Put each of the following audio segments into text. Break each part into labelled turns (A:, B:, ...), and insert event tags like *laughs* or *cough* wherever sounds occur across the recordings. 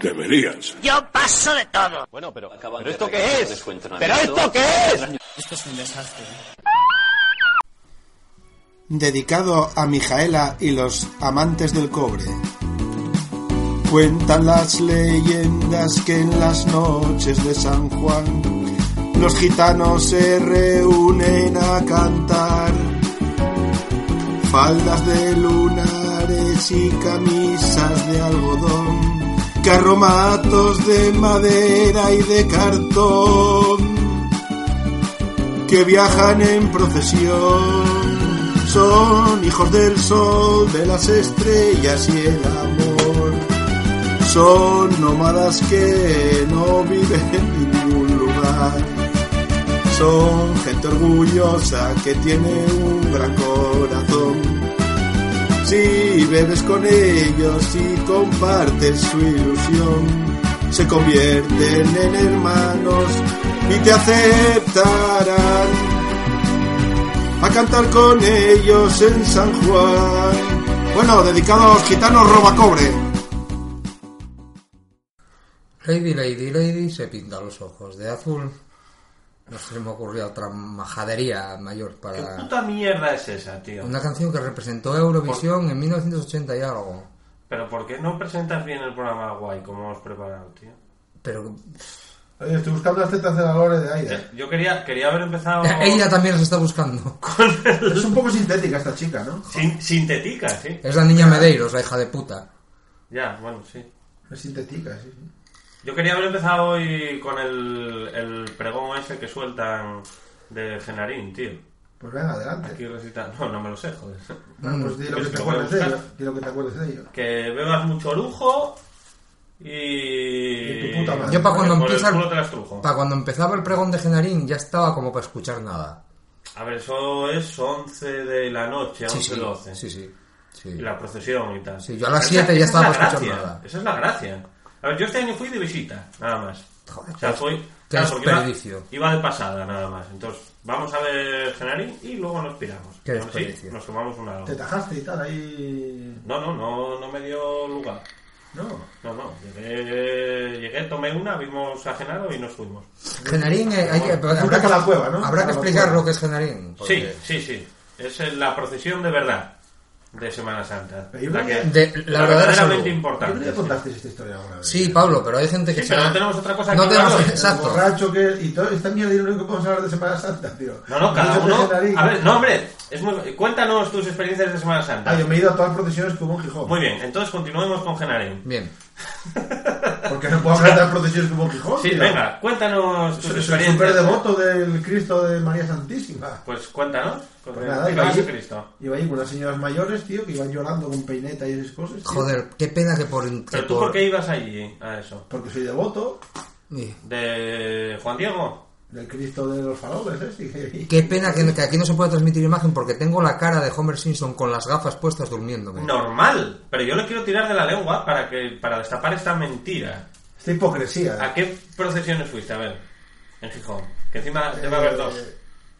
A: deberías.
B: Yo paso de todo.
C: Bueno, pero, ¿pero esto qué es? ¿Pero esto qué es?
D: Esto es un desastre.
E: Dedicado a Mijaela y los amantes del cobre. Cuentan las leyendas que en las noches de San Juan los gitanos se reúnen a cantar. Faldas de lunares y camisas de algodón carromatos de madera y de cartón que viajan en procesión. Son hijos del sol, de las estrellas y el amor. Son nómadas que no viven en ningún lugar. Son gente orgullosa que tiene un gran corazón si bebes con ellos y compartes su ilusión, se convierten en hermanos y te aceptarán a cantar con ellos en San Juan. Bueno, dedicado a los gitanos roba cobre.
F: Lady, Lady, Lady se pinta los ojos de azul. No se me ocurrió otra majadería mayor
C: ¿Qué
F: para...
C: puta mierda es esa, tío?
F: Una canción que representó Eurovisión en 1980 y algo.
C: ¿Pero por qué no presentas bien el programa guay como hemos preparado, tío?
F: Pero
G: Oye, estoy buscando las tetas de la Lore de
C: Ya,
G: aire.
C: Yo quería, quería haber empezado
F: *laughs* ella también se está buscando.
G: Es un poco sintética esta chica, ¿no?
C: sin, sintética, sí.
F: Es la niña Medeiros, la hija de puta.
C: Ya, bueno, sí.
G: Es sintética, sí. sí.
C: Yo quería haber empezado hoy con el, el pregón ese que sueltan de Genarín, tío.
G: Pues venga, adelante.
C: Aquí recita... No, no me lo sé, joder.
G: Bueno, pues di lo que
C: ¿Quieres
G: te
C: Mm, que lo voy a buscar?
G: acuerdes de ello. Di lo que te acuerdes de ello.
C: Que bebas mucho orujo y...
G: Y tu puta madre.
F: Yo para cuando,
C: Por el
F: empieza
C: culo te las trujo.
F: pa' cuando empezaba el pregón de Genarín ya estaba como para escuchar nada.
C: A ver, eso es 11 de la noche, 11,
F: Sí, sí,
C: 12.
F: sí, sí, sí.
C: Y la procesión y tal.
F: Sí, yo a las
C: Esa-
F: 7 ya
C: esa es
F: estaba
C: la
F: para escuchar
C: gracia,
F: nada.
C: Esa es la gracia. A ver, yo este año fui de visita, nada más.
F: Joder,
C: o sea,
F: qué-
C: fui...
F: qué
C: claro, porque iba-
F: desperdicio.
C: Iba, de pasada, nada más. Entonces, vamos a ver Genarín y luego nos piramos.
F: Qué
C: A ver si
F: desperdicio.
C: nos tomamos una...
G: Te tajaste y tal, ahí.
C: No, no, no, no me dio lugar.
G: No.
C: No, no, llegué, llegué, tomé una, vimos a Genaro y nos fuimos.
F: Genarín, eh, hay que-
G: Habrá que a la cueva, ¿no?
F: Habrá
G: A
F: que
G: la
F: explicar
G: cueva.
F: lo que es Genarín.
C: Sí,
F: porque-
C: sí, sí. Es eh, la procesión de verdad de Semana Santa.
G: Pero yo
C: La,
G: creo
C: que,
G: que-
F: De- la
C: la
F: verdadera
C: verdaderamente
F: salud.
G: ¿Por qué
C: importante.
G: le
C: sí.
G: contaste esta historia alguna vez?
F: Sí, Pablo, pero hay gente que...
C: Sí,
F: se-
C: pero no tenemos otra cosa
F: No
C: que
F: tenemos...
C: hablar hoy.
G: El
F: Exacto.
G: borracho que. Y todo, esta mierda es lo único que podemos hablar de Semana Santa, tío.
C: No, no, cada
G: Mucho de
C: uno.
G: Genarín.
C: A ver, no, hombre, es muy- cuéntanos tus experiencias de Semana Santa.
G: Ah, yo me he ido a todas las procesiones que hubo en Gijón.
C: Muy bien, entonces continuemos con
G: *laughs*
C: Genarín.
F: Bien.
G: Porque no puedo hablar de las procesiones que hubo en Gijón.
C: Sí,
G: tío.
C: venga, cuéntanos tus
G: Soy soy
C: experiencias.
G: súper devoto del Cristo de María Santísima.
C: Pues cuéntanos. con
G: Pues
C: el
G: nada, iba
C: Nicolás de
G: allí,
C: Cristo.
G: iba allí con unas señoras mayores, tío, que iban llorando con peineta y esas cosas. tío.
F: Joder, qué pena que por... que
C: ¿Pero tú por qué ibas allí a eso?
G: Porque soy devoto
F: Eh,
C: ¿De Juan Diego?
G: del Cristo de los faroles, ¿eh?
F: Qué pena que, que aquí no se pueda transmitir imagen porque tengo la cara de Homer Simpson con las gafas puestas durmiéndome.
C: Normal, pero yo le quiero tirar de la lengua para que para destapar esta mentira.
G: Esta hipocresía.
C: ¿A qué procesiones fuiste? A ver, en Gijón. Que encima
G: Eh,
C: debe haber dos.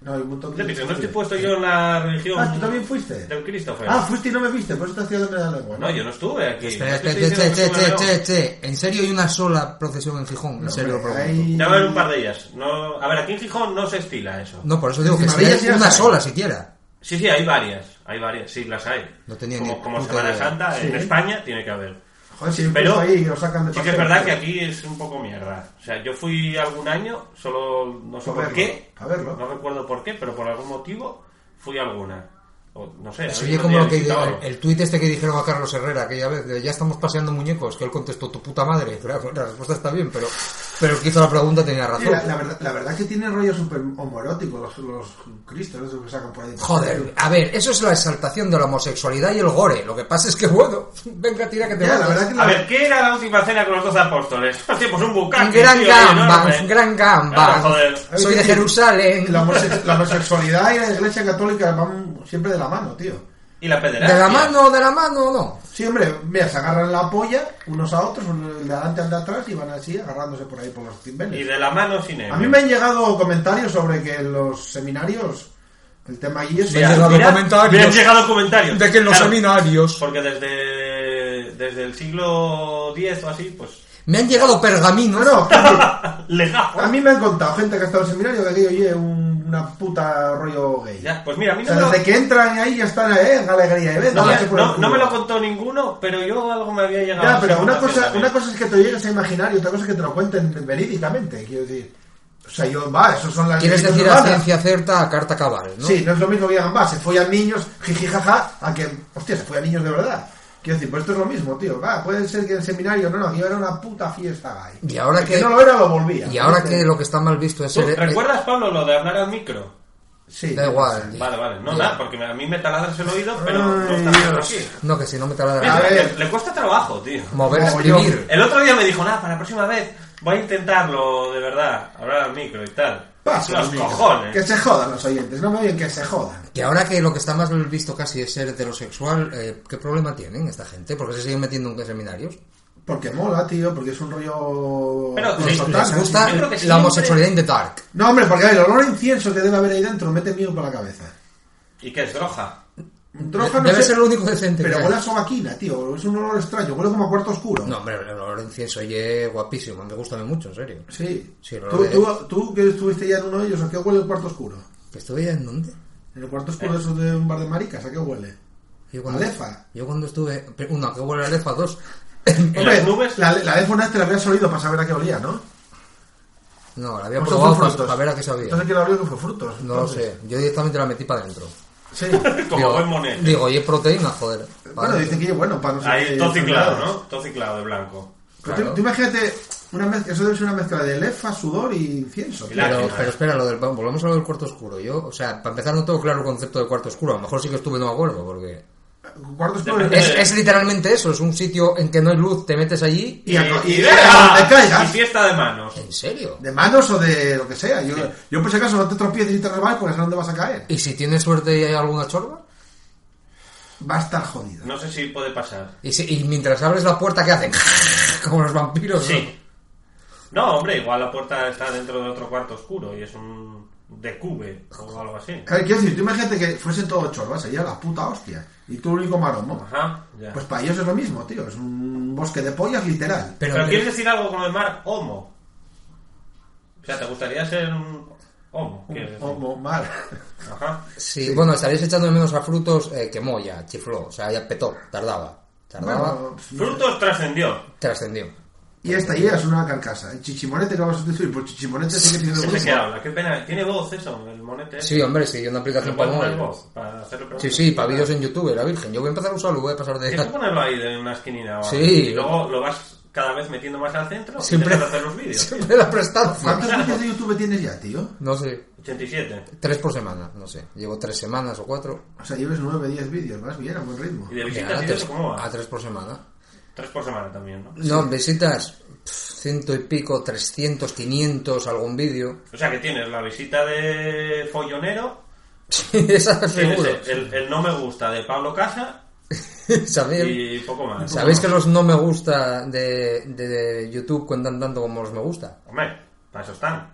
G: No, hay un montón de...
C: Yo digo, no estoy
G: tío.
C: puesto yo en la religión.
G: Ah, ¿tú también fuiste?
C: Del Christopher.
G: Ah, fuiste y no me viste, por eso estás tirándome la lengua.
C: No, yo no estuve aquí.
F: Espera,
C: No te
F: espera,
C: estoy
F: che,
C: diciendo
F: che, che,
C: que estuve en
F: che,
C: León.
F: che. ¿En serio hay una sola procesión en Gijón? En serio lo
G: hombre,
F: pregunto.
G: hay-
C: Debe haber un par de ellas. No... A ver, aquí en Gijón no se estila eso.
F: No, por eso digo que
G: Encima,
F: si
G: ella
F: hay
G: sí la
F: una
G: sabe.
F: sola siquiera.
C: Sí, sí, hay varias. Hay varias. Sí, las hay.
F: No tenía
C: como
F: ni
C: como
F: puta
C: Semana
F: idea.
C: Santa en
G: Sí.
C: España tiene que haber.
G: Joder, si hay un
C: Pero
G: curso ahí y lo sacan de
C: sí que es
G: paseo.
C: verdad que aquí es un poco mierda. O sea, yo fui algún año, solo no sé
G: A
C: por
G: verlo,
C: qué,
G: a verlo.
C: no recuerdo por qué, pero por algún motivo fui alguna. O, no sé.
F: Se
C: habéis
F: oye como
C: perdido
F: lo que
C: el
F: el,
C: quitado.
F: el tuit este que dijeron a Carlos Herrera aquella vez, de ya estamos paseando muñecos, que él contestó tu puta madre. Claro, bueno, la respuesta está bien, pero, pero el que hizo la pregunta tenía
G: Sí,
F: razón.
G: la, la verdad, la verdad que tiene rollo súper homoerótico los, los cristos esos que sacan por ahí.
F: Joder, a ver, eso es la exaltación de la homosexualidad y el gore. Lo que pasa es que, bueno, *laughs* venga, tira que te
G: Ya,
F: vayas.
G: la verdad que la-
C: A ver, ¿qué era la última cena con los dos apóstoles? *laughs* Hostia, pues un bucaque.
F: Un gran
C: tío, oye,
F: gamba,
C: enorme.
F: un gran gamba.
C: Claro, joder.
G: A ver,
F: Soy
G: que-
F: de Jerusalén.
G: La, homose- la homosexualidad y la iglesia católica van siempre de la mano, tío.
C: Y la pederastia.
F: De la mano, de la mano, no.
G: Sí, hombre, mira, se agarran la polla unos a otros, uno el de adelante al de atrás y van así agarrándose por ahí por los
C: Y
G: cimbeles.
C: de la mano sin él.
G: A mí me han llegado comentarios sobre que en los seminarios el tema allí es...
F: Me han llegado
C: Mira,
F: comentarios.
C: me han llegado comentarios.
F: De que en los
C: Claro,
F: seminarios
C: Porque desde, desde el siglo X o así, pues. *laughs*
F: me han llegado pergaminos.
G: No, no, a
C: Legado.
G: mí me han contado gente que ha estado en el seminario que aquí oye un- una puta rollo gay.
C: Ya, pues mira, a mí
G: O
C: no
G: sea,
C: me lo,
G: desde que entran ahí ya están eh, en alegría. eh,
C: no,
G: dándose
C: me,
G: por el
C: no- no
G: culo.
C: me lo contó ninguno, pero yo algo me había llegado.
G: Ya, pero
C: Sí,
G: una cosa,
C: también.
G: una cosa es que te lo llegues a imaginar y otra cosa es que te lo cuenten verídicamente. Quiero decir, o sea, yo, va, esos son las
F: Quieres
G: leyendas
F: decir a
G: urbanas.
F: ciencia cierta, a carta cabal, ¿no?
G: Sí, no es lo mismo que digan, va, se follan niños, jiji, jaja, a que, hostia, se follan niños de verdad. Quiero decir, pues esto es lo mismo, tío. Va, puede ser que en el seminario, no, no, aquí era una puta fiesta gay.
F: Y ahora
G: El
F: que-
G: no lo era, lo volvía.
F: Y ahora
G: ¿viste?
F: que lo que está mal visto es
C: ¿Tú
F: ser... eh,
C: ¿Recuerdas, Pablo, lo de hablar al micro?
G: Sí.
F: Da igual. tío.
C: Vale, vale. No,
F: Ya.
C: nada, porque a mí me taladras el oído, pero no
G: Ay,
C: está pasando
G: Dios.
C: aquí.
F: No, que si no me tarda
C: Mira,
G: A
C: le-
G: ver.
C: Le, cuesta trabajo, tío.
F: mover,
G: Como yo.
F: escribir.
C: El otro día me dijo, nada, para la próxima vez voy a intentarlo de verdad, hablar al micro y tal.
G: Paso,
C: Los
G: amigo.
C: cojones.
G: Que se jodan los oyentes, no me oyen que se jodan.
F: Y ahora que lo que está más mal visto casi es ser heterosexual, eh, ¿qué problema tienen esta gente? Porque se siguen metiendo en seminarios.
G: Porque mola, tío, porque es un rollo...
C: Pero
G: pues,
C: les-
G: total,
F: Les
G: ¿no?
F: gusta
C: Yo creo que
F: la
C: siempre-
F: homosexualidad in the dark.
G: No, hombre, porque a ver, el olor a incienso que debe haber ahí dentro mete miedo por la cabeza.
C: ¿Y qué es droga?
G: Droga no
F: Debe
G: sé,
F: ser lo único decente. que
G: Pero
F: hay.
G: huele a sobaquina, tío. Es un olor extraño, huele como a cuarto oscuro.
F: No, hombre, el olor a incienso oye guapísimo. Me gusta a mí mucho, en serio.
G: Sí.
F: Sí, el olor
G: tú,
F: de-
G: tú- tú que estuviste ya en uno de ellos, ¿a qué huele el cuarto oscuro?
F: ¿Que estuve ya en dónde?
G: En el cuarto oscuro eso de un bar de maricas, ¿a qué huele?
F: Yo
G: Alefa.
F: Yo cuando estuve... Uno, que huele a Alefa, dos.
C: ¿En las nubes?
G: La, la de Fonás te la habías olido para saber a qué olía, ¿no?
F: No, la había
G: Pues
F: probado
G: son
F: para,
G: frutos.
F: para ver a qué sabía.
G: Entonces, ¿quién la olió que fue frutos?
F: No lo sé. Yo directamente la metí para adentro.
G: Sí.
C: Como buen monete.
F: Digo, y es proteína, joder. Pa'
G: bueno,
F: dentro.
G: dicen que bueno, para no ser
C: Ahí, todo ciclado,
G: enfermedades.
C: ¿no? Todo ciclado de blanco.
G: Pero
F: Claro.
G: tú, tú imagínate, una mezcla, eso debe ser una mezcla de lefa, sudor y incienso. tío.
C: la-
F: Pero,
C: Lástima.
F: pero espera, lo del, volvemos a lo del cuarto oscuro. Yo, o sea, para empezar no tengo claro el concepto de cuarto oscuro. A lo mejor sí que estuve, no me acuerdo, porque...
G: Cuarto oscuro
C: Depende *laughs*
F: Es, es literalmente eso, es un sitio en que no hay luz, te metes allí y...
G: Y a- y-
C: ¡vea!
G: a donde caigas.
C: Eh, Y fiesta de manos.
F: ¿En serio?
G: De manos o de lo que sea. Yo, yo por si acaso no te tropieces y te resbalas porque es dónde vas a caer.
F: ¿Y si tienes suerte y hay alguna chorba?
G: Va a estar jodido.
C: No sé si puede pasar.
F: ¿Y, si- y mientras abres la puerta, ¿qué hacen? *laughs* Como los vampiros. ¿no?
C: Sí. No, hombre, igual la puerta está dentro de otro cuarto oscuro y es un decube o algo así.
G: A ver, Eh, quiero decir, tú imagínate que fuesen todos chorbas, sería la puta hostia. Y tú el único maromo.
C: Ajá, ya.
G: Pues para ellos es lo mismo, tío. Es un bosque de pollas literal.
F: Pero,
C: Pero quieres decir algo con el mar homo. O sea, ¿te gustaría ser un homo? quieres decir?
G: Como Oh, mal.
C: Ajá.
F: sí, bueno, estaríais echando de menos a frutos eh, que Moya, chifló, o sea, ya petó, tardaba. Tardaba,
G: Bueno, pues,
C: Frutos trascendió.
F: trascendió.
G: y esta idea es una carcasa. El chichimonete que vas a sustituir por chichimonete sigue teniendo
C: Ese que
G: grupo.
C: habla, qué pena. Tiene voz eso, el monete.
F: pues, Sí, hombre, sí, una aplicación
C: Pero
F: para
C: puedes poner
F: móvil.
C: voz para
F: Sí,
C: hacerle preguntas.
F: sí, para vídeos en YouTube, la virgen. Yo voy a empezar a usarlo, voy a pasar
C: Tienes que
F: de...
C: ponerlo ahí de una esquinina o algo.
F: Sí.
C: Y luego lo vas cada vez metiendo más al centro
F: Siempre,
C: y te hacer los
F: *laughs*
C: vídeos. tío.
F: siempre la prestancia.
G: ¿Cuántos vídeos de YouTube tienes ya, tío?
F: No sé,
C: 87.
F: tres por semana, no sé. Llevo tres semanas o cuatro.
G: O sea, lleves 9, 10 vídeos, más bien, a buen ritmo.
C: ¿Y de
F: Mira,
C: visitas
F: a
C: y
F: tres-
C: eso cómo va?
F: a tres por semana.
C: Tres por semana también, ¿no?
F: No, visitas pf, ciento y pico, 300, 500, algún vídeo. *laughs*
C: O sea que tienes la visita de Follonero,
F: Sí, esa
C: tienes
F: Ah, seguro.
C: el, el- el no me gusta de Pablo Casa
F: *laughs* ¿Sabéis,
C: y poco más.
F: ¿Sabéis que los no me gusta de, de- de YouTube cuentan tanto como los me gusta?
C: Hombre, para eso están.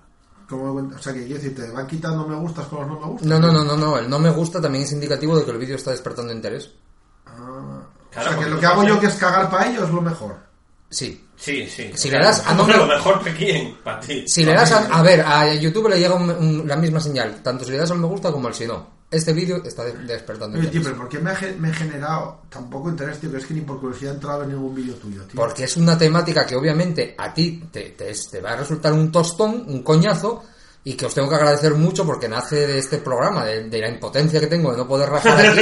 G: Como, o sea, que quiero decir, te van quitando me gustas con los no me gustas.
F: No, no, no, no, no. El no me gusta también es indicativo de que el vídeo está despertando interés.
C: Claro,
G: o sea,
C: porque
G: que lo
C: tú
G: que hago
C: pasas-
G: yo que es cagar para ellos es lo mejor.
F: Sí.
C: Sí, sí.
F: Si
C: O sea,
F: le das a no me-
C: Lo mejor que quién, para ti.
F: Si le das a, a ver, a YouTube le llega un- un- la misma señal, tanto si le das al me gusta como al si no. Este vídeo está de- despertando
G: Oye, tío,
F: interés.
G: pero ¿por qué me ha, ge- me he generado tampoco interés, tío? Que es que ni por curiosidad he entrado en ningún vídeo tuyo, tío.
F: Porque es una temática que obviamente a ti te, te es- te va a resultar un tostón, un coñazo, y que os tengo que agradecer mucho porque nace de este programa, de, de la impotencia que tengo de no poder rajar aquí.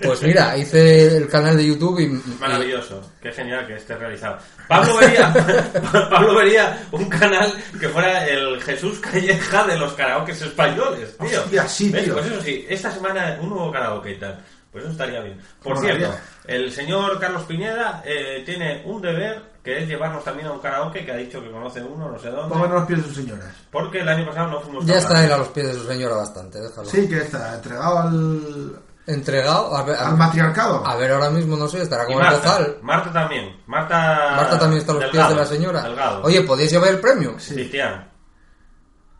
F: Pues mira, hice el canal de YouTube y...
C: Maravilloso, qué genial que esté realizado. Pablo vería, *laughs* Pablo vería un canal que fuera el Jesús Calleja de los karaokes españoles, tío.
G: Hostia, sí,
C: ¿Ves?
G: tío.
C: Pues eso sí, esta semana un nuevo karaoke y tal. Pues eso estaría bien. Por
G: Molaría.
C: cierto, el señor Carlos Pineda eh, tiene un deber que es llevarnos también a un karaoke que ha dicho que conoce uno, no sé dónde.
G: Pónganos los pies de sus señoras.
C: Porque el año pasado no fuimos
F: y ya
C: tan
F: está
C: mal.
F: él a los pies de su señora bastante, déjalo.
G: Sí, que está entregado al,
F: Entregado a ver, a-
G: al matriarcado.
F: a ver, ahora mismo no sé, estará
C: Y
F: como el
C: Marta,
F: bozal.
C: Marta también. Marta,
F: Marta también está a los
C: Delgado,
F: pies de la señora.
C: Delgado.
F: Oye, ¿podéis llevar el premio?
C: Cristian.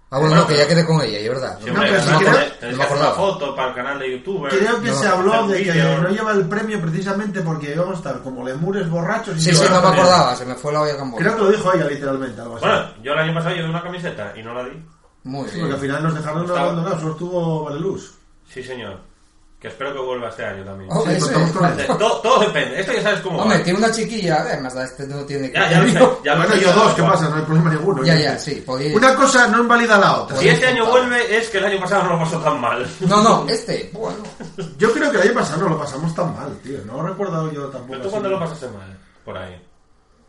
F: Ah, bueno,
C: Bueno,
F: no, que ya
C: pero-
F: quedé con ella, y verdad.
C: Sí,
G: No,
C: hombre,
G: pero
C: tenés
G: si
C: que
G: quieres-
C: hacer- tenés
F: no
C: que
F: me
C: hacer una
F: acordaba.
C: foto para el canal de YouTube.
G: Creo que
F: No,
G: se habló
C: hacer
G: de que
C: vídeos.
G: no lleva el premio precisamente porque íbamos a estar como lemures borrachos. y
F: Sí,
G: yo-
F: sí, no me
C: también.
F: acordaba, se me fue la olla con
G: Creo que lo dijo ella literalmente, algo así.
C: Bueno, yo el año pasado llevé una camiseta y no la di.
F: Muy
G: Sí, porque
F: bien.
G: al final nos dejaron
C: Estaba-
G: abandonados, solo estuvo Valeluz.
C: Sí, señor. Que espero que vuelva este año también.
F: Oh,
G: Sí,
F: ese-
G: contamos con él.
C: De- todo, todo depende. Esto ya sabes cómo
F: Hombre,
C: va.
F: tiene una chiquilla, además, este no tiene
C: Ya, ya lo sé. Ya lo
G: Bueno,
C: sé.
G: yo dos, ¿qué pasa? No hay problema ninguno.
F: Ya, ya, sí, podéis-
G: Una cosa no invalida la otra.
C: Si este año vuelve, es que el año pasado no lo pasó tan mal. *laughs*
F: No, no, este. Bueno.
G: Yo creo que el año pasado no lo pasamos tan mal, tío. No recuerdo yo tampoco.
C: ¿Pero
G: así.
C: tú cuándo lo pasaste mal? Por ahí.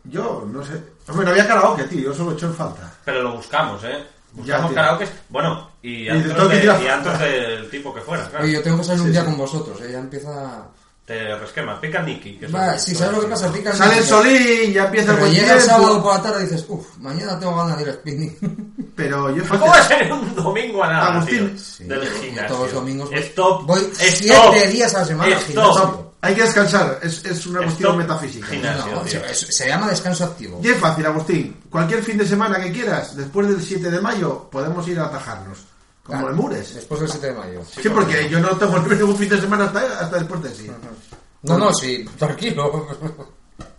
G: Yo, no sé. Hombre, no había karaoke, tío. Yo solo he hecho en falta.
C: Pero lo buscamos, ¿eh? Buscamos
G: tío.
C: karaoke. Bueno, y
G: de
C: antes,
G: todo que
C: de,
G: tiras
C: y antros
G: fuera.
C: del tipo que fuera, claro.
F: Oye, yo tengo que salir un
G: Sí,
F: día
G: sí.
F: con vosotros, ¿eh? Ya empieza...
C: Te resquema. Pica Nicky. que es
F: Va,
C: el-
F: si sabes lo que pasa, pica el
G: Sale el
F: micro.
G: Solín, ya empieza el
F: Pero
G: buen
F: llega el
G: tiempo.
F: sábado por la tarde y dices, uff, mañana tengo ganas de ir al picnic. *laughs*
G: Pero yo
C: *laughs* ¿Cómo va a ser un domingo a nada,
G: Agustín.
C: tío?
G: Sí,
C: del
F: yo
C: gimnasio.
F: todos los domingos voy-
C: Stop.
F: voy
C: Stop.
F: siete días a la semana al
C: Stop.
F: gimnasio.
G: Hay que descansar. Es, es una cuestión
C: Stop.
G: metafísica.
C: Gina.
F: No, no,
C: tío.
F: se, se llama descanso activo.
G: Y es fácil, Agustín. Cualquier fin de semana que quieras, después del 7 de mayo, podemos ir a atajarnos. Como
F: Claro,
G: el Mures.
F: Después del 7 de mayo.
G: Sí, porque yo no tengo libre ningún fin de semana hasta, hasta después de sí.
F: No, no, sí, *laughs* tranquilo.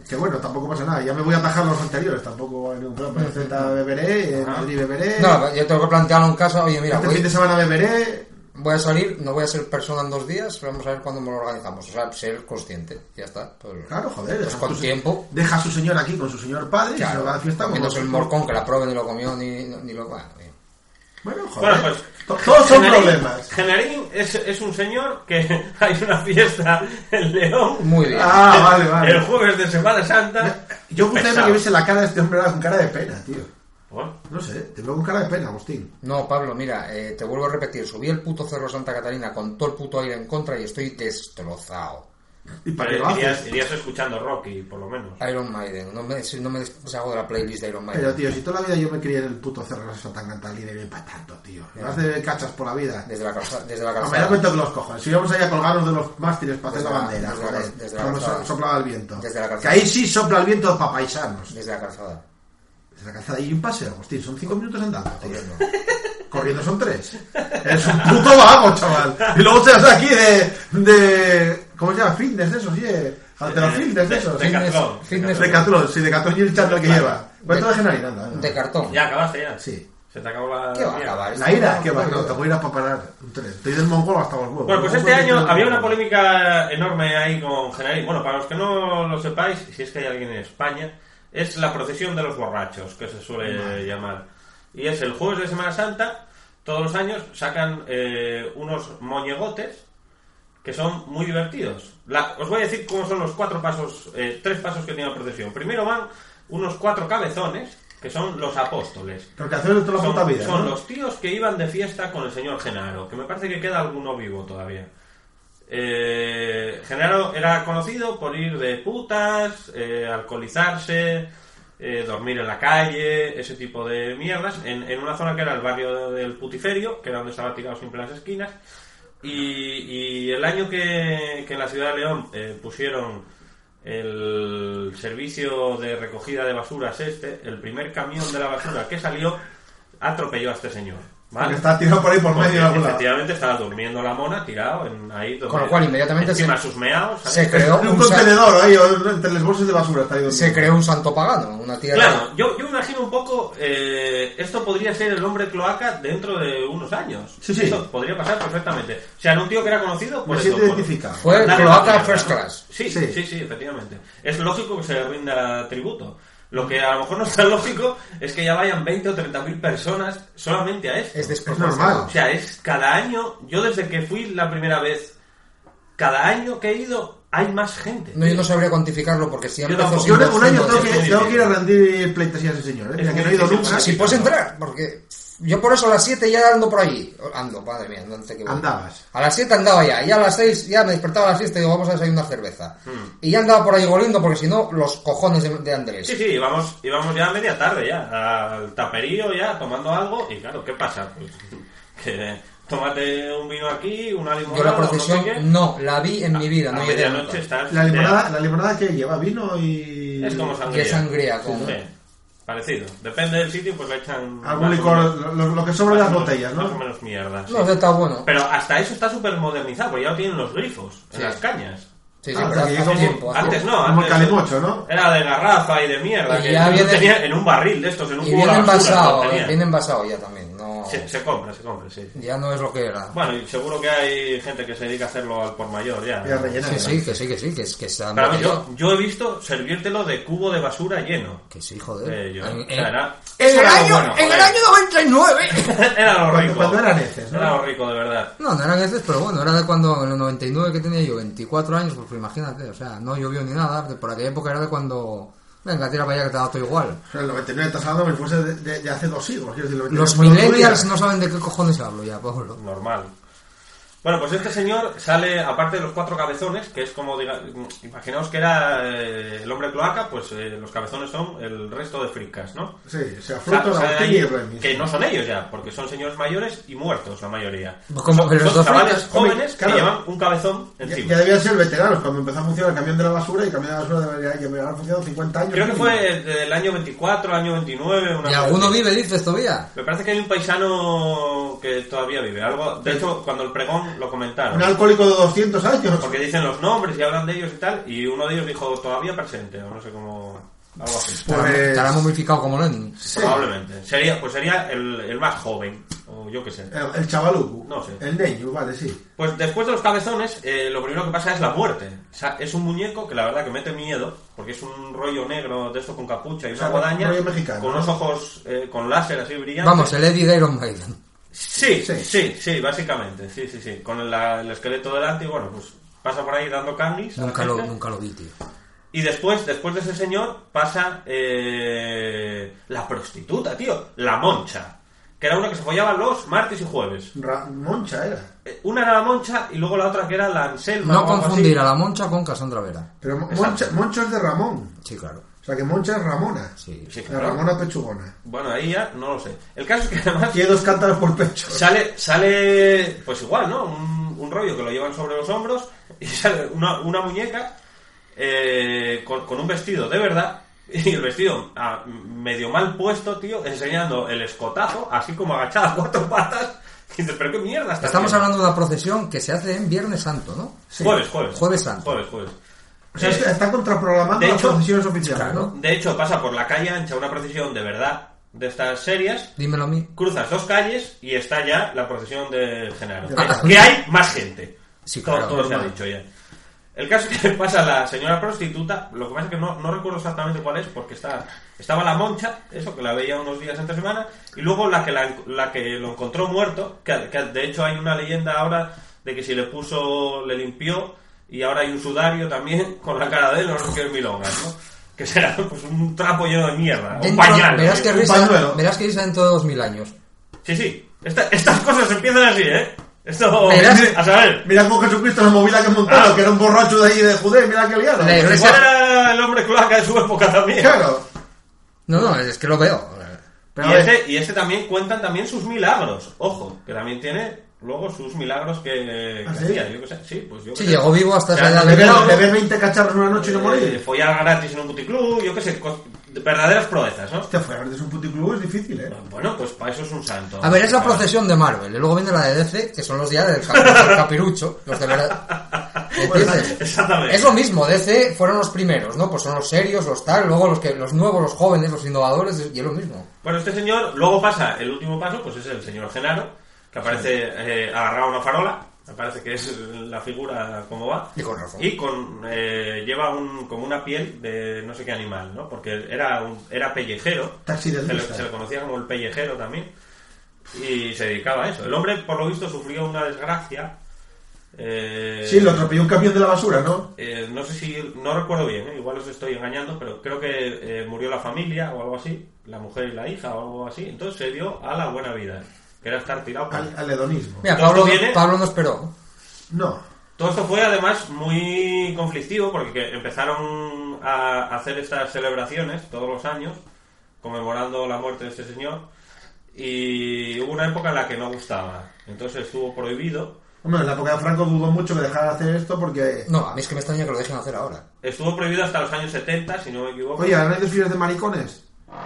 G: Que bueno, tampoco pasa nada. Ya me voy a atajar los anteriores. Tampoco hay ningún problema. En Z beberé, en Madrid beberé.
F: No, yo tengo que plantearlo en casa. Oye, mira,
G: Eh. este fin
F: voy,
G: de semana beberé.
F: voy a salir, no voy a ser persona en dos días, pero vamos a ver cuándo me lo organizamos. O sea, ser consciente. Ya está. todo lo-
G: Claro, joder.
F: Pues
G: deja
F: con
G: su-
F: tiempo.
G: Deja a su señor aquí con su señor padre y se lo va a la fiesta.
F: menos
G: con-
F: el morcón que la probé ni lo comió ni, ni lo. Bueno, bien.
G: Bueno, joder.
C: Bueno, pues.
G: To-
F: *laughs*
G: Todos son
C: Genarín-
G: problemas.
C: Genarín es, es un señor que *laughs* hay una fiesta en León.
F: Muy bien.
G: Ah, vale, vale.
C: El jueves de Semana Santa.
G: Yo gustaría
C: Pesado.
G: que viese la cara de este hombre ahora con cara de pena, tío.
C: Bueno,
G: No sé, te veo con cara de pena, Agustín.
F: No, Pablo, mira, eh, te vuelvo a repetir. Subí el puto cerro Santa Catalina con todo el puto aire en contra y estoy destrozado.
G: ¿Y para qué
C: pero
G: lo
C: eh, irías,
G: haces?
C: irías escuchando Rocky, por lo menos.
F: Iron Maiden, no me, si no me deshago de la playlist de Iron Maiden.
G: Pero, tío, si toda la vida yo me crié en el puto cerro de Santa Catalina y no hay pa' tanto, tío. Me vas de cachas por la vida.
F: desde la calzada. Desde la
G: No, me da
F: calzada.
G: cuenta de los cojones. Si íbamos ahí a colgarnos de los mástiles para hacer
F: Desde
G: la
F: la-
G: bandera,
F: desde la-
G: joder,
F: desde la
G: cuando so-
F: calzada.
G: soplaba el viento.
F: Desde la
G: que
F: calzada.
G: ahí sí sopla el viento para paisanos.
F: Desde la calzada.
G: Desde la calzada y un paseo, Agustín. Son cinco minutos andando, tío.
F: Corriendo.
G: *laughs* Corriendo son tres. Eres un puto vago, chaval. Y luego te vas aquí de. de ¿Cómo se llama? Fitness de esos, oye. Altero fitness de esos.
C: De Catlón.
F: fitness-
G: De Catrón, sí, de Catrón y el chándal que lleva. ¿Cuánto de Genari? Nada, nada.
F: De cartón.
C: Ya acabaste ya.
G: Sí.
C: Se te acabó la.
F: ¿Qué va a
C: mierda.
F: acabar?
G: La ira, que va, no, te voy a ir a preparar un tren. Estoy del mongol hasta los huevos.
C: Bueno, pues
G: Mongol
C: este
G: que
C: año
G: tiene-
C: había una polémica enorme ahí con Genari. Bueno, para los que no lo sepáis, si es que hay alguien en España, es la procesión de los borrachos, que se suele llamar. Y es el jueves de Semana Santa, todos los años sacan eh, unos moñegotes que son muy divertidos. La- os voy a decir cómo son los cuatro pasos, eh, tres pasos que tiene la procesión. Primero van unos cuatro cabezones, que son los apóstoles.
G: Lo que hacemos toda la
C: Son,
G: puta vida.
C: son
G: ¿no?
C: los tíos que iban de fiesta con el señor Genaro, que me parece que queda alguno vivo todavía. Eh, Genaro era conocido por ir de putas, eh, alcoholizarse, eh, dormir en la calle, ese tipo de mierdas, en, en una zona que era el barrio del Putiferio, que era donde estaba tirado siempre las esquinas. Y, y el año que, que en la ciudad de León eh, pusieron el servicio de recogida de basuras este, el primer camión de la basura que salió atropelló a este señor. ¿vale?
G: Porque estás tirado por ahí por medio de
C: Porque
G: algún lado.
C: efectivamente estaba durmiendo la mona tirado en ahí donde-
F: Con lo cual, inmediatamente
C: encima
F: se-
C: sus meados, ¿sabes?
F: se creó
G: En
F: un,
G: un
F: sa-
G: contenedor ahí, o entre las bolsas de basura está ahí donde-
F: se creó un santo pagano, una tierra.
C: Claro, yo, yo me imagino un poco, eh, esto podría ser el hombre cloaca dentro de unos años.
G: Sí, sí.
C: Eso podría pasar perfectamente. O sea, era un tío que era conocido por
G: Me
C: eso.
G: siento
C: por-
G: identificado.
F: Fue
C: Darle
F: cloaca
C: la mierda,
F: Pues, first
C: ¿no?
F: class.
C: Sí,
G: Sí.
C: sí, sí, efectivamente. Es lógico que se rinda tributo. Lo que a lo mejor no es tan *laughs* lógico es que ya vayan 20 o 30 mil personas solamente a esto.
F: Es
G: normal.
F: desproporcionado.
C: O sea, es cada año, yo desde que fui la primera vez, cada año que he ido hay más gente.
F: No, yo no sabría cuantificarlo porque si
C: Yo
F: empezó
C: tampoco.
G: Yo
F: siendo
G: un un año tengo
F: ciento-
G: que,
C: muy
G: tengo que ir a
C: bien.
G: rendir pleitesía a ese señor, ¿eh?
C: Es
G: Mira, que no he
C: muy
G: ido
C: difícil,
G: nunca.
C: sí.
F: Si puedes entrar, porque yo por eso a las 7 ya ando por allí. Ando, madre mía, no te equivoco.
G: Andabas.
F: A las 7 andaba ya, y a las 6 ya me despertaba a las 7 y digo, vamos a desayunar cerveza. Y ya andaba por ahí goliendo porque si no, los cojones de, de Andrés.
C: Sí, sí, íbamos, íbamos ya a media tarde ya, al taperío ya, tomando algo, y claro, ¿qué pasa? Pues que tómate un vino aquí, una limonada,
F: Yo la
C: o no sé
F: procesión
C: qué.
F: no la vi en mi vida,
C: a
F: no llegué nunca.
C: medianoche estás...
G: La limonada, la limonada que lleva vino y...
C: ya, Es como sangría.
F: Que sangría, como-
C: Sí, parecido. Depende del sitio, pues le echan...
G: Algún
C: más o
G: licor,
C: menos-
G: lo, lo- lo que sobra de las
C: más o
G: botellas,
C: menos- Más o
G: ¿no?
C: menos mierda, sí.
F: No, eso está bueno.
C: Pero hasta eso está súper modernizado, porque ya lo tienen los grifos,
F: Sí.
C: en las cañas.
F: Sí, sí,
G: Ah,
F: pero
G: o sea, que
F: hace
G: como-
F: tiempo, hace
C: Antes
F: tiempo.
C: no,
G: Como el
C: antes
G: calimocho, ¿no?
C: Era de garrafa y de mierda,
F: Y
C: que
F: ya
C: no
F: viene-
C: tenía en un barril de estos, en un
F: Y
C: cubo de
F: viene
C: la basura, lo
F: envasado, eh,
C: tenía.
F: viene envasado ya también. No,
C: Se, se compra, se compra, sí.
F: Ya no es lo que era.
C: Bueno, y seguro que hay gente que se dedica a hacerlo al por mayor ya.
G: Y a rellenar.
F: Que sí, que sí, que sí, que, es- que se han
C: Pero a mí
F: botellado.
C: yo, yo he visto servírtelo de cubo de basura lleno.
F: Que sí, joder.
C: Eh, yo-
F: En-
C: o
F: en-
C: sea, era,
F: En
C: eso
F: el
C: era lo
F: año,
C: bueno,
F: en el
C: joder.
F: año 99.
C: *laughs* era lo
G: Cuando-
C: rico.
G: cuando eran heces, ¿no?
C: Era lo rico, de verdad.
F: No, no eran heces, pero bueno, era de cuando en el 99 que tenía yo 24 años, pues imagínate, o sea, no llovió ni nada, de- por aquella época era de cuando, venga, tira para allá que te da todo igual.
G: O sea, El 99 estás hablando como si fuese de, de- de hace dos siglos. Quiero decir, el 99
F: Los
G: fue el otro
F: millennials
G: día.
F: no saben de qué cojones hablo ya, Pablo.
C: Normal. Bueno, pues este señor sale, aparte de los cuatro cabezones, que es como, diga, imaginaos que era eh, el hombre cloaca, pues eh, los cabezones son el resto de fricas, ¿no?
G: Sí, o sea,
C: Sa-
G: frutos,
C: salen
G: Agustín y
C: ahí,
G: Remis.
C: que no son ellos ya, porque son señores mayores y muertos la mayoría.
F: Como que
C: son
F: los dos
C: *laughs* son Pues chavales
F: frentes,
G: hombre,
C: jóvenes
G: claro.
C: que llevan un cabezón
G: Ya,
C: encima.
G: ya debían ser veteranos cuando empezó a funcionar el camión de la basura y el camión de la basura debería, debería haber funcionado 50 años.
C: Creo que
G: mínimo.
C: fue del año 24, año 29. Una
F: Y
C: cosa
F: alguno
C: así.
F: vive, dices, todavía.
C: Me parece que hay un paisano que todavía vive. algo De hecho, cuando el pregón lo comentaron.
G: Un alcohólico de 200 años.
C: Porque dicen los nombres y hablan de ellos y tal. Y uno de ellos dijo todavía presente, o no sé cómo. Algo así.
G: Pues-
F: Estará- Estará momificado como Lenin.
G: Sí.
C: Probablemente. Sería, pues sería el, el más joven, o yo qué sé.
G: El, el chavalucu.
C: No sé.
G: El neño, vale, sí.
C: Pues después de los cabezones, eh, lo primero que pasa es la muerte. O sea, es un muñeco que la verdad que mete miedo, porque es un rollo negro de esto con capucha y
G: O
C: una
G: sea,
C: guadaña,
G: rollo mexicano,
C: con
G: ¿no?
C: unos ojos eh, con láser así brillantes.
F: Vamos, el Eddie de Iron Maiden.
C: Sí,
G: Sí.
C: sí, sí, básicamente, sí, sí, sí. Con la- el esqueleto delante y bueno, pues pasa por ahí dando canis. a la
F: Nunca lo,
C: gente.
F: nunca lo vi, tío.
C: Y después, después de ese señor, pasa eh, la prostituta, tío, la moncha, que era una que se follaba los martes y jueves.
G: Ra- Moncha era.
C: Eh, Una era la moncha y luego la otra que era la Anselma.
F: No
C: o algo
F: confundir
C: así.
F: a la Moncha con Cassandra Vera.
G: Pero Mo-
C: Exacto.
G: Moncha, Moncho es de Ramón.
F: Sí, claro.
G: O sea que Moncha es Ramona.
F: Sí.
C: Sí,
G: La
C: claro.
G: Ramona pechugona.
C: Bueno, ahí ya no lo sé. El caso es que además
G: Tiene dos cántaros por pecho.
C: sale, sale pues igual, ¿no? Un, un rollo que lo llevan sobre los hombros y *laughs* sale una, una muñeca eh, con, con un vestido de verdad y el vestido ah, medio mal puesto, tío, enseñando el escotazo, así como agachado *laughs* a cuatro patas. Y dices, pero qué mierda está
F: Estamos
C: haciendo?".
F: hablando de una procesión que se hace en Viernes Santo, ¿no?
C: Jueves, jueves.
F: Jueves Santo.
C: Jueves, jueves. O sea,
G: Está, está contraprogramando
C: eh, de
G: las
C: hecho,
G: procesiones oficiales,
F: claro.
G: ¿no?
C: de hecho, pasa por la calle ancha una procesión de verdad de estas series
F: Dímelo a mí.
C: cruzas dos calles y está ya la procesión del Genaro.
G: Ah.
C: Que- que hay más gente.
F: Sí,
C: todo,
F: claro,
C: todo se ha
F: normal.
C: dicho ya. El caso es que pasa la señora prostituta, lo que pasa es que no, no recuerdo exactamente cuál es, porque está, estaba la moncha, eso que la veía unos días antes de semana, y luego la que, la, la que lo encontró muerto, que, que de hecho hay una leyenda ahora de que si le puso, le limpió, y ahora hay un sudario también *laughs* con la cara de él, o no sé qué milongas, ¿no? Que será pues un trapo lleno de mierda, un
F: Dentro-
C: pañal.
F: verás,
C: ¿no?
F: que
G: un
F: risa,
G: pañuelo.
F: verás que risa dentro de 2000 años.
C: Sí, sí. Esta- estas cosas empiezan así, ¿eh? Esto...
F: Verás-
C: *laughs* A saber.
G: Mira cómo Jesucristo la movida que montaron,
C: Ah.
G: que era un borracho de ahí de Judea, mira que liado.
F: La iglesia-
C: Igual era el hombre cloaca de su época también.
G: Claro.
F: No, no, es que lo veo.
G: Pero
C: y,
G: a ver.
C: este, y este también cuentan también sus milagros. Ojo, que también tiene luego sus milagros que, que
G: ¿Ah, sí?
C: hacía. Yo qué sé, sí, pues yo qué
F: Sí,
C: sé.
F: llegó vivo hasta
C: O sea,
F: esa edad de
G: Beber,
F: oro.
G: beber 20 cacharros una noche y no
C: Eh,
G: morir.
C: follar gratis en un puticlub, yo qué sé, co- verdaderas proezas, ¿no?
G: Hostia, fuera de un puticlub es difícil, ¿eh?
C: Bueno, pues para eso es un santo.
F: A ver, es la
C: Para-
F: procesión de Marvel. Y luego viene la de DC, que son los días del capi- capirucho. Los de
C: *laughs*
F: verdad. ¿Entiendes?
C: *laughs* Exactamente.
F: Es lo mismo, DC fueron los primeros, ¿no? Pues son los serios, los tal, luego los que los nuevos, los jóvenes, los innovadores, y es lo mismo.
C: Bueno, este señor, luego pasa, el último paso, pues es el señor Genaro, que aparece eh, agarrado a una farola, me parece que es la figura como va.
F: Y con razón.
C: Y con, eh, lleva un, como una piel de no sé qué animal, ¿no? Porque era, un- era pellejero.
G: Taxi de
C: se, le,
G: Luisa.
C: se le conocía como el pellejero también. Y se dedicaba a eso. El hombre, por lo visto, sufrió una desgracia. eh,
G: Sí, lo atropelló un camión de la basura, ¿no?
C: eh, no sé si, no recuerdo bien, ¿eh? igual os estoy engañando, pero creo que eh, murió la familia o algo así, la mujer y la hija o algo así, entonces se dio a la buena vida, que era estar tirado. por-
G: Al, al hedonismo.
F: Mira,
C: ¿Todo esto
F: Pablo,
C: viene?
F: Pablo no esperó.
G: No.
C: Todo esto fue además muy conflictivo porque que empezaron a hacer estas celebraciones todos los años, conmemorando la muerte de este señor, y hubo una época en la que no gustaba, entonces estuvo prohibido.
G: Hombre, en la época de Franco dudó mucho que dejara de hacer esto porque...
F: No, a mí es que me extraña que lo dejen hacer ahora.
C: Estuvo prohibido hasta los años 70, si no me equivoco.
G: Oye, ¿ahora hay desfiles de maricones?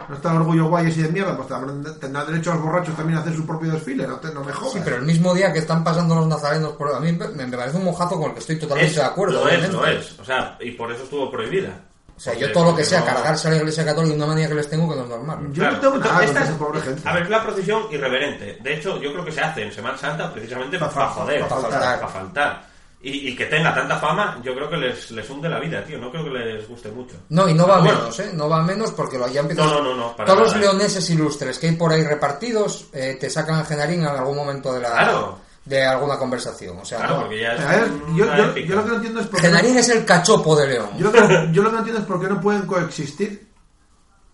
G: ¿No está el orgullo guay ese de mierda? Pues tendrán- tendrán derecho los borrachos también a hacer su propio desfile, no, te, no me jodas.
F: Sí, pero el mismo día que están pasando los nazarenos por... A mí me, me parece un mojazo con el que estoy totalmente
C: Es-
F: de acuerdo.
C: Lo es,
F: obviamente.
C: lo es. O sea, y por eso estuvo prohibida.
F: O sea, yo todo lo que sea, cargarse a la iglesia católica de una manera que les tengo que no es normal.
G: Yo no tengo
C: esta
G: nada contra
C: es-
G: Ah, esa pobre gente.
C: A ver, es la procesión irreverente. De hecho, yo creo que se hace en Semana Santa precisamente
G: Pa'
C: para
G: fa-
C: joder,
G: pa'
C: para
G: faltar.
C: faltar. pa' faltar. Y, y que tenga tanta fama, yo creo que les, les hunde la vida, tío. No creo que les guste mucho.
F: No, y no va a
C: Ah, Bueno.
F: menos, ¿eh? No va a menos porque lo, ya empiezas...
C: No, no, no, no, para
F: Todos los
C: nada. ¿eh?
F: leoneses ilustres que hay por ahí repartidos eh, te sacan a Genarín en algún momento de la...
C: Claro.
F: De alguna conversación, o sea...
C: Claro,
F: no.
C: porque ya es.
G: A ver, yo,
C: una
G: yo,
C: épica.
G: yo lo que no entiendo es por qué... no-
F: Genarín es el cachopo de León.
G: Yo lo, que, yo lo que no entiendo es por qué no pueden coexistir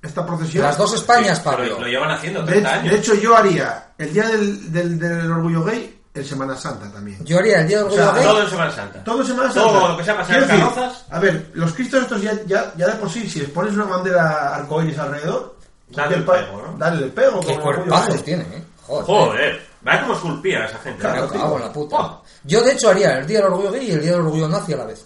G: esta procesión.
F: Las dos Españas,
C: Sí,
F: Pablo.
C: Lo, lo llevan haciendo
G: De,
C: 30 años.
G: de hecho, yo haría el día del, del, del orgullo gay en Semana Santa también.
F: Yo haría el día del
G: O sea,
F: orgullo gay.
C: todo en Semana Santa.
G: Todo en Semana
C: Todo
G: Santa.
C: lo que sea pasar
G: Quiero
C: en
G: decir,
C: carrozas.
G: A ver, los cristos estos ya, ya, ya de por sí, si les pones una bandera arcoíris alrededor,
C: Dale el
G: pa-
C: pego, ¿no?
G: Dale el pego.
F: Qué
G: como orgullo
F: cuerpazos
G: gay.
F: tienen, ¿eh? Joder.
C: Joder, vaya como esculpía esa gente.
G: Claro,
F: Me
G: tío.
F: cago en la puta.
C: Oh.
F: Yo, de hecho, haría el día del orgullo gay y el día del orgullo nazi a la vez.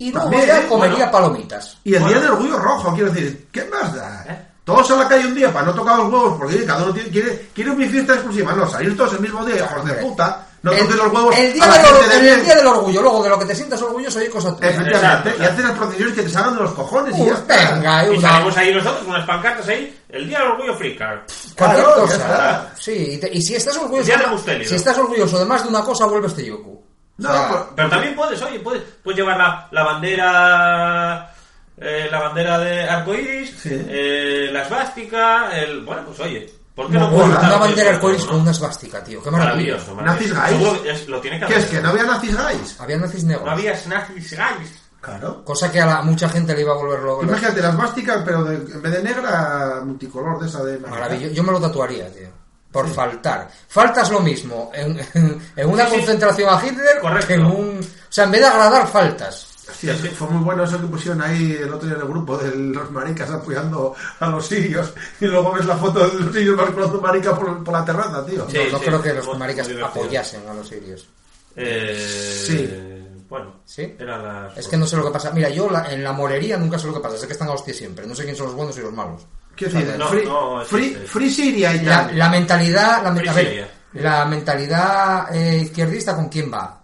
F: Y luego
G: También,
F: ya
G: ¿eh?
F: comería
C: Bueno.
F: palomitas.
G: Y el
C: Bueno.
G: día del orgullo rojo, quiero decir, ¿qué más da?
C: ¿Eh?
G: Todos a la calle un día para no tocar los huevos, porque oye, cada uno tiene, quiere, quiere mi fiesta exclusiva. No, salir todos el mismo día, hijos de
F: Hombre.
G: puta. No
F: el,
G: toques los huevos.
F: el día,
G: a la
F: del, or-
G: gente de
F: el
G: bien.
F: día del orgullo, luego de lo que te sientas orgulloso, hay cosas tuyas.
G: Efectivamente,
C: Exacto,
G: y
C: exacto.
G: haces las procesiones que te salgan de los cojones y
F: Pues
G: ya está.
F: venga,
C: Y
F: una-
C: salgamos ahí nosotros, unas pancartas ahí, el día del orgullo free card.
F: cualquier
G: Claro, ya
F: cosa.
G: está.
F: Sí, y, te- y si estás orgulloso.
C: Ya le gusta el libro.
F: si estás orgulloso de más de una cosa, vuelves este yoku.
G: No, pues,
F: O sea,
G: por-
C: Pero también puedes, oye, puedes, puedes llevar la, la bandera eh, la bandera de arcoiris,
G: Sí.
C: eh, la esvástica, el bueno, pues oye, ¿por qué
F: una,
C: no puedes
F: una
C: estar
F: bandera
C: orgulloso,
F: arcoíris
C: no?
F: con una esvástica, tío. Qué maravilla.
C: maravilloso,
G: Nazis
C: maravilloso.
G: gays.
C: Seguro que es- lo tiene que
G: ¿Qué
C: haber.
G: es que no había nazis gays?
F: Había nazis negros.
C: No había nazis gays.
G: Claro.
F: Cosa que a la- mucha gente le iba a volver loco.
G: Imagínate, las másticas, pero de- en vez de negra, multicolor de esa de
F: Maravilloso. Yo me lo tatuaría, tío. Por faltar. Faltas lo mismo en, en- en una
C: Sí, sí.
F: concentración a Hitler
C: Correcto.
F: que en un. O sea, en vez de agradar, faltas.
G: Hostia, sí, fue muy bueno eso que pusieron ahí el otro día en el grupo de los maricas apoyando a los sirios y luego ves la foto de los sirios marcando marica por, por la terraza, tío.
C: Sí,
F: no no
C: sí,
F: creo que
C: muy-
F: los
C: muy
F: maricas
C: divertido.
F: apoyasen a los sirios.
C: Eh,
G: Sí.
C: Bueno,
F: Sí.
C: eran las-
F: Es que no sé lo que pasa. Mira, yo la- en la morería nunca sé lo que pasa. Sé que están a hostia siempre. No sé quién son los buenos y los malos.
G: Quiero decir,
C: No,
G: free,
C: no, sí,
G: free,
C: sí.
G: free Siria y
F: La,
G: tal.
F: la mentalidad. La, men- a ver,
C: Prisidia.
F: la mentalidad eh, izquierdista, ¿con quién va?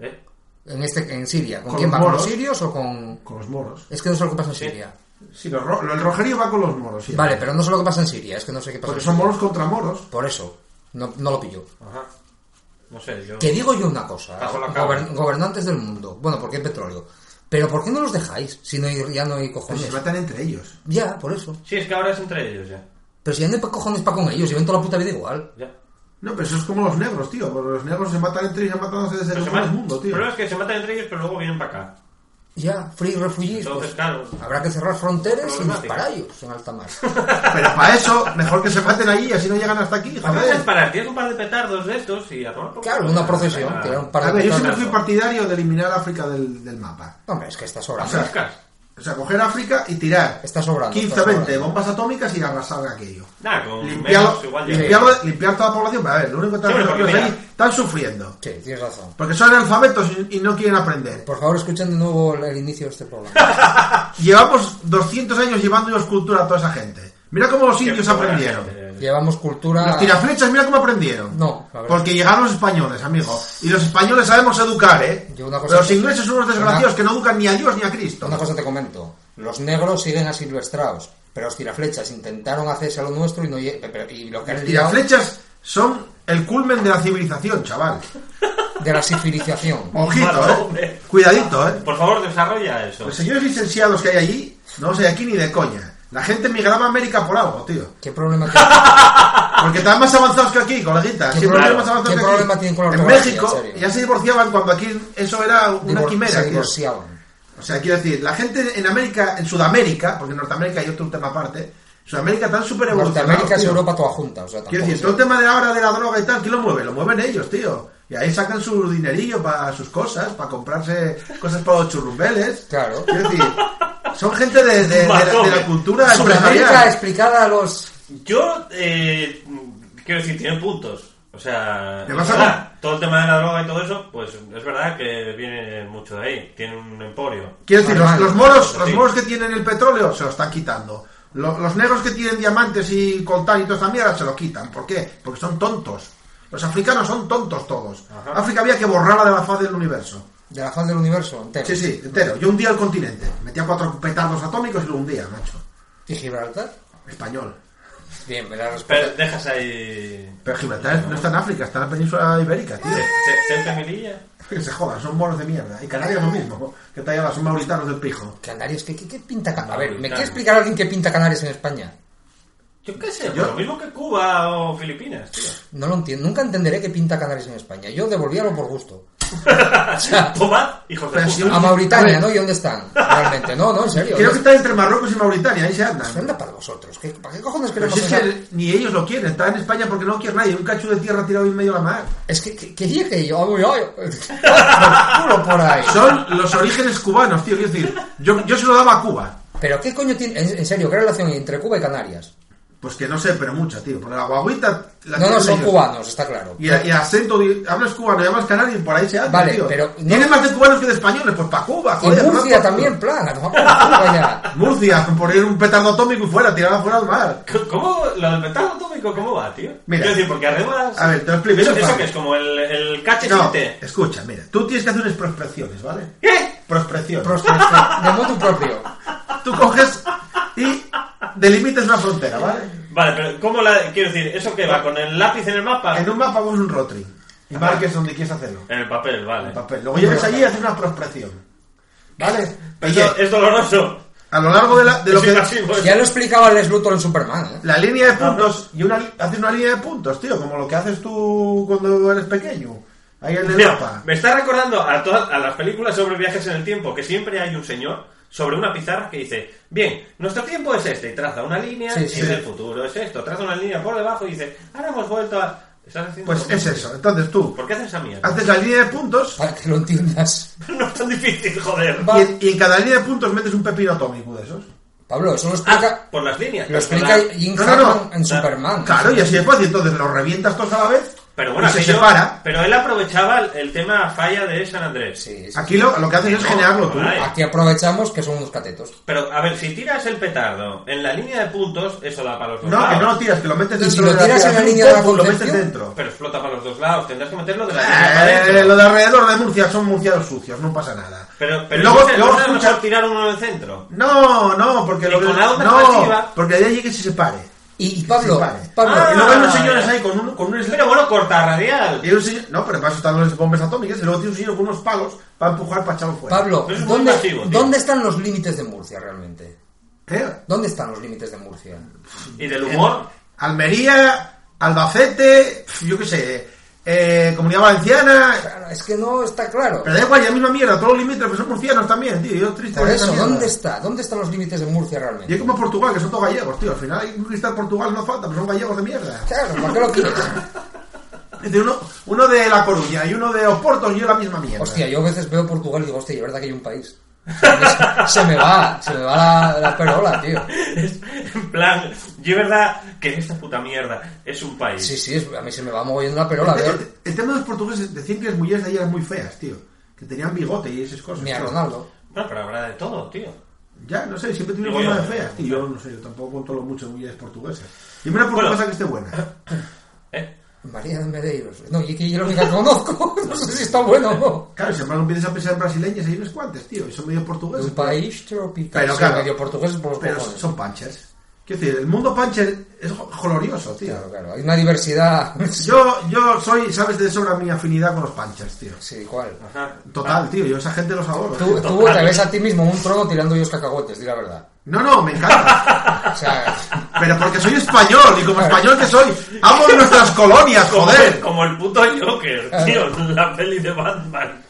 C: ¿eh?
F: En, este, en Siria. ¿Con,
G: Con
F: quién
G: los
F: va? ¿Con
G: moros.
F: los sirios o con.?
G: Con los moros.
F: Es que no sé lo que pasa en Siria.
G: Sí, los ro- el rogerio va con los moros, sí.
F: Vale, pero no sé lo que pasa en Siria. Es que no sé qué pasa.
G: Porque
F: en
G: son
F: Siria.
G: moros contra moros.
F: Por eso. No, no lo pillo.
C: Ajá. No sé, yo
F: Que digo yo una cosa,
C: Bajo la
F: gober-
C: cama.
F: gobernantes del mundo, bueno, porque hay petróleo, pero ¿por qué no los dejáis si no hay- ya no hay
G: Pues
F: cojones?
G: se matan entre ellos.
F: Ya, por eso.
C: Sí, es que ahora es entre ellos ya.
F: Pero si ya no hay pa- cojones para con ellos, y ven toda la puta vida igual.
C: ya.
G: No, pero eso es como los negros, tío. Porque los negros se matan entre ellos y se matan desde
C: Pero
G: el
C: se
G: otro
C: matan-
G: mundo,
C: el
G: tío.
C: problema es que se matan entre ellos, pero luego vienen para acá.
F: Ya, free refugees,
C: Entonces,
F: pues,
C: claro.
F: habrá que cerrar fronteras y
C: Problemática.
F: disparallos en alta mar. *laughs*
G: Pero para eso, mejor que se maten allí, así no llegan hasta aquí,
C: ¿Para qué vas a
G: joder.
C: disparar? Tienes un par de petardos de estos y a tomar por
F: Claro,
C: culo.
F: una procesión,
C: Ah,
F: tirar un par de
G: A ver, yo
F: petardos.
G: siempre fui partidario de eliminar África del, del mapa.
F: Hombre, es que estas horas.
G: O sea,
C: Buscas.
G: O sea, coger África y tirar
F: Está sobrando,
G: 15
F: está
G: o 20
F: sobrando.
G: bombas atómicas y arrasar aquello.
C: Nada, con
G: Limpiarlo,
C: Pues menos, igual
G: limpiarlo-
C: llega.
G: limpiar toda la población, pero a ver, lo único que están
C: Sí, hombre,
G: haciendo
C: porque
G: es
C: mira-
G: ahí, están sufriendo.
F: Sí, tienes razón.
G: Porque son analfabetos y, y no quieren aprender.
F: Por favor, escuchen de nuevo el, el inicio de este
G: *laughs*
F: programa.
G: Llevamos 200 años llevándonos cultura a toda esa gente. Mira cómo los indios aprendieron.
C: eh,
F: Llevamos cultura...
G: Los tiraflechas, mira cómo aprendieron.
F: Ah. No, la verdad.
G: Porque llegaron los españoles, amigo. Y los españoles sabemos educar, ¿eh?
F: Yo una cosa-
G: Pero los ingleses son unos desgraciados
F: Una-
G: que no educan ni a Dios ni a Cristo.
F: Una cosa te comento. Los negros siguen asilvestrados, pero los tiraflechas intentaron hacerse a lo nuestro y no lle- pero- y lo que han
G: Las
F: liado
G: tiraflechas son el culmen de la civilización, chaval.
F: de la civilización.
G: *laughs* Ojito,
C: Malo,
G: ¿eh?
C: hombre.
G: Cuidadito, ¿eh?
C: Por favor, desarrolla eso.
G: Los señores licenciados que hay allí, no sé, aquí ni de coña. La gente migraba a América por algo, tío.
F: ¿Qué
G: *laughs*
F: problema tiene?
G: Porque están más avanzados que aquí, coleguita.
F: ¿Qué
G: Siempre
F: problema-
G: más avanzados
F: qué
G: que aquí.
F: problema tienen con la
G: En
F: ortografía, en
G: México
F: serio?
G: ya se divorciaban cuando aquí eso era una
F: Divor-
G: quimera.
F: se
G: tío.
F: divorciaban.
G: O sea, quiero decir, la gente en América, en Sudamérica, porque en Norteamérica hay otro tema aparte, Sudamérica tan súper evolucionado.
F: Norteamérica es
G: tío.
F: Europa toda junta. O sea,
G: Quiero
F: tampoco
G: decir,
F: sé.
G: todo el tema de ahora de la droga y tal, ¿quién lo mueve? Lo mueven ellos, tío. Y ahí sacan su dinerillo para sus cosas, para comprarse cosas para los churrumbeles.
F: Claro.
G: Quiero decir, son gente de, de- de la, de la cultura
F: Sudamérica
G: empresarial.
F: explicada a los...
C: Yo, eh, quiero decir, tiene puntos. O sea,
G: ¿Qué
C: es
G: pasa?
C: verdad, todo el tema de la droga y todo eso, pues es verdad que viene mucho de ahí. Tiene un emporio.
G: Quiero decir, los,
F: Normal.
G: los moros, los
C: Sí.
G: moros que tienen el petróleo se lo están quitando. Lo- Los, negros que tienen diamantes y coltán y toda esta mierda se lo quitan. ¿Por qué? Porque son tontos. Los africanos son tontos todos.
C: Ajá.
G: África había que borrarla de la faz del universo.
F: De la faz del universo entero.
G: Sí, sí, entero. Yo hundía el continente. Metía cuatro petardos atómicos y lo hundía, macho.
F: ¿Y Gibraltar?
G: Español.
F: Bien, me la
C: Pero
F: respuesta.
C: dejas ahí.
G: Pero Gibraltar no está en África, está en la península ibérica, tío.
C: Se- Ceuta y Melilla.
G: Que se jodan, son moros de mierda. Y Canarias lo mismo. Que te llamas, son mauritanos del pijo.
F: Canarias, ¿qué, qué, qué pinta Canarias? A ver, ¿me
C: Claro.
F: quiere explicar alguien qué pinta Canarias en España?
C: Yo qué sé, pues
G: Yo-
C: lo mismo que Cuba o Filipinas, tío.
F: No lo entiendo. Nunca entenderé qué pinta Canarias en España. Yo devolvíalo por gusto. O sea,
C: Tomad, hijos de
G: Pero si
C: puta.
G: un-
F: a Mauritania,
G: A ver.
F: ¿no? ¿Y dónde están? Realmente, no, no, en serio.
G: Creo
F: Yo-
G: que está entre Marruecos y Mauritania, ahí se andan.
F: Anda para vosotros. ¿Qué, ¿Para qué cojones
G: Pero
F: queremos
G: si es
F: esa-
G: que ni ellos lo quieren, está en España porque no lo quiere nadie. Un cacho de tierra tirado en medio de la mar.
F: Es que, que- quería que yo. Ay, ay, ay, *laughs* por culo por ahí.
G: Son los orígenes cubanos, tío. Quiero decir, yo, yo se lo daba a Cuba.
F: Pero qué coño tiene. En, en serio, ¿qué relación hay entre Cuba y Canarias?
G: Pues que no sé, pero mucha, tío. Porque la guaguita. La
F: No, no,
G: tienen
F: son
G: ellos.
F: cubanos, está claro.
G: Y, y acento, di- hablas cubano y hablas canario y por ahí se habla,
F: Vale,
G: tío.
F: pero no-
G: Tienen más de cubanos que de españoles, pues para Cuba,
F: Y
G: joder.
F: Murcia
G: *laughs* ¿no?
F: también, plan. a tomar por culo ya.
G: Murcia, con poner un petardo atómico y fuera, tirarla fuera al mar.
C: ¿Cómo? ¿Lo del metal atómico cómo va, tío?
G: Mira.
C: Quiero decir, porque además...
G: A ver, te lo explico,
C: ¿Eso,
G: eso es
C: eso
G: fácil.
C: que es como el, el cache
G: No,
C: siete.
G: escucha, mira, tú tienes que hacer unas prospecciones, ¿vale?
C: ¿Qué?
G: Prospecciones.
F: Prospección, De modo propio.
G: tú coges y delimites una frontera, ¿vale?
C: Vale, pero ¿cómo la...? Quiero decir, ¿eso qué va? ¿Con el lápiz en el mapa?
G: En un mapa pones un rotring y marques donde quieres hacerlo.
C: En el papel, vale.
G: El papel. Luego llegas allí y haces una prospección. ¿Vale?
C: Eso
G: Oye,
C: es doloroso.
G: a lo largo de, la, de lo
C: es
G: que.
C: invasivo.
F: Ya lo explicaba Les Luthor en Superman, ¿eh?
G: La línea de puntos. Y una, li- haces una línea de puntos, tío, como lo que haces tú cuando eres pequeño. Ahí en el
C: Mira,
G: mapa.
C: me está recordando a todas a las películas sobre viajes en el tiempo que siempre hay un señor sobre una pizarra que dice, bien, nuestro tiempo es este, y traza una línea,
F: Sí,
C: y
F: sí.
C: es el futuro, es esto, traza una línea por debajo y dice, ahora hemos vuelto a... Estás haciendo
G: Pues
C: lo
G: es
C: mismo.
G: eso. Entonces tú
C: ¿Por qué haces esa mierda?
G: haces la línea de puntos
F: Para que lo entiendas.
C: *laughs* No es tan difícil, joder.
F: Va.
G: y en, y en cada línea de puntos metes un pepino atómico de esos.
F: Pablo, eso lo explica.
C: Ah, por las
F: Lo
C: líneas. Pero
F: explica
C: la-
F: Jim
G: No, no, no.
F: Hackman en Superman.
G: Claro, y así es fácil. Entonces los revientas todos a la vez.
C: Pero bueno,
G: y se
C: aquello-
G: separa.
C: Pero él aprovechaba el, el tema falla de San Andrés.
F: Sí, sí.
G: Aquí lo, lo que haces es generarlo tú.
C: vale.
F: Aquí aprovechamos que son unos catetos.
C: Pero a ver, si tiras el petardo en la línea de puntos, eso da para los dos
G: No,
C: lados.
G: que no lo tiras, que lo metes
F: ¿Y
G: dentro
F: si lo
G: de la
F: tiras en la
G: tira,
F: línea de la
G: pum, Lo metes
F: Concepción?
G: dentro.
C: Pero explota para los dos lados, tendrás que meterlo de la línea para
G: Eh,
C: adentro.
G: lo de alrededor de Murcia son murcianos sucios, no pasa nada.
C: Pero, pero
G: luego,
C: entonces,
G: luego
C: ¿no es
G: escucha-
C: mejor tirar uno en el centro.
G: No, no, porque
C: Y
G: lo que-
C: con la otra
G: no,
C: pasiva-
G: porque de allí que se separe.
F: Y, y
G: se
F: Pablo,
G: separe.
F: Pablo,
C: Ah.
G: y luego hay unos señores ahí con un, con un
C: Pero bueno, corta radial.
G: y hay un señor- no, pero para eso están los bombas atómicas y luego tiene un señor con unos palos para empujar para echarlo fuera.
F: Pablo,
C: Pero es muy
F: ¿dónde,
C: invasivo, tío.
F: ¿dónde están los límites de Murcia realmente?
G: ¿Eh?
F: ¿Dónde están los límites de Murcia?
C: Y del humor. *laughs*
G: Almería, Albacete, pf, yo qué sé, eh, Comunidad Valenciana.
F: Claro, es que no está claro.
G: Pero da igual, ya misma mierda, todos los límites pues son murcianos también, tío. Yo triste
F: Por
G: de esta
F: eso,
G: mierda.
F: ¿dónde está? ¿Dónde están los límites de Murcia
G: Y es
F: realmente?
G: como Portugal, que son todos gallegos, tío. Al final hay un cristal Portugal no falta, pero son gallegos de mierda.
F: Claro, ¿para qué lo quieres?
G: Es decir, uno, uno de La Coruña y uno de Oporto y yo la misma mierda. *laughs*
F: Hostia, yo a veces veo Portugal y digo, hostia, es verdad que hay un país. Se me va, se me va la, la perola, tío.
C: Es- en plan, yo es verdad que esta puta mierda es un país.
F: Sí, sí, es- a mí se me va mogollón la perola.
G: el,
F: Veo
G: el- el tema de los portugueses, decían que las mujeres de ahí eran muy feas, tío. Que tenían bigote y esas cosas.
F: ni a
G: tío.
F: Ronaldo.
C: No, pero habrá de todo, tío.
G: Ya, no sé, siempre tuvieron
C: Digo
G: forma
C: yo.
G: de feas, tío. Yo no sé, yo tampoco controlo mucho mujeres portuguesas. Dime una portuguesa
C: Bueno.
G: que esté buena.
C: ¿Eh?
F: María de Medeiros. No, y que yo es la única que conozco. *laughs* No sé si está bueno o no.
G: Claro, y siempre empiezas a pensar en brasileñas y hay unos cuantes, tío. Y son medio portugueses.
F: Un país tropical.
G: Pero
F: son
G: claro.
F: medio portugueses por los
G: Pero
F: cojones.
G: son punchers. Quiero decir, el mundo puncher es jo- glorioso, tío.
F: Claro, claro. Hay una diversidad. *laughs*
G: Yo, yo soy, sabes de sobra mi afinidad con los punchers, tío.
F: Sí, igual.
C: Ajá.
G: Total, tío, yo esa gente los adoro.
F: Ah. Tú,
G: tío.
F: tú te ves a ti mismo en un trono tirando ellos cacahuetes, di la verdad.
G: No, no, me encanta.
F: O sea, *laughs*
G: Pero porque soy español y como español que soy, amo nuestras colonias,
C: Como,
G: joder. Ah.
C: como el puto Joker, tío, la peli de Batman.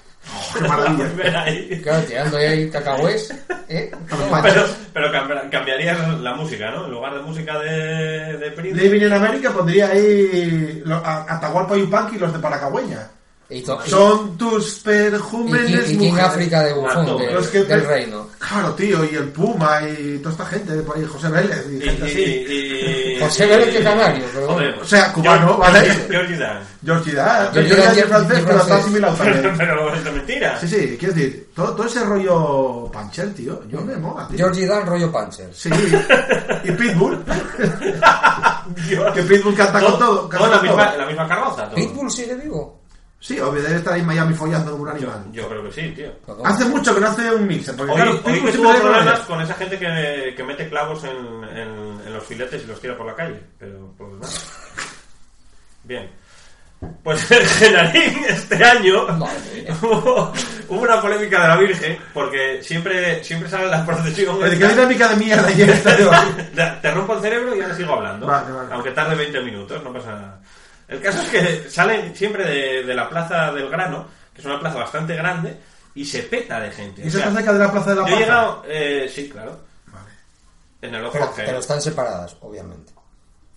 G: Qué maravilla.
C: La primera ahí.
F: claro, tirando ahí cacahuetes. ¿eh?
G: A los punchers.
C: Pero, pero cambi- cambiarías la música, ¿no? En lugar de música de, de Prince.
G: Living in America pondría ahí lo- a- Atahualpa Yupanqui y los de Paracagüeña.
F: Y, to- Ah, y-
G: Son tus
F: y,
G: perjúmenes
F: y- y King
G: mujeres.
F: África de Bufón,
C: Mato,
F: de-
G: Los que-
F: del reino.
G: Claro, tío, y el Puma y toda esta gente de por ahí, José Vélez y
C: Y-
G: gente así.
C: y- y-
G: Pues
F: José Vélez que canario, pero
C: Joder,
F: bueno.
G: O sea, cubano, ¿vale?
C: George Dan.
G: George Dan.
F: George
G: George Dan
F: Dan
G: es francés,
F: es
G: pero está
F: francés.
G: asimilado también.
C: *laughs* Pero es de mentira.
G: Sí, sí, quiero decir, todo, todo ese rollo pancher, tío, yo me mola, tío.
F: Georgie Dan, rollo Punchers.
G: Sí,
C: *laughs*
G: y Pitbull.
C: Dios.
G: Que Pitbull canta con todo, canta
C: la,
G: con
C: misma,
G: todo.
C: la misma carroza. todo.
F: ¿Pitbull sigue vivo?
G: Sí, obvio, debe estar ahí en Miami follando como un animal.
C: Yo creo que sí, tío.
G: Hace mucho que Ah, no hace un mixer, porque
C: Hoy,
G: claro,
C: hoy
G: Pitbull
C: que
G: siempre
C: tuvo
G: tiene
C: problemas
G: problemas.
C: con esa gente que, que mete clavos en, en- en los filetes y los tira por la calle. Pero, pues nada. Bien. Pues *laughs* en Genarín este año
F: Madre mía.
C: hubo, hubo una polémica de la Virgen porque siempre, siempre sale la procesión.
G: Pero qué
C: esta-
G: dinámica de mierda lleva esta, tío.
C: Da- Te rompo el cerebro y ahora sigo hablando.
G: Vale, vale.
C: Aunque tarde 20 minutos, no pasa nada. El caso es que salen siempre de, de la plaza del grano, que es una plaza bastante grande, y se peta de gente.
G: Y
C: O
G: se
C: sea,
G: está cerca de la Plaza de la
C: yo he
G: Paz.
C: llegado, eh, sí, claro, en el ojo
F: Pero,
C: ajeno.
F: pero están separadas, obviamente.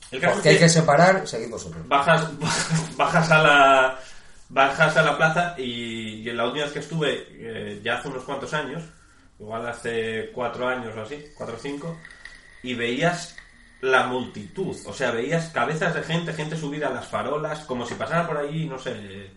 C: El caso
F: Porque hay
C: es
F: que
C: que
F: separar, seguid vosotros.
C: bajas, *laughs* bajas a la bajas a la plaza y, y en la última vez que estuve, eh, ya hace unos cuantos años, igual hace cuatro años o así, cuatro o cinco, y veías la multitud, o sea, veías cabezas de gente, gente subida a las farolas, como si pasara por allí, no sé. eh,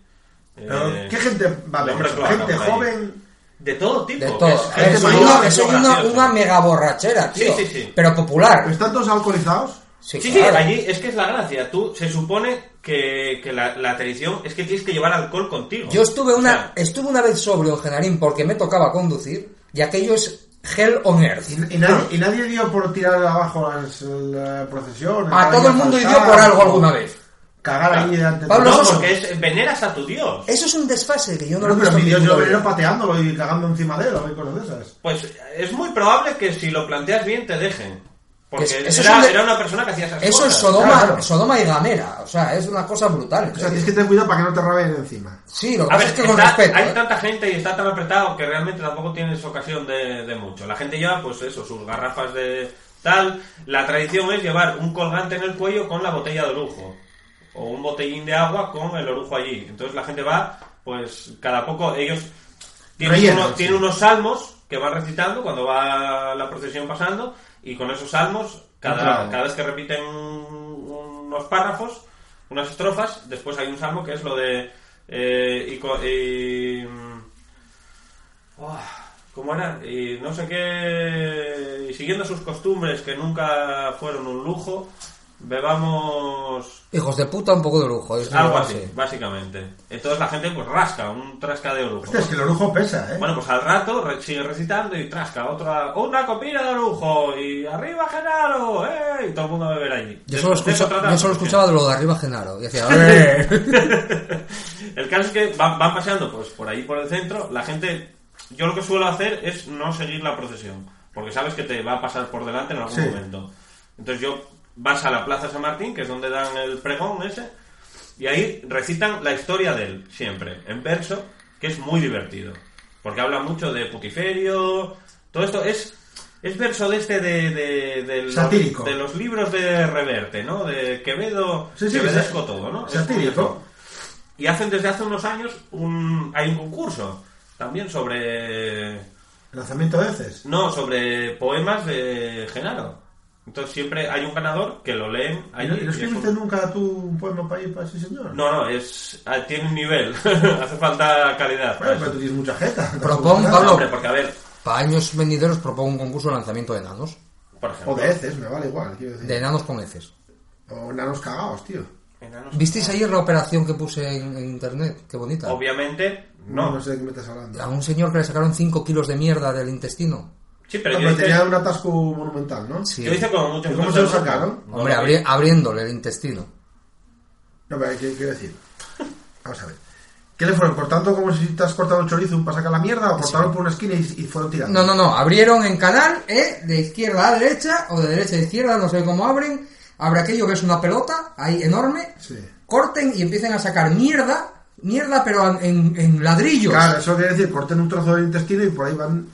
G: Pero,
C: eh,
G: ¿Qué gente va a ver
C: hombre
G: eso?
C: claro,
G: ¿Gente
C: por ahí.
G: joven?
C: De todo tipo.
F: De todo.
C: es
F: A ver, Eso
C: gente
F: es
C: mayor,
F: una,
C: gente
F: eso es una,
C: graciosa.
F: una mega borrachera, tío.
C: Sí, sí, sí.
F: Pero popular.
G: ¿Están todos alcoholizados?
F: Sí,
C: Sí, sí,
F: claro.
C: allí es que es la gracia. Tú se supone que, que la, la tradición es que tienes que llevar alcohol contigo.
F: Yo estuve
C: O
F: una,
C: sea,
F: estuve una vez sobrio en Genarín porque me tocaba conducir y aquello es Hell on Earth.
G: Y, y nadie, y nadie dio por tirar abajo las, la procesión.
F: A Ah, todo el mundo dio por algo alguna vez.
G: Cagar ahí delante de
F: Pablo,
C: no,
G: todos.
F: eso
C: porque es, veneras a tu dios.
F: Eso es un desfase que yo no lo
G: Bueno,
F: he
G: pero
F: visto.
G: mi
F: en
G: Dios,
F: mi
G: yo
F: puta vida.
G: venero pateándolo y cagando encima de él o cosas de esas.
C: Pues es muy probable que si lo planteas bien te dejen. Porque
F: Que es- eso
C: era,
F: es un de-
C: era una persona que hacía esas
F: Eso
C: cosas.
F: es Sodoma,
G: Claro, claro.
F: Sodoma y Gamera. O sea, es una cosa brutal.
G: O sea, tienes que tener cuidado para que no te raben encima.
F: Sí, lo que
C: A
F: pasa
C: ver,
F: es que con
C: está-
F: respeto.
C: hay
F: ¿eh?
C: tanta gente y está tan apretado que realmente tampoco tienes ocasión de, de mucho. La gente lleva, pues eso, sus garrafas de tal. La tradición es llevar un colgante en el cuello con la botella de orujo. O un botellín de agua con el orujo allí. Entonces la gente va, pues cada poco ellos tienen,
G: Relleno,
C: uno-
G: sí.
C: tienen unos salmos que van recitando cuando va la procesión pasando. Y con esos salmos, cada,
G: Claro.
C: cada vez que repiten unos párrafos, unas estrofas, después hay un salmo que es lo de... eh, y co- y, mm, Oh, ¿Cómo era? Y no sé qué. Y siguiendo sus costumbres que nunca fueron un lujo, bebamos
F: Hijos de puta, un poco de lujo. es
C: algo
F: lo
C: así,
F: que-
C: básicamente. Entonces la gente pues rasca, un trasca de lujo.
G: Hostia, Este es que el orujo pesa, ¿eh?
C: Bueno, pues al rato re- sigue recitando y trasca otra una copina de lujo y arriba Genaro, ¡eh! Y todo el mundo a beber allí.
F: Yo solo,
C: De- de eso
F: escucha-
C: trata
F: yo
C: la
F: solo
C: cuestión.
F: escuchaba de lo de arriba Genaro. Y
C: *laughs*
F: decía, a ver.
C: El caso es que van, van paseando pues por ahí por el centro, la gente yo lo que suelo hacer es no seguir la procesión, porque sabes que te va a pasar por delante en algún
G: Sí.
C: momento. Entonces yo vas a la Plaza San Martín, que es donde dan el pregón ese, y ahí recitan la historia de él siempre en verso, que es muy divertido, porque habla mucho de putiferio, todo esto es es verso de este de, de, de los-
G: Satírico.
C: de los libros de Reverte, ¿no? De Quevedo,
G: Sí, sí,
C: Quevedesco
G: sí.
C: todo, ¿no? Es curioso.
G: Satírico.
C: Y hacen desde hace unos años un, hay un concurso también sobre
G: Lanzamiento de heces.
C: No, sobre poemas de Genaro. Entonces siempre hay un ganador que lo leen.
G: ¿Y
C: ahí
G: ¿No
C: y
G: no
C: es
G: escribiste
C: un-
G: nunca tú un poema para ir para ese señor?
C: No, no, es, ah, tiene un nivel. *laughs* Hace falta calidad. para
G: Bueno,
C: eso.
G: pero tú tienes mucha
F: *laughs*
G: jeta.
F: Propón,
G: Tampoco-
F: Pablo.
C: Hombre, porque a ver,
F: Para años venideros propongo un concurso de lanzamiento de enanos.
C: por
G: O
C: ejemplo.
G: de heces, me vale igual, quiero decir.
F: De enanos con heces.
G: O nanos cagados, tío.
C: Enanos-
F: ¿Visteis ayer la operación que puse en, en internet? Qué bonita.
C: Obviamente,
G: No,
C: no.
G: no sé de qué me estás hablando.
F: A un señor que le sacaron 5 kilos de mierda del intestino.
C: Sí, pero
G: Pero
C: yo hice,
G: tenía un atasco monumental, ¿no?
F: Sí.
C: yo hice como mucho.
G: ¿Y cómo se lo sacaron?
C: No
F: Hombre,
C: lo
F: abri-
C: vi.
F: abriéndole el intestino.
G: No, pero ¿qué quiero decir? Vamos a ver. ¿Qué le fueron? ¿Cortando como si te has cortado el chorizo para sacar la mierda? ¿O cortaron por una esquina y, y fueron tirando?
F: No, no, no. Abrieron en canal, ¿eh? De izquierda a derecha o de derecha a izquierda, no sé cómo abren. Abre aquello que es una pelota, ahí enorme.
G: Sí.
F: Corten y empiecen a sacar mierda, mierda, pero en, en ladrillos.
G: Claro, eso quiere decir, corten un trozo del intestino y por ahí van,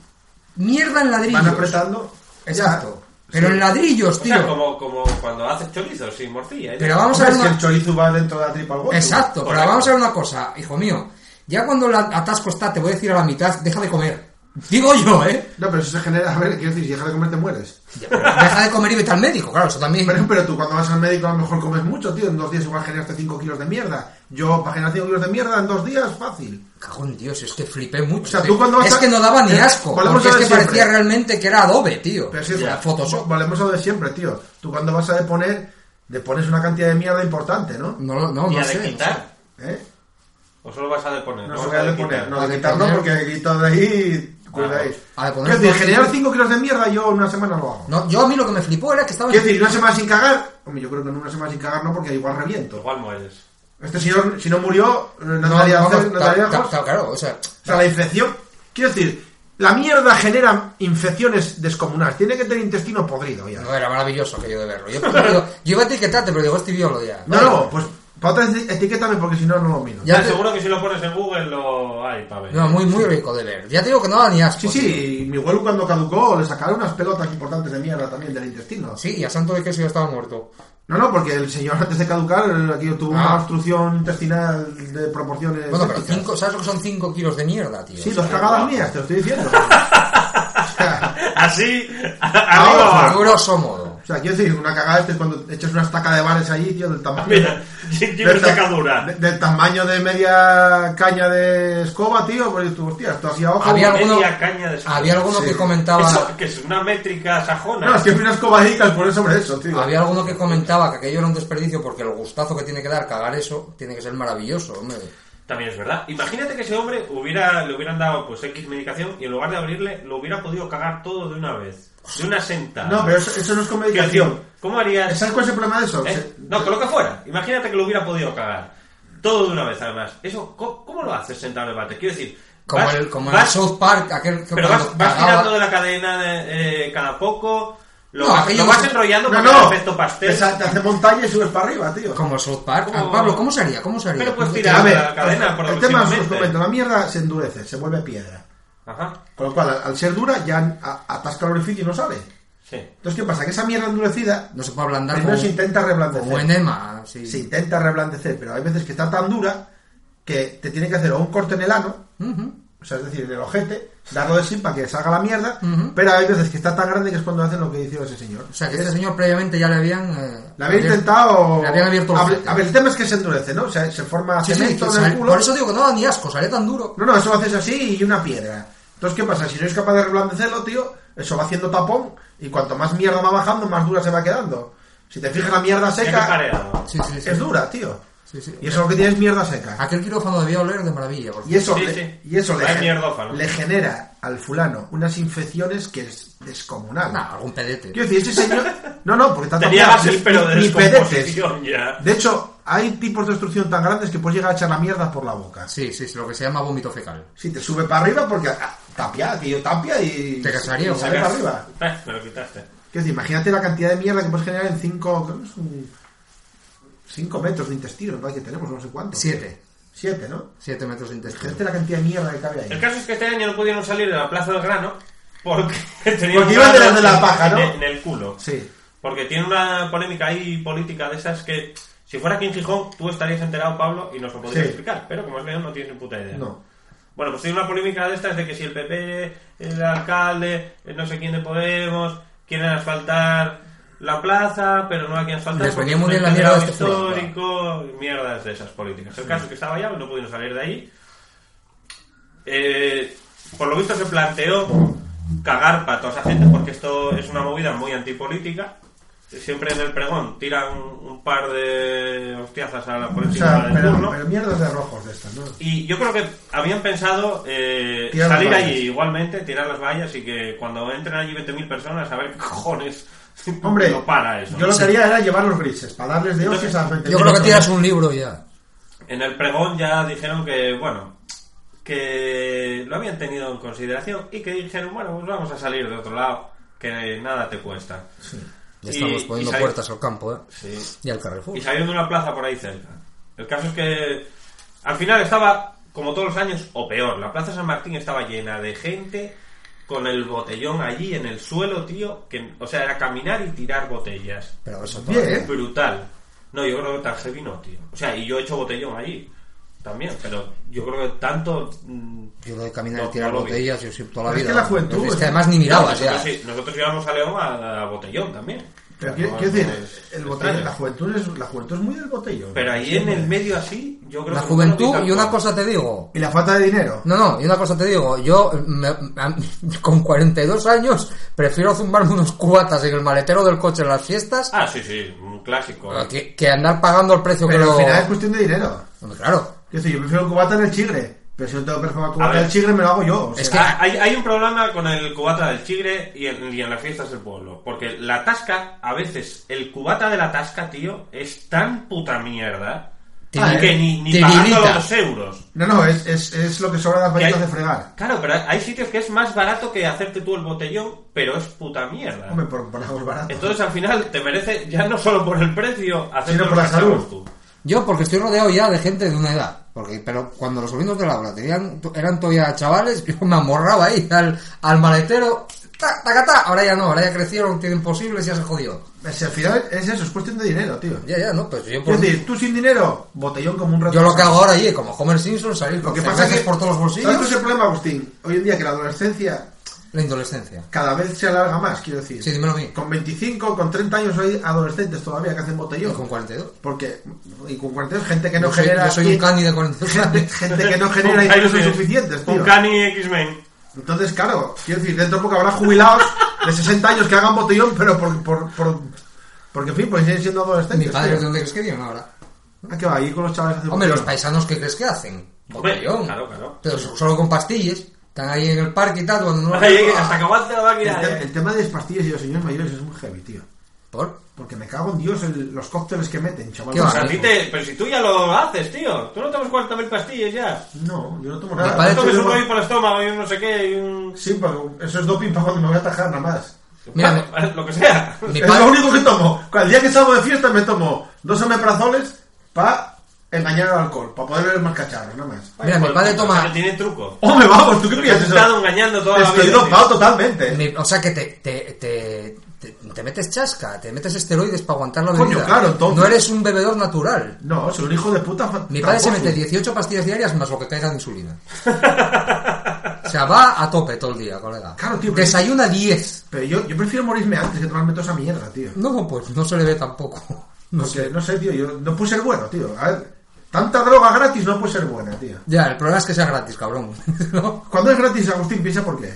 F: Mierda en ladrillos.
G: van apretando.
F: Exacto.
G: Ya.
F: Pero
G: Sí.
F: en ladrillos,
C: O
F: tío.
C: sea, como, como cuando haces chorizos sin morcilla. ¿eh?
F: Pero vamos a
G: Hombre,
F: ver
G: es que el
F: una...
G: chorizo va dentro de la tripa al gozo.
F: Exacto, pero
C: Correcto.
F: vamos a ver una cosa, hijo mío. Ya cuando el atasco está, te voy a decir a la mitad, deja de comer. Digo yo, ¿eh?
G: No, pero eso se genera... A ver, quiero decir, si dejas de comer te mueres.
F: Deja de comer y vete al médico, claro, eso también.
G: Pero, pero tú cuando vas al médico a lo mejor comes mucho, tío. En dos días igual generaste 5 kilos de mierda. Yo, para generar 5 kilos de mierda, en dos días, fácil.
F: Cajón Dios, es que flipé mucho.
G: O sea, tú cuando vas
F: es
G: a-
F: que no daba ni
G: Eh,
F: asco,
G: volvemos
F: porque
G: a
F: es
G: lo
F: que
G: de siempre.
F: parecía realmente que era Adobe, tío.
G: Pero sí,
F: Era
G: vo-
F: Photoshop.
G: Volvemos a lo de siempre, tío. Tú cuando vas a deponer, depones una cantidad de mierda importante, ¿no?
F: No, no, no,
C: ¿Y a
F: sé.
C: de quitar?
G: ¿eh
C: ¿O solo vas a deponer?
G: No,
C: Vamos
G: se
C: a
G: puede
C: quitar.
G: deponer. No,
F: A
G: de quitarlo
F: deponer.
G: porque quito de ahí... Cuidáis.
F: A deponer
G: Quiero decir,
F: no-
G: generar 5 kilos de mierda yo en una semana lo hago.
F: No, yo a mí lo que me flipó era que estaba...
G: Quiero decir, una semana sin cagar... Hombre, yo creo que en una semana sin cagar no, porque igual reviento.
C: Igual mueres.
G: Este señor, si no murió, eh, no,
F: No,
G: daría,
F: no,
G: no,
F: no,
G: daría
F: ta-
G: ojos.
F: ta- Claro, o sea...
G: O sea, la infección. Quiero decir, la mierda genera infecciones descomunales. Tiene que tener intestino podrido ya.
F: No, era maravilloso aquello de verlo. Yo, yo, yo iba a etiquetarte, pero digo, este biólogo ya.
G: No, no, pues para otra vez etiquétame porque si no, no lo miro.
F: Ya
C: Ah,
F: te-
C: Seguro que si lo pones en Google lo hay para ver.
F: No, muy, muy rico de ver. Ya te digo que no da ni asco.
G: Sí,
F: tío.
G: sí, y mi huelu cuando caducó le sacaron unas pelotas importantes de mierda también del intestino.
F: Sí, y a santo de queso ya estaba muerto.
G: No, no, porque el señor antes de caducar eh, aquí tuvo
F: Ah.
G: una obstrucción intestinal de proporciones.
F: Bueno, pero
G: épicas.
F: cinco, ¿sabes lo que son 5 kilos de mierda, tío?
G: Sí, dos cagadas mías, te lo estoy diciendo. o sea,
C: Así, *laughs* a- arriba.
G: ojo.
F: A
C: abajo.
F: grosso modo.
G: o sea, quiero decir, una cagada esta es cuando echas una estaca de bares ahí, tío, del tamaño.
C: *laughs* Mira, tiene
G: Del ta-
C: sacadura.
G: de- del tamaño de media caña de escoba, tío, porque tú, hostia, esto así abajo.
F: Había
C: Media
F: alguno,
C: caña de
F: había alguno
G: Sí.
F: que comentaba...
C: Eso, que es una métrica sajona.
G: No, es que una escoba ahí calculé sobre eso, tío.
F: Había alguno que comentaba que aquello era un desperdicio porque el gustazo que tiene que dar cagar eso tiene que ser maravilloso, hombre.
C: También es verdad. Imagínate que ese hombre hubiera, le hubieran dado pues X medicación y en lugar de abrirle, lo hubiera podido cagar todo de una vez. De una sentada.
G: No, pero eso, eso no es con
C: Quiero
G: medicación.
C: decir, ¿Cómo harías?
G: ¿Sabes cuál es el problema de eso?
C: eh?
G: Se-
C: No, con lo que fuera. Imagínate que lo hubiera podido cagar. Todo de una vez, además. Eso, ¿cómo, cómo lo haces sentado en el bate? Quiero decir,
F: Como,
C: vas-
F: el, como en el
C: vas-
F: South Park, aquel que
C: Pero
F: cuando
C: vas, vas
F: cagaba-
C: tirando de la cadena de, eh, cada poco. Lo,
F: No,
C: vas,
F: aquello
C: lo
F: no
C: vas
F: se-
C: enrollando
G: No,
C: para el
G: no,
C: efecto pastel.
G: te sa- te hace montaña y subes para arriba, tío.
F: Como el South Park. Ah,
C: Como-
F: Pablo, ¿cómo se haría? ¿Cómo se haría?
C: Pero puedes
F: Que-
C: tirar.
G: a ver,
C: la cadena, por
G: el tema es os
C: próximamente.
G: comento, la mierda se endurece, se vuelve piedra.
C: Ajá,
G: Con lo cual, al, al ser dura, ya a- atasca el orificio y no sale.
C: sí.
G: Entonces, ¿qué pasa? Que esa mierda endurecida
F: No se puede ablandar
G: primero
F: como,
G: se intenta reblandecer.
F: como enema. Sí.
G: se intenta reblandecer, pero hay veces que está tan dura que te tiene que hacer o un corte en el ano,
F: Ujú.
G: o sea, es decir, en el ojete, darlo de sí para que salga la mierda, pero hay veces que está tan grande que es cuando hacen lo que hizo ese señor.
F: O sea, que este señor previamente ya le habían... eh,
G: La había
F: habían-
G: intentado...
F: Le habían abierto el
G: a, ver,
F: ojete.
G: a ver, el tema es que se endurece, ¿no? O sea, se forma
F: Sí, sí,
G: cemento
F: que
G: en el
F: sale-
G: culo.
F: Por eso digo que no da ni asco, sale tan duro.
G: No, no, eso lo haces así y una piedra. Entonces, ¿qué pasa? Si no es capaz de reblandecerlo, tío, eso va haciendo tapón y cuanto más mierda va bajando, más dura se va quedando. Si te fijas, la mierda
C: Ya que
G: seca
C: pareado.
F: Sí, sí, sí.
G: es dura, tío.
F: Sí, Ah, sí.
G: Y eso lo que tiene es mierda seca.
F: Aquel quirófano debía oler de maravilla. por
G: Y eso,
C: Sí,
G: le,
C: sí.
G: y eso le,
C: Vaya
G: gen-
C: mierdófano.
G: le genera al fulano unas infecciones que es descomunal.
F: Nah, algún pedete.
G: Quiero decir,
C: *laughs*
G: ese señor... No, no, porque tanto
C: Tenía gases, pero de
G: ni pedetes.
C: descomposición ya.
G: De hecho, hay tipos de obstrucción tan grandes que puedes llegar a echar la mierda por la boca.
F: Sí, sí, es lo que se llama vómito fecal.
G: Si te sube para arriba, porque ah, tapia, tío, tapia y...
F: Te casaría,
G: y
F: ¿no?
G: sale para arriba.
C: Eh, Me lo quitaste.
G: Quiero decir, imagínate la cantidad de mierda que puedes generar en 5... 5 metros de intestino, me parece que tenemos, no sé cuánto.
F: Siete.
G: 7, ¿no?
F: Siete metros de intestino.
G: Imagínate la cantidad de mierda que cabe ahí.
C: El caso es que este año no pudieron salir de la Plaza del Grano porque *laughs* tenían
G: Porque
C: un
G: iban de
C: grano
G: las de la paja, ¿no?
C: En, en el culo.
G: Sí.
C: Porque tiene una polémica ahí política de esas que si fuera aquí en Gijón tú estarías enterado, Pablo, y nos lo podrías
G: Sí.
C: explicar. Pero como es León no tienes ni puta idea.
G: No.
C: Bueno, pues tiene una polémica de estas de que si el PP, el alcalde, el no sé quién de Podemos, quieren asfaltar la plaza, pero no hay quien asfaltar.
F: Les
C: porque
F: venía muy bien
C: es un
F: la mierda de este fulano,
C: histórico, mierdas de esas políticas. El caso es que estaba allá, no pudieron salir de ahí. Eh, por lo visto se planteó cagar para toda esa gente, porque esto es una movida muy antipolítica. Siempre en el pregón tiran un par de hostiazas a la
G: O
C: política
G: sea,
C: de
G: pero,
C: turno.
G: pero mierdas de rojos de estas, ¿no?
C: Y yo creo que habían pensado eh,
G: Tirar
C: salir
G: las vallas.
C: allí igualmente, tirar las vallas y que cuando entren allí 20.000 personas, a ver qué cojones. *laughs*
G: Hombre,
C: no para eso.
G: yo lo que haría era llevar los grises, para darles de hostias a la gente.
F: Yo creo que tiras un libro ya.
C: En el pregón ya dijeron que, bueno, que lo habían tenido en consideración y que dijeron, bueno, pues vamos a salir de otro lado, que nada te cuesta.
F: Le estamos
C: Y-
F: poniendo
C: y sali-
F: puertas al campo, ¿eh?
C: Sí.
F: Y al Carrefour.
C: y salieron de una plaza por ahí cerca. El caso es que al final estaba, como todos los años, o peor, la Plaza San Martín estaba llena de gente con el botellón allí en el suelo, tío, que, o sea, era caminar y tirar botellas.
F: Pero eso
G: Bien,
F: todavía-
G: ¿eh?
C: Brutal. No, yo creo que tan heavy no, tío. O sea, y yo he hecho botellón allí también, pero yo creo que tanto... mm,
F: Yo lo de caminar
C: No,
F: y tirar
C: no lo vi.
F: botellas, yo siempre toda la
G: Pero es
F: vida.
G: que la juventud
F: Es
G: es-
F: que además ni mirabas ya.
C: nosotros, sí, nosotros íbamos a León a, a botellón también.
G: Pero
C: O sea,
G: quiero,
C: no
G: quiero
C: es-
G: decir, el botellón,
C: extraño.
G: la juventud es, la juventud es muy del botellón.
C: Pero ahí en el medio así, yo
F: La
C: creo que no lo vi
F: juventud,
C: tan
F: y una
C: mal.
F: cosa te digo.
G: Y la falta de dinero.
F: No, no, y una cosa te digo. Yo, me- a mí, *laughs* con 42 años, prefiero zumbarme unos cubatas en el maletero del coche en las fiestas
C: Ah, sí, sí, un clásico.
F: que, que andar pagando el precio
G: pero al
F: que
G: final es
F: lo.
G: cuestión de dinero.
F: Hombre, Claro.
G: Quiero decir, yo prefiero el cubata en el chigre. Pero si no tengo que tomar
C: A
G: cubata
C: ver.
G: en el chigre, me lo hago yo. o
F: Es
G: sea.
F: que-
C: Ah, hay, hay un problema con el cubata del chigre y en, y en las fiestas del pueblo. Porque la tasca, a veces, el cubata de la tasca, tío, es tan puta mierda
F: Tiri-
C: que ni, ni
F: tiririta.
C: pagando los euros.
G: No, no, es, es, es lo que sobra las
C: Que hay-
G: varitas de fregar.
C: Claro, pero hay sitios que es más barato que hacerte tú el botellón, pero es puta mierda.
G: Hombre, por, por algo es barato.
C: Entonces al final te merece ya no solo por el precio, hacerte
G: Sino por
C: los
G: la salud.
C: cacharros tú.
F: Yo, porque estoy rodeado ya de gente de una edad. Porque, pero cuando los sobrinos de Laura tenían, eran todavía chavales, *laughs* yo me amorraba ahí al, al maletero. ¡Tac, tac, tac! Ahora ya no, ahora ya crecieron, tienen posibles, ya se jodió.
G: Si al final es eso, es cuestión de dinero, tío.
F: Ya, ya, no, pues yo por-
G: Es decir, tú sin dinero, botellón como un rato.
F: Yo lo que hago ahora, oye, como Homer Simpson, salir con
G: Lo que pasa es que
F: por todos los
G: ¿Sabes cuál es
F: bolsillos.
G: el problema, Agustín? Hoy en día que la adolescencia
F: La adolescencia.
G: cada vez se alarga más, quiero decir.
F: Sí, dímelo a mí.
G: Con 25, con 30 años hay adolescentes todavía que hacen
F: Yo
G: botellón.
F: con 42.
G: Porque, y con 40 años, gente que no
F: yo, soy,
G: genera.
F: yo soy un cani de 42
G: gente,
F: años.
C: *laughs*
G: gente que no
C: Con
G: genera
C: Cani
G: ingresos
C: X-Men.
G: suficientes, tío.
C: Con Cani X-Men.
G: Entonces, claro, quiero decir, dentro de poco habrá jubilados de 60 años que hagan botellón, pero por. por, por- porque, en fin, pues siguen siendo
F: Mi
G: adolescentes.
F: padre,
G: tío.
F: ¿de dónde crees que vienen ahora?
G: ¿A qué va? Ir con los chavales a hacer
F: Hombre, los
G: botellón.
F: paisanos, ¿qué crees que hacen?
C: Hombre,
F: Botellón.
C: claro, claro.
F: Pero so- solo con pastillas. Están ahí en el parque y tal, cuando no... "Ah,
C: Oye, Hasta que aguante la
G: El,
C: máquina.
G: te-
C: eh.
G: el tema de las pastillas y los señores mayores es muy heavy, tío.
F: ¿Por?
G: Porque me cago en Dios el- los cócteles que meten, chaval.
F: Qué
G: O
C: O sea,
G: sea,
C: a ti te- pero si tú ya lo haces, tío. Tú no tomas 40.000 pastillas ya.
G: No, yo no tomo
F: Me
G: nada.
F: parece
C: Tú
G: Entonces,
C: tomes
F: Yo
C: un
G: yo-
C: hoy por el estómago y un no sé qué y un...
G: Sí, pero eso es doping para cuando me voy a atajar nada más.
C: *laughs*
F: Mira,
C: Lo que sea.
F: Mi
G: es
F: padre-
G: lo único que tomo. El día que salgo de fiesta me tomo dos omeprazoles para engañar al alcohol, para poder ver más cacharros, nada más.
F: Mira, mi
C: Joder,
F: padre
C: tío,
F: toma-
C: o sea, que Tiene truco. *laughs*
G: Hombre, vamos, ¿tú qué
C: Pero
G: piensas?
C: te has estado engañando toda la
G: Estoy
C: vida, tío.
G: dopado totalmente.
F: Me- o sea que te, te, te, te, te metes chasca, te metes esteroides para aguantar la
G: Coño,
F: bebida.
G: claro, entonces.
F: No eres un bebedor natural.
G: No, soy un hijo de puta. fa-
F: Mi padre se
G: tramposo.
F: mete 18 pastillas diarias más lo que caiga de insulina. o sea, va a tope todo el día, colega.
G: Claro, tío, pero-
F: Desayuna 10.
G: Pero yo, yo prefiero morirme antes que tomarme toda esa mierda, tío.
F: No, pues no se le ve tampoco. No sé.
G: Porque, no sé, tío, yo no puedo ser bueno, tío. A ver, tanta droga gratis no puede ser buena, tío.
F: Ya, el problema es que sea gratis, cabrón. *laughs* ¿No?
G: Cuando es gratis, Agustín, piensa por qué.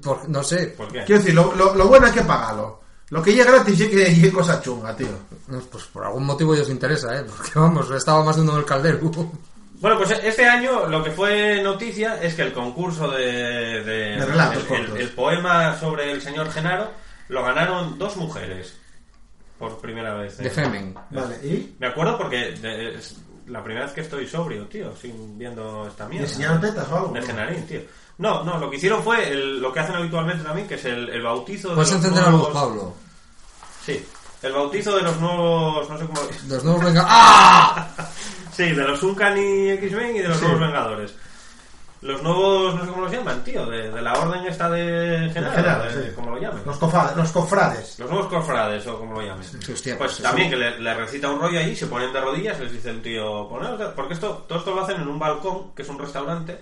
F: Por- no sé.
C: ¿Por qué?
G: Quiero decir, lo, lo, lo bueno hay que pagarlo. Lo que llega gratis es que es cosa chunga, tío.
F: No, Pues por algún motivo ellos interesa, ¿eh? Porque vamos, estaba más de uno en el caldero.
C: Bueno, pues este año lo que fue noticia es que el concurso de... de-
G: De relatos
C: el- el,
G: cortos.
C: el poema sobre el señor Genaro lo ganaron dos mujeres. Por primera vez. eh.
F: De Femen.
G: Vale, ¿y?
C: Me acuerdo porque de- es la primera vez que estoy sobrio, tío, sin viendo esta
G: ¿Y
C: mierda.
G: enseñaron tetas o algo?
C: De Genarín, tío. No, no, lo que hicieron fue el- lo que hacen habitualmente también, que es el, el bautizo de
F: Puedes
C: los
F: encender la luz,
C: nuevos...
F: Pablo.
C: Sí, el bautizo de los nuevos... no sé cómo...
F: Los nuevos venga. *laughs* ¡Ah!
C: Sí, de los Uncan y X-Men y de los
G: Sí.
C: nuevos Vengadores. Los nuevos, no sé cómo los llaman, tío, de, de la orden esta de Genaro,
G: Genaro,
C: de-
G: sí.
C: eh, como lo llamen.
G: Los, cofa- los cofrades.
C: Los nuevos cofrades, o como lo llamen.
F: Sí, hostia,
C: pues
F: pues
C: también
F: eso.
C: que le, le recita un rollo allí, se "Pues ponen de rodillas, les dice el tío, "Poneos de-", porque esto, todo esto lo hacen en un balcón, que es un restaurante,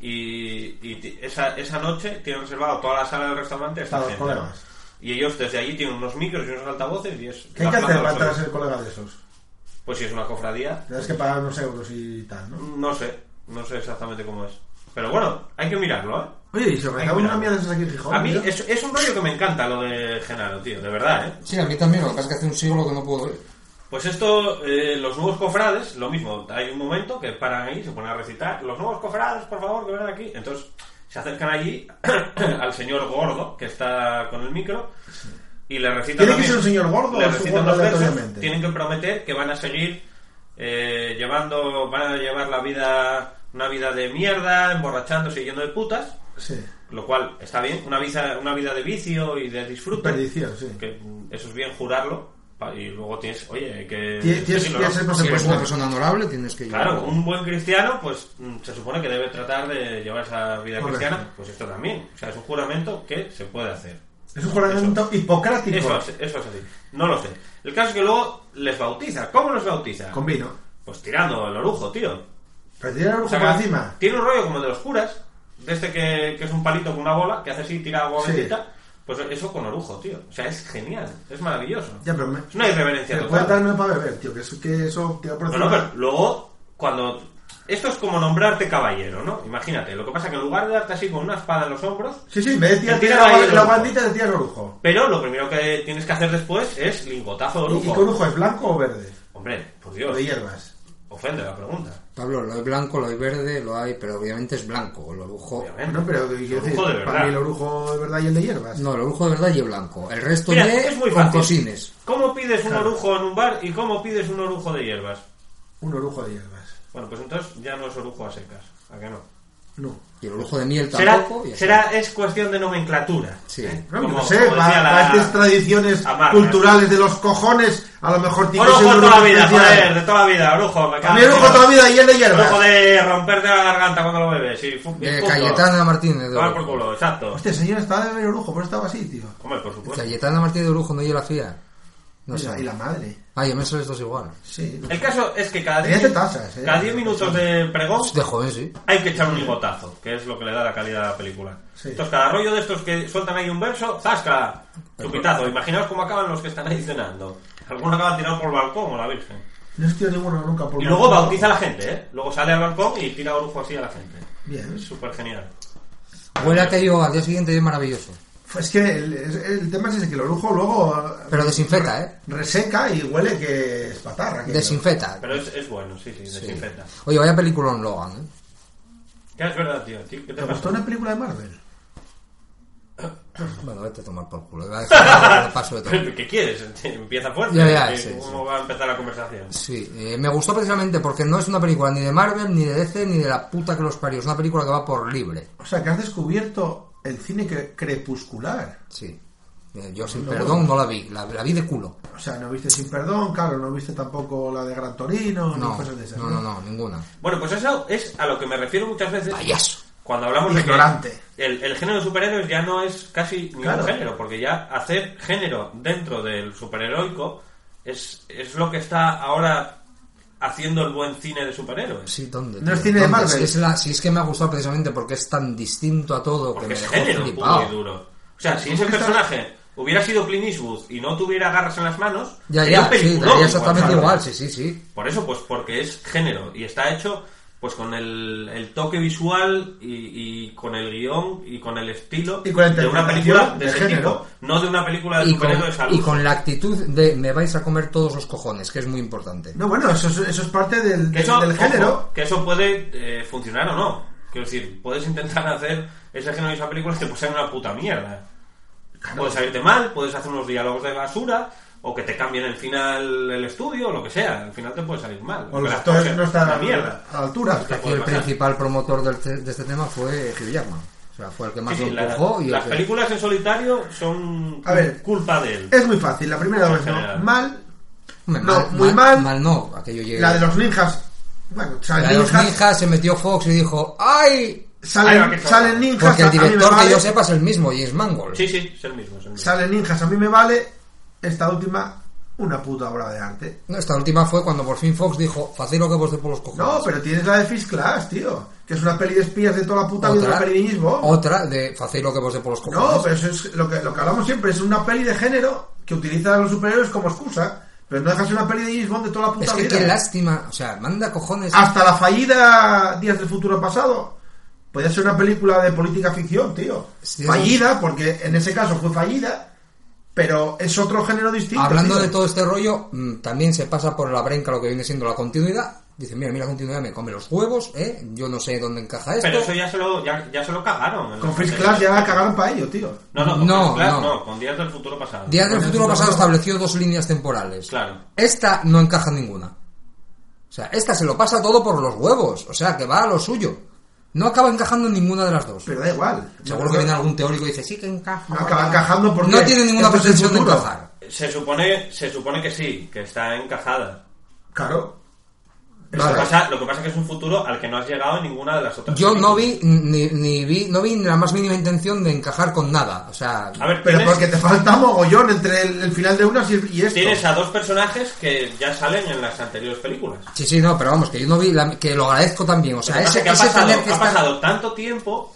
C: Y, y ti- esa, esa noche tienen reservado toda la sala del restaurante a esta
G: A los
C: gente.
G: colegas.
C: Y ellos desde allí tienen unos micros y unos altavoces y es...
G: ¿Qué hay que
C: la plaza
G: hacer
C: de los
G: para entrar a
C: colegas.
G: ser colega de esos?
C: Pues si es una cofradía,
G: Tienes que pagar unos euros y tal, ¿no?
C: no sé, no sé exactamente cómo es. Pero bueno, hay que mirarlo, ¿eh?
G: Oye, y se organizaba una
C: mira.
G: mierda de esas aquí en Gijón.
C: A mí
G: tío.
C: es, es un rollo que me encanta lo de Genaro, tío, de verdad, ¿eh?
F: Sí, a mí también, lo que pasa es que hace un siglo que no puedo ir.
C: Pues esto, eh, los nuevos cofrades, lo mismo, hay un momento que paran ahí, se ponen a recitar, los nuevos cofrades, por favor, que vengan aquí. Entonces se acercan allí *coughs* al señor gordo, que está con el micro, y le recitan...
G: ¿Tiene que
C: también-
G: ser un señor
C: le
G: gordo o es un
C: recitan
G: gordo
C: los versos,
G: aleatoriamente?
C: Tienen que prometer que van a seguir eh, llevando, van a llevar la vida, una vida de mierda, emborrachándose y yendo de putas,
G: Sí.
C: lo cual está bien, una, vida, una vida de vicio y de disfrute
G: Perdición, sí.
C: que mm, eso es bien jurarlo pa- y luego tienes oye que
G: Tienes, tienes
C: sí,
G: que
C: ¿no?
G: ser
F: Si eres una
G: consecuente.
F: persona honorable, tienes que ir.
C: claro un buen cristiano pues mm, se supone que debe tratar de llevar esa vida
G: Correcto.
C: cristiana pues esto también o sea es un juramento que se puede hacer
G: Es un juramento hipocrático.
C: eso es, eso es así no lo sé el caso es que luego les bautiza cómo los bautiza
G: Con vino.
C: pues tirando el orujo tío
G: Pero tiene algo
C: O sea,
G: por encima.
C: Tiene un rollo como el de los curas, de este que, que es un palito con una bola, que hace así, tira agua
G: Sí.
C: bendita. Pues eso con orujo, tío. O sea, es genial, es maravilloso.
G: Ya, pero me-
C: Es una irreverencia
G: Te pueden
C: total.
G: darme para beber, tío. Que eso, que eso tira por
C: Bueno,
G: encima.
C: pero luego, cuando. Esto es como nombrarte caballero, ¿no? Imagínate, lo que pasa que en lugar de darte así con una espada en los hombros,
G: Sí, sí, me decía
C: Te
G: tira
C: tira ahí
G: la,
C: el
G: la
C: orujo.
G: bandita de tiras orujo.
C: pero lo primero que tienes que hacer después es lingotazo de
G: ¿Y,
C: orujo.
G: y qué orujo es blanco o verde?
C: Hombre, por
G: O
C: Dios,
G: de hierbas.
C: ofende la pregunta.
F: Pablo, lo hay blanco, lo hay verde, lo hay, pero obviamente es blanco. El orujo.
C: Obviamente.
G: Ah, No, pero ¿qué quiero
C: Orujo de
G: decir,
C: verdad.
G: para mí el orujo de verdad y el de hierbas.
F: No, el orujo de verdad y el blanco. El resto
C: Mira,
F: de
C: es muy
F: con
C: fácil.
F: cosines.
C: ¿Cómo pides un
G: Claro.
C: orujo en un bar y cómo pides un orujo de hierbas?
G: Un orujo de hierbas.
C: Bueno, pues entonces ya no es orujo a secas. ¿A qué no?
G: No.
F: Y el orujo de miel
C: Será,
F: tampoco. y así.
C: será, es cuestión de nomenclatura. ¿eh?
F: Sí.
G: No, yo
C: Como-
G: no sé,
C: como
G: para, este
C: decía la-
G: para estas tradiciones
C: amarga.
G: culturales de los cojones, a lo mejor tiene que
C: Orujo
G: ser un
C: toda la
G: orujo
C: vida,
G: especial.
C: joder, de toda la vida, orujo. Me
G: A mí orujo toda la vida y el de hierbas.
C: Orujo de romperte la garganta cuando lo bebes. Y, fu- y
F: De
C: punto.
F: Cayetana Martínez. de
C: Tomar
F: orujo.
C: por culo, exacto.
G: Hostia, señora, estaba de beber orujo, por eso estaba así, tío.
C: Hombre, por supuesto.
F: Cayetana Martínez de Orujo, no yo la fía. No Ah,
G: Y la-
F: sé.
G: y la madre.
F: Ay, a mí eso esto es igual.
G: Sí.
C: El caso es que cada
G: Tenía
C: 10
G: tetazas, eh.
C: cada 10 minutos de pregón
F: De joven, sí.
C: hay que echar un ligotazo, que es lo que le da la calidad a la película.
G: Sí.
C: Entonces, cada rollo de estos que sueltan ahí un verso, ¡zasca! Chupitazo. Imaginaos cómo acaban los que están ahí cenando. Algunos acaban tirados por el balcón o la virgen.
G: No he sido ninguno nunca por
C: Y luego
G: orujo.
C: bautiza a la gente, ¿eh? Luego sale al balcón y tira orujo así a la gente.
G: Bien.
C: Es súper genial.
F: Huele a yo al día siguiente y es maravilloso.
G: Es que el, es- el tema es ese, que el orujo luego
F: Pero desinfecta, ¿eh?
G: reseca y huele que es patarra. aquello.
F: Desinfecta.
C: Pero es, es bueno, sí, sí,
F: Sí.
C: desinfecta.
F: Oye, vaya película en Logan, ¿eh?
C: Ya es verdad, tío. ¿Qué te
G: ¿Te gustó
C: pasó?
G: una película de Marvel?
F: Bueno, vete a tomar por culo. *laughs* Iba a dejar el paso de todo.
C: ¿Pero ¿Qué quieres? *laughs* Empieza fuerte.
F: Ya, ya,
C: ¿Qué-
F: sí,
C: ¿Cómo va a empezar la conversación?
F: Sí, eh, me gustó precisamente porque no es una película ni de Marvel, ni de DC, ni de la puta que los parió. Es una película que va por libre.
G: O sea, que has descubierto el cine cre- crepuscular.
F: Sí. Eh, Yo sin perdón no la vi, la, la vi de culo.
G: O sea, no viste Sin Perdón, claro, no viste tampoco la de Gran Torino, ni
F: No,
G: cosas de esas.
F: no, no, no, ninguna.
C: Bueno, pues eso es a lo que me refiero muchas veces.
F: Payaso.
C: Cuando hablamos de
G: Ignorante.
C: que el, el género de superhéroes ya no es casi ningún
G: Claro.
C: género, porque ya hacer género dentro del superheroico es, es lo que está ahora haciendo el buen cine de superhéroes.
F: Sí, ¿dónde?
G: No
F: tío?
G: es cine de
F: ¿Dónde?
G: Marvel.
F: Si es, la- si es que me ha gustado precisamente porque es tan distinto a todo que
C: Porque
F: me
C: es
F: dejó
C: género
F: flipado. Pues
C: puro y duro. O sea, si ese personaje hubiera sido Clint Eastwood y no tuviera garras en las manos,
F: Ya,
C: sería un
F: ya, sí,
C: peliculón,
F: daría exactamente
C: igual,
F: igual,
C: claro.
F: sí, sí, sí.
C: Por eso, pues porque es género y está hecho pues con el, el toque visual y, y con el guión y con el estilo
G: Y con la
C: de una
G: interpretación
C: película de
G: de
C: ese
G: género.
C: tipo, no de una película de
F: Y con,
C: superhéroes a luz.
F: y con la actitud de me vais a comer todos los cojones, que es muy importante.
G: No, bueno, eso, es- eso es parte del,
C: que eso,
G: del
C: ojo,
G: género.
C: que eso puede eh, funcionar o no. Quiero decir, puedes intentar hacer ese género y esa película que pues sean una puta mierda. Puedes salirte mal, puedes hacer unos diálogos de basura, o que te cambien el final el estudio, o lo que sea. Al final te puede salir mal.
G: O los
C: Las
G: actores
C: cosas,
G: no están
C: una
G: a
C: mierda.
G: la altura.
C: Te
F: Aquí
C: puede
F: el
C: pasar.
F: principal promotor del ce- de este tema fue Hugh Jackman. O sea, fue el que más
C: Sí, sí,
F: lo
C: la-
F: empujó y el
C: las
F: que-
C: películas en solitario son
G: A ver.
C: culpa de él.
G: Es muy fácil, la primera
C: En
G: vez no.
C: general.
G: Mal,
F: Hombre,
G: no, muy mal.
F: Mal no, aquello llega.
G: la de los ninjas. Bueno,
F: Eh, La
G: salen
F: de los
G: ninjas.
F: ninjas se metió Fox y dijo ¡Ay!
C: Ahí va, que
G: Salen,
C: son-
G: salen ninjas.
F: Porque
G: a-
F: el
G: a mí me
F: director que
G: vale.
F: yo sepa es el mismo, James Mangold.
C: Sí, sí, es el mismo. Es el mismo.
G: Salen ninjas, a mí me vale. Esta última, una puta obra de arte.
F: No, esta última fue cuando por fin Fox dijo, faced lo que vos dé por los cojones.
G: No, pero tienes la de Fish Class, tío. que es una peli de espías de toda la puta vida, una
F: Otra,
G: peli de niñismo.
F: otra de Facéis lo que vos de por los
G: No,
F: cojones.
G: pero eso es lo que, lo que hablamos siempre, es una peli de género que utiliza a los superhéroes como excusa, pero no dejas una peli de James Bond de toda la puta
F: es que
G: vida.
F: qué lástima. O sea, manda cojones.
G: Hasta la fallida Días del Futuro Pasado. Podía ser una película de política ficción, tío.
F: Sí.
G: Fallida, porque en ese caso fue fallida, pero es otro género distinto.
F: Hablando
G: tío.
F: de todo este rollo, mm, también se pasa por la brenca lo que viene siendo la continuidad. Dicen, mira, mira la continuidad, me come los huevos, ¿eh? Yo no sé dónde encaja esto.
C: Pero eso ya se lo, ya, ya se lo cagaron. en
G: Con
C: los
G: First Class
C: anteriores.
G: ya cagaron para ello, tío.
C: No, no, con
F: No,
C: First Class
F: no.
C: no, con Días del Futuro Pasado.
F: Días del
G: Bueno,
F: futuro
G: eso
F: pasado
G: no.
F: estableció dos líneas temporales.
C: Claro.
F: Esta no encaja en ninguna. O sea, esta se lo pasa todo por los huevos. O sea, que va a lo suyo. No acaba encajando en ninguna de las dos.
G: Pero da igual.
F: Seguro que viene algún teórico y dice, sí que encaja.
G: No acaba encajando porque
F: No tiene ninguna
G: esto es el
F: pretensión de
G: futuro.
F: encajar.
C: Se supone, se supone que sí, que está encajada.
G: Claro.
C: Lo,
G: Vale.
C: que pasa, lo que pasa es que es un futuro al que no has llegado en ninguna de las otras.
F: Yo no
C: películas.
F: vi ni, ni vi, no vi ni la más mínima intención de encajar con nada. O sea,
C: A ver,
G: Pero
C: tienes,
G: porque te falta mogollón entre el, el final de unas y, y esto.
C: tienes a dos personajes que ya salen en las anteriores películas.
F: sí, sí, no, pero vamos, que yo no vi, la- que lo agradezco también. O
C: Lo
F: sea,
C: que pasa
F: ese,
C: es que ha
F: ese
C: pasado,
F: tener que
C: ha
F: estar-
C: pasado tanto tiempo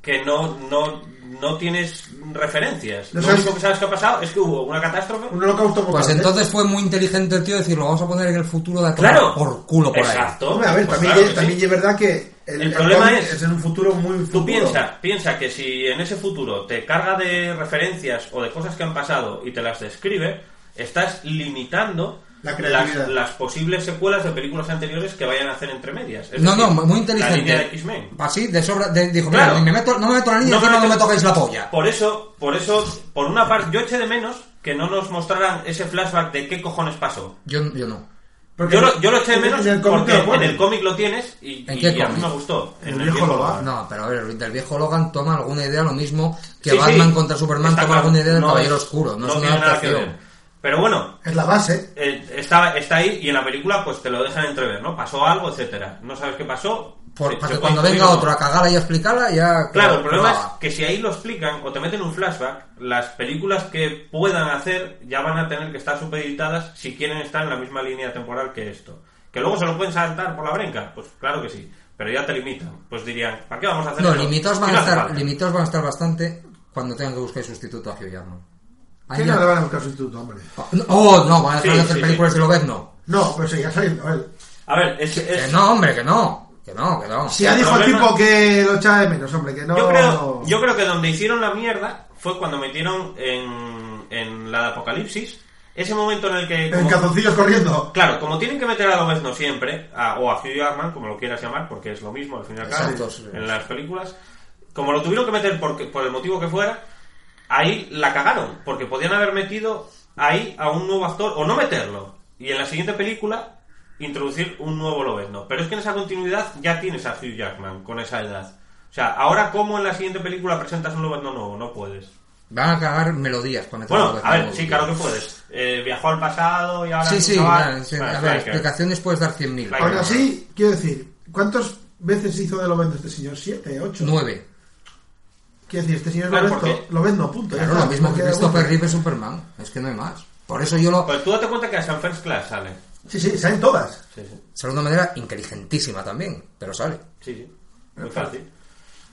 C: que no, no, no tienes referencias.
G: No
C: lo
G: sabes-
C: único que sabes que ha pasado es que hubo una catástrofe.
G: Un holocausto muy
F: Pues
G: grande.
F: entonces fue muy inteligente el tío decirlo, vamos a poner en el futuro de atrás
C: Claro.
F: por culo por ahí.
C: Exacto.
G: Hombre, a ver,
C: Pues
G: también,
C: claro
G: es,
C: que
G: también
C: sí.
G: es verdad que el,
C: El problema
G: cómic
C: es-
G: en un futuro muy
C: Tú
G: futuro.
C: piensa, piensa que si en ese futuro te carga de referencias o de cosas que han pasado y te las describe, estás limitando
G: La
C: las,
G: creatividad.
C: las posibles secuelas de películas anteriores que vayan a hacer entre medias. Es
F: No, no,
C: decir,
F: muy
C: La línea de
F: inteligente.
C: X-Men.
F: Así, de sobra, de- dijo,
C: Claro.
F: mira, ni me meto, no me meto en la línea,
C: No
F: encima
C: me
F: no, me
C: meto-
F: toquéis la polla.
C: Por eso, por eso, por una parte, yo eché de menos que no nos mostraran ese flashback de qué cojones pasó.
F: Yo, yo no.
G: Porque
C: Yo lo, yo lo eché de
G: en-
C: menos
G: en el cómic
C: porque
G: te lo ponen.
C: en el cómic lo tienes y,
F: ¿En
C: y
F: qué
C: a mí
F: cómic?
C: me gustó.
G: En el viejo Logan. Ah.
F: No, pero a ver, del viejo Logan toma alguna idea, lo mismo que
C: Sí, sí.
F: Batman contra Superman
C: Está
F: toma
C: claro.
F: alguna idea del
C: No
F: Caballero
C: es-
F: Oscuro. No, es una
C: tiene nada que
F: adaptación.
C: ver. Pero bueno,
G: Es la base.
C: eh, está, está ahí y en la película pues te lo dejan entrever, ¿no? Pasó algo, etcétera. No sabes qué pasó.
F: Por- para
C: se- se
F: que
C: puede
F: cuando venga
C: incluir o no.
F: otro a cagarla y a explicarla, ya.
C: Claro, el problema es
F: Ah,
C: que si ahí lo explican o te meten un flashback, las películas que puedan hacer ya van a tener que estar supeditadas si quieren estar en la misma línea temporal que esto. Que luego se lo pueden saltar por la brenca, pues claro que sí, pero ya te limitan. Pues dirían, ¿para qué vamos a hacer
F: No,
C: eso?
F: limitados
C: Si
F: van,
C: no
F: a
C: hace
F: estar,
C: falta.
F: limitados van a estar bastante cuando tengan que buscar sustituto a Hugh Jackman. Ahí
G: ¿Qué
F: ya-
G: no le van a buscar sustituto, hombre?
F: Oh, no, van a dejar
C: Sí,
F: de hacer
C: sí,
F: películas
C: sí.
F: de Lobez, no.
G: No, pero seguía saliendo él.
C: A ver, es,
F: Que
C: es-
F: no, hombre, que no. Que no, que no.
G: Si ya
C: El
G: dijo el
C: problema-
G: tipo que lo echaba de menos, hombre, que no.
C: Yo creo, yo creo que donde hicieron la mierda fue cuando metieron en, en la de Apocalipsis ese momento en el que...
G: En
C: como-
G: calzoncillos corriendo.
C: Claro, como tienen que meter a López no siempre, a- o a Hugh Jackman, como lo quieras llamar, porque es lo mismo al final
F: Exacto, sí.
C: en las películas, como lo tuvieron que meter por, por el motivo que fuera, ahí la cagaron, porque podían haber metido ahí a un nuevo actor, o no meterlo, y en la siguiente película introducir un nuevo Lobezno. Pero es que en esa continuidad ya tienes a Hugh Jackman con esa edad. O sea, ahora como en la siguiente película presentas un Lobezno nuevo, no puedes.
F: Van a cagar melodías con el
C: Bueno,
F: Lobezno.
C: a ver, sí, claro que puedes. Eh, viajó al pasado y ahora...
F: Sí,
C: es un
F: sí,
C: chaval.
F: nada, sí,
C: Vale,
F: a ver,
C: Striker.
F: explicaciones puedes dar 100.000.
C: Vale.
G: Aún así, quiero decir, ¿cuántas veces hizo de Lovendo este señor? ¿Siete? ¿Ocho?
F: 9.
G: Quiero decir, este señor
C: Claro,
G: Lovendo,
C: porque-
G: Lovendo, punto. ya
F: Claro,
G: está,
F: lo mismo
G: no
F: que
G: queda
F: Christopher
G: vuelta.
F: Reeve es Superman. Es que no hay más. Por eso yo lo...
C: Pues tú date cuenta que hasta en First Class sale.
G: Sí, sí, salen todas.
C: Sí, sí.
F: Sale de una manera inteligentísima también, pero sale.
C: sí, sí. Muy fácil.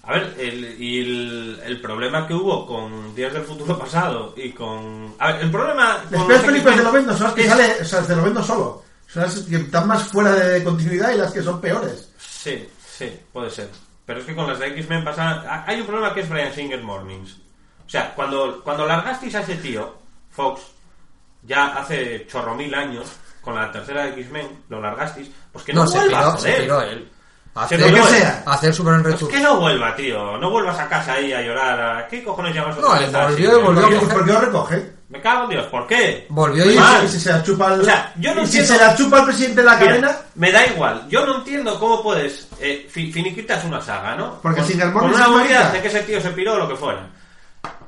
C: A ver, el, y el, el problema que hubo con Días del Futuro Pasado y con... A ver, el problema...
G: Las
C: con
G: peores
C: los
G: películas de
C: X-Men
G: Lovendo son las que
C: es-
G: sale, o sea, las de Lovendo solo. Son las que están más fuera de continuidad y las que son peores.
C: Sí, sí, puede ser. Pero es que con las de X-Men pasa... ha- Hay un problema que es Brian Singer Mornings. O sea, cuando, cuando largasteis a ese tío, Fox, ya hace chorro mil años, con la tercera de X-Men, lo largasteis, pues que no,
F: se
C: vuelva,
F: piró,
C: joder.
F: se piró él. Hacer,
C: piró
G: él. sea.
F: hacer Superman
C: Pues
F: Returns.
C: que no vuelva, tío. No vuelvas a casa ahí a llorar. ¿A ¿Qué cojones llamas
F: No,
C: otra vez a
F: volvió y
C: Singer?
F: volvió.
G: ¿Por qué-
F: coger-
G: ¿Por qué lo recoge?
C: Me cago en Dios, ¿por qué? Pues
F: Volvió
G: Y
F: y...
C: Mal.
G: si- y si se la chupa el,
C: O sea, yo no
G: y si
C: entiendo-
G: se la chupa el presidente de la
C: Mira,
G: cadena,
C: me da igual. Yo no entiendo cómo puedes... Eh, fi- finiquitas una saga, ¿no?
G: Porque
C: Con-
G: Singer
C: Con
G: Morris
C: una
G: es
C: movida
G: marica.
C: de que ese tío se piró o lo que fuera.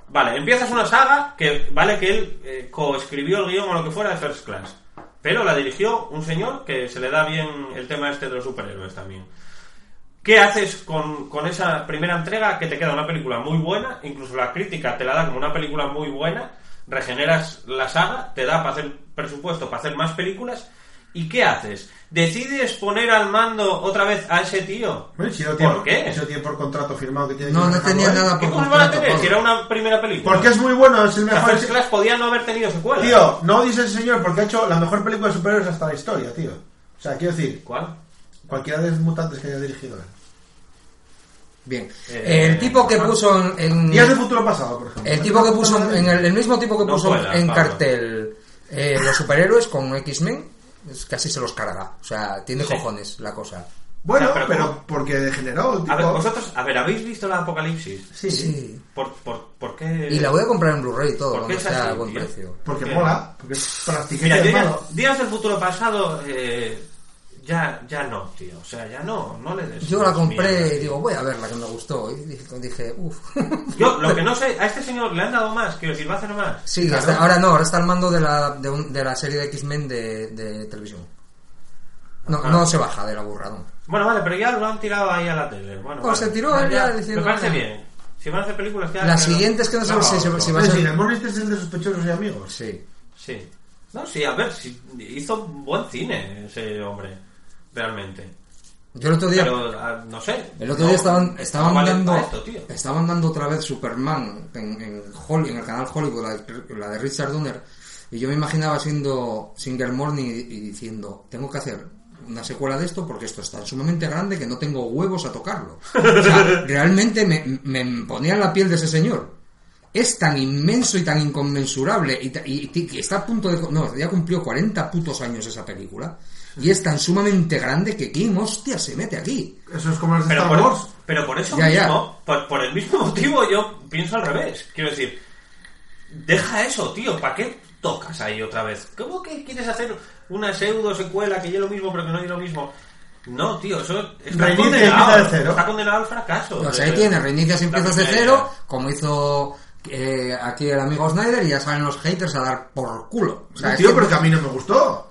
C: Vale, empiezas una saga que vale que él eh, coescribió el guión o lo que fuera de First Class. Pero la dirigió un señor que se le da bien el tema este de los superhéroes también. ¿Qué haces con, con esa primera entrega que te queda una película muy buena? Incluso la crítica te la da como una película muy buena, regeneras la saga, te da para hacer presupuesto, para hacer más películas ¿Y qué haces? ¿Decides poner al mando otra vez a ese tío?
G: Bueno, si no tiene,
C: ¿Por qué?
G: Si no tiene por contrato firmado que tiene
F: No,
G: que
F: no
G: dejarlo,
F: tenía
G: ¿eh?
F: nada
C: ¿Qué
F: por
C: culpa a
F: contrato.
C: tener?
F: Pablo.
C: Si era una primera película.
G: Porque es muy bueno, es el
C: La
G: mejor.
C: First Class podía no haber tenido secuela.
G: Tío, no dice ese señor porque ha hecho la mejor película de superhéroes hasta la historia, tío. O sea, quiero decir,
C: ¿Cuál?
G: cualquiera de los mutantes que haya dirigido él.
F: Bien.
C: Eh,
F: el tipo que
C: ah.
F: puso en- en.
G: Días de futuro pasado, por ejemplo.
F: El tipo que puso en el, el mismo tipo que
C: No
F: puso
C: pueda,
F: en
C: Pablo.
F: cartel eh, los superhéroes con X-Men es- casi se los carga. O sea, tiene cojones la cosa.
G: Bueno,
C: O sea, pero
G: pero, porque degeneró el tipo.
C: A ver, vosotros, a ver, ¿habéis visto la Apocalipsis?
F: Sí,
C: ¿Por, por, por qué?
F: Y la voy a comprar en Blu-ray y todo,
C: ¿Por qué
F: cuando
C: es
F: esté a
C: así,
F: buen
C: tío?
F: precio.
G: Porque
C: Mira.
G: mola, porque es
C: Mira,
G: practiquete
C: yo
G: es
C: ya-
G: malo.
C: Días del futuro pasado, eh, ya, ya no, tío. O sea, ya no, no le des.
F: Yo la
C: más mierda,
F: compré y
C: tío.
F: digo, voy a verla que me gustó. Y dije, dije uff.
C: *laughs* Yo, lo que no sé, a este señor le han dado más, quiero decir, va a hacer más.
F: Sí, hasta- ahora no, ahora está al mando de la, de un- de la serie de X-Men de, de televisión. No,
C: Ajá.
F: no se baja de la burra, no.
C: Bueno, vale, pero ya lo han tirado ahí a la tele. Bueno,
F: Pues
C: vale. Ah,
F: se tiró él ya diciendo,
C: Me parece
F: "Venga".
C: bien. Si van a hacer películas, que
F: La
C: hagan-
F: siguiente es que no sé si-
C: otro.
F: si va-
G: Es
F: a ser-
G: decir, hemos visto el de sospechosos y amigos.
F: Sí.
C: Sí. No, sí, a ver, sí, hizo buen cine ese hombre, realmente.
F: Yo el otro día
C: Pero, ah, no sé.
F: El otro día
C: no-
F: estaban,
C: no
F: estaban
C: vale
F: dando
C: para esto, tío.
F: estaban dando otra vez Superman en, en, Holly- en el canal Hollywood, la de, la de Richard Donner, y yo me imaginaba siendo Singer Morning y, y diciendo, tengo que hacer una secuela de esto porque esto es tan sumamente grande que no tengo huevos a tocarlo. O
C: *laughs*
F: sea, realmente me, me ponía en la piel de ese señor. Es tan inmenso y tan inconmensurable y, ta- y- y- y está a punto de... co- No, ya cumplió 40 putos años esa película. Y es tan sumamente grande que ¿quién hostia se mete aquí?
G: Eso es como los de
C: Pero
G: Star
C: por,
G: Wars.
C: pero por eso
F: Ya, ya.
C: mismo, Por, por el mismo *laughs* motivo, yo pienso al revés. Quiero decir, deja eso, tío. ¿Para qué tocas ahí otra vez? ¿Cómo que quieres hacer una pseudo secuela que lleve lo mismo, pero que no es lo mismo? No, tío, eso está
G: Reinicia y
C: condenado.
G: empieza de cero.
C: Está condenado al fracaso.
F: O sea, Pues ahí tiene, reinicias y
C: La
F: empiezas de
C: primera
F: cero, como hizo eh, aquí el amigo Snyder, y ya salen los haters a dar por culo. O sea, es
G: tío,
F: que-
G: pero que a mí no me gustó.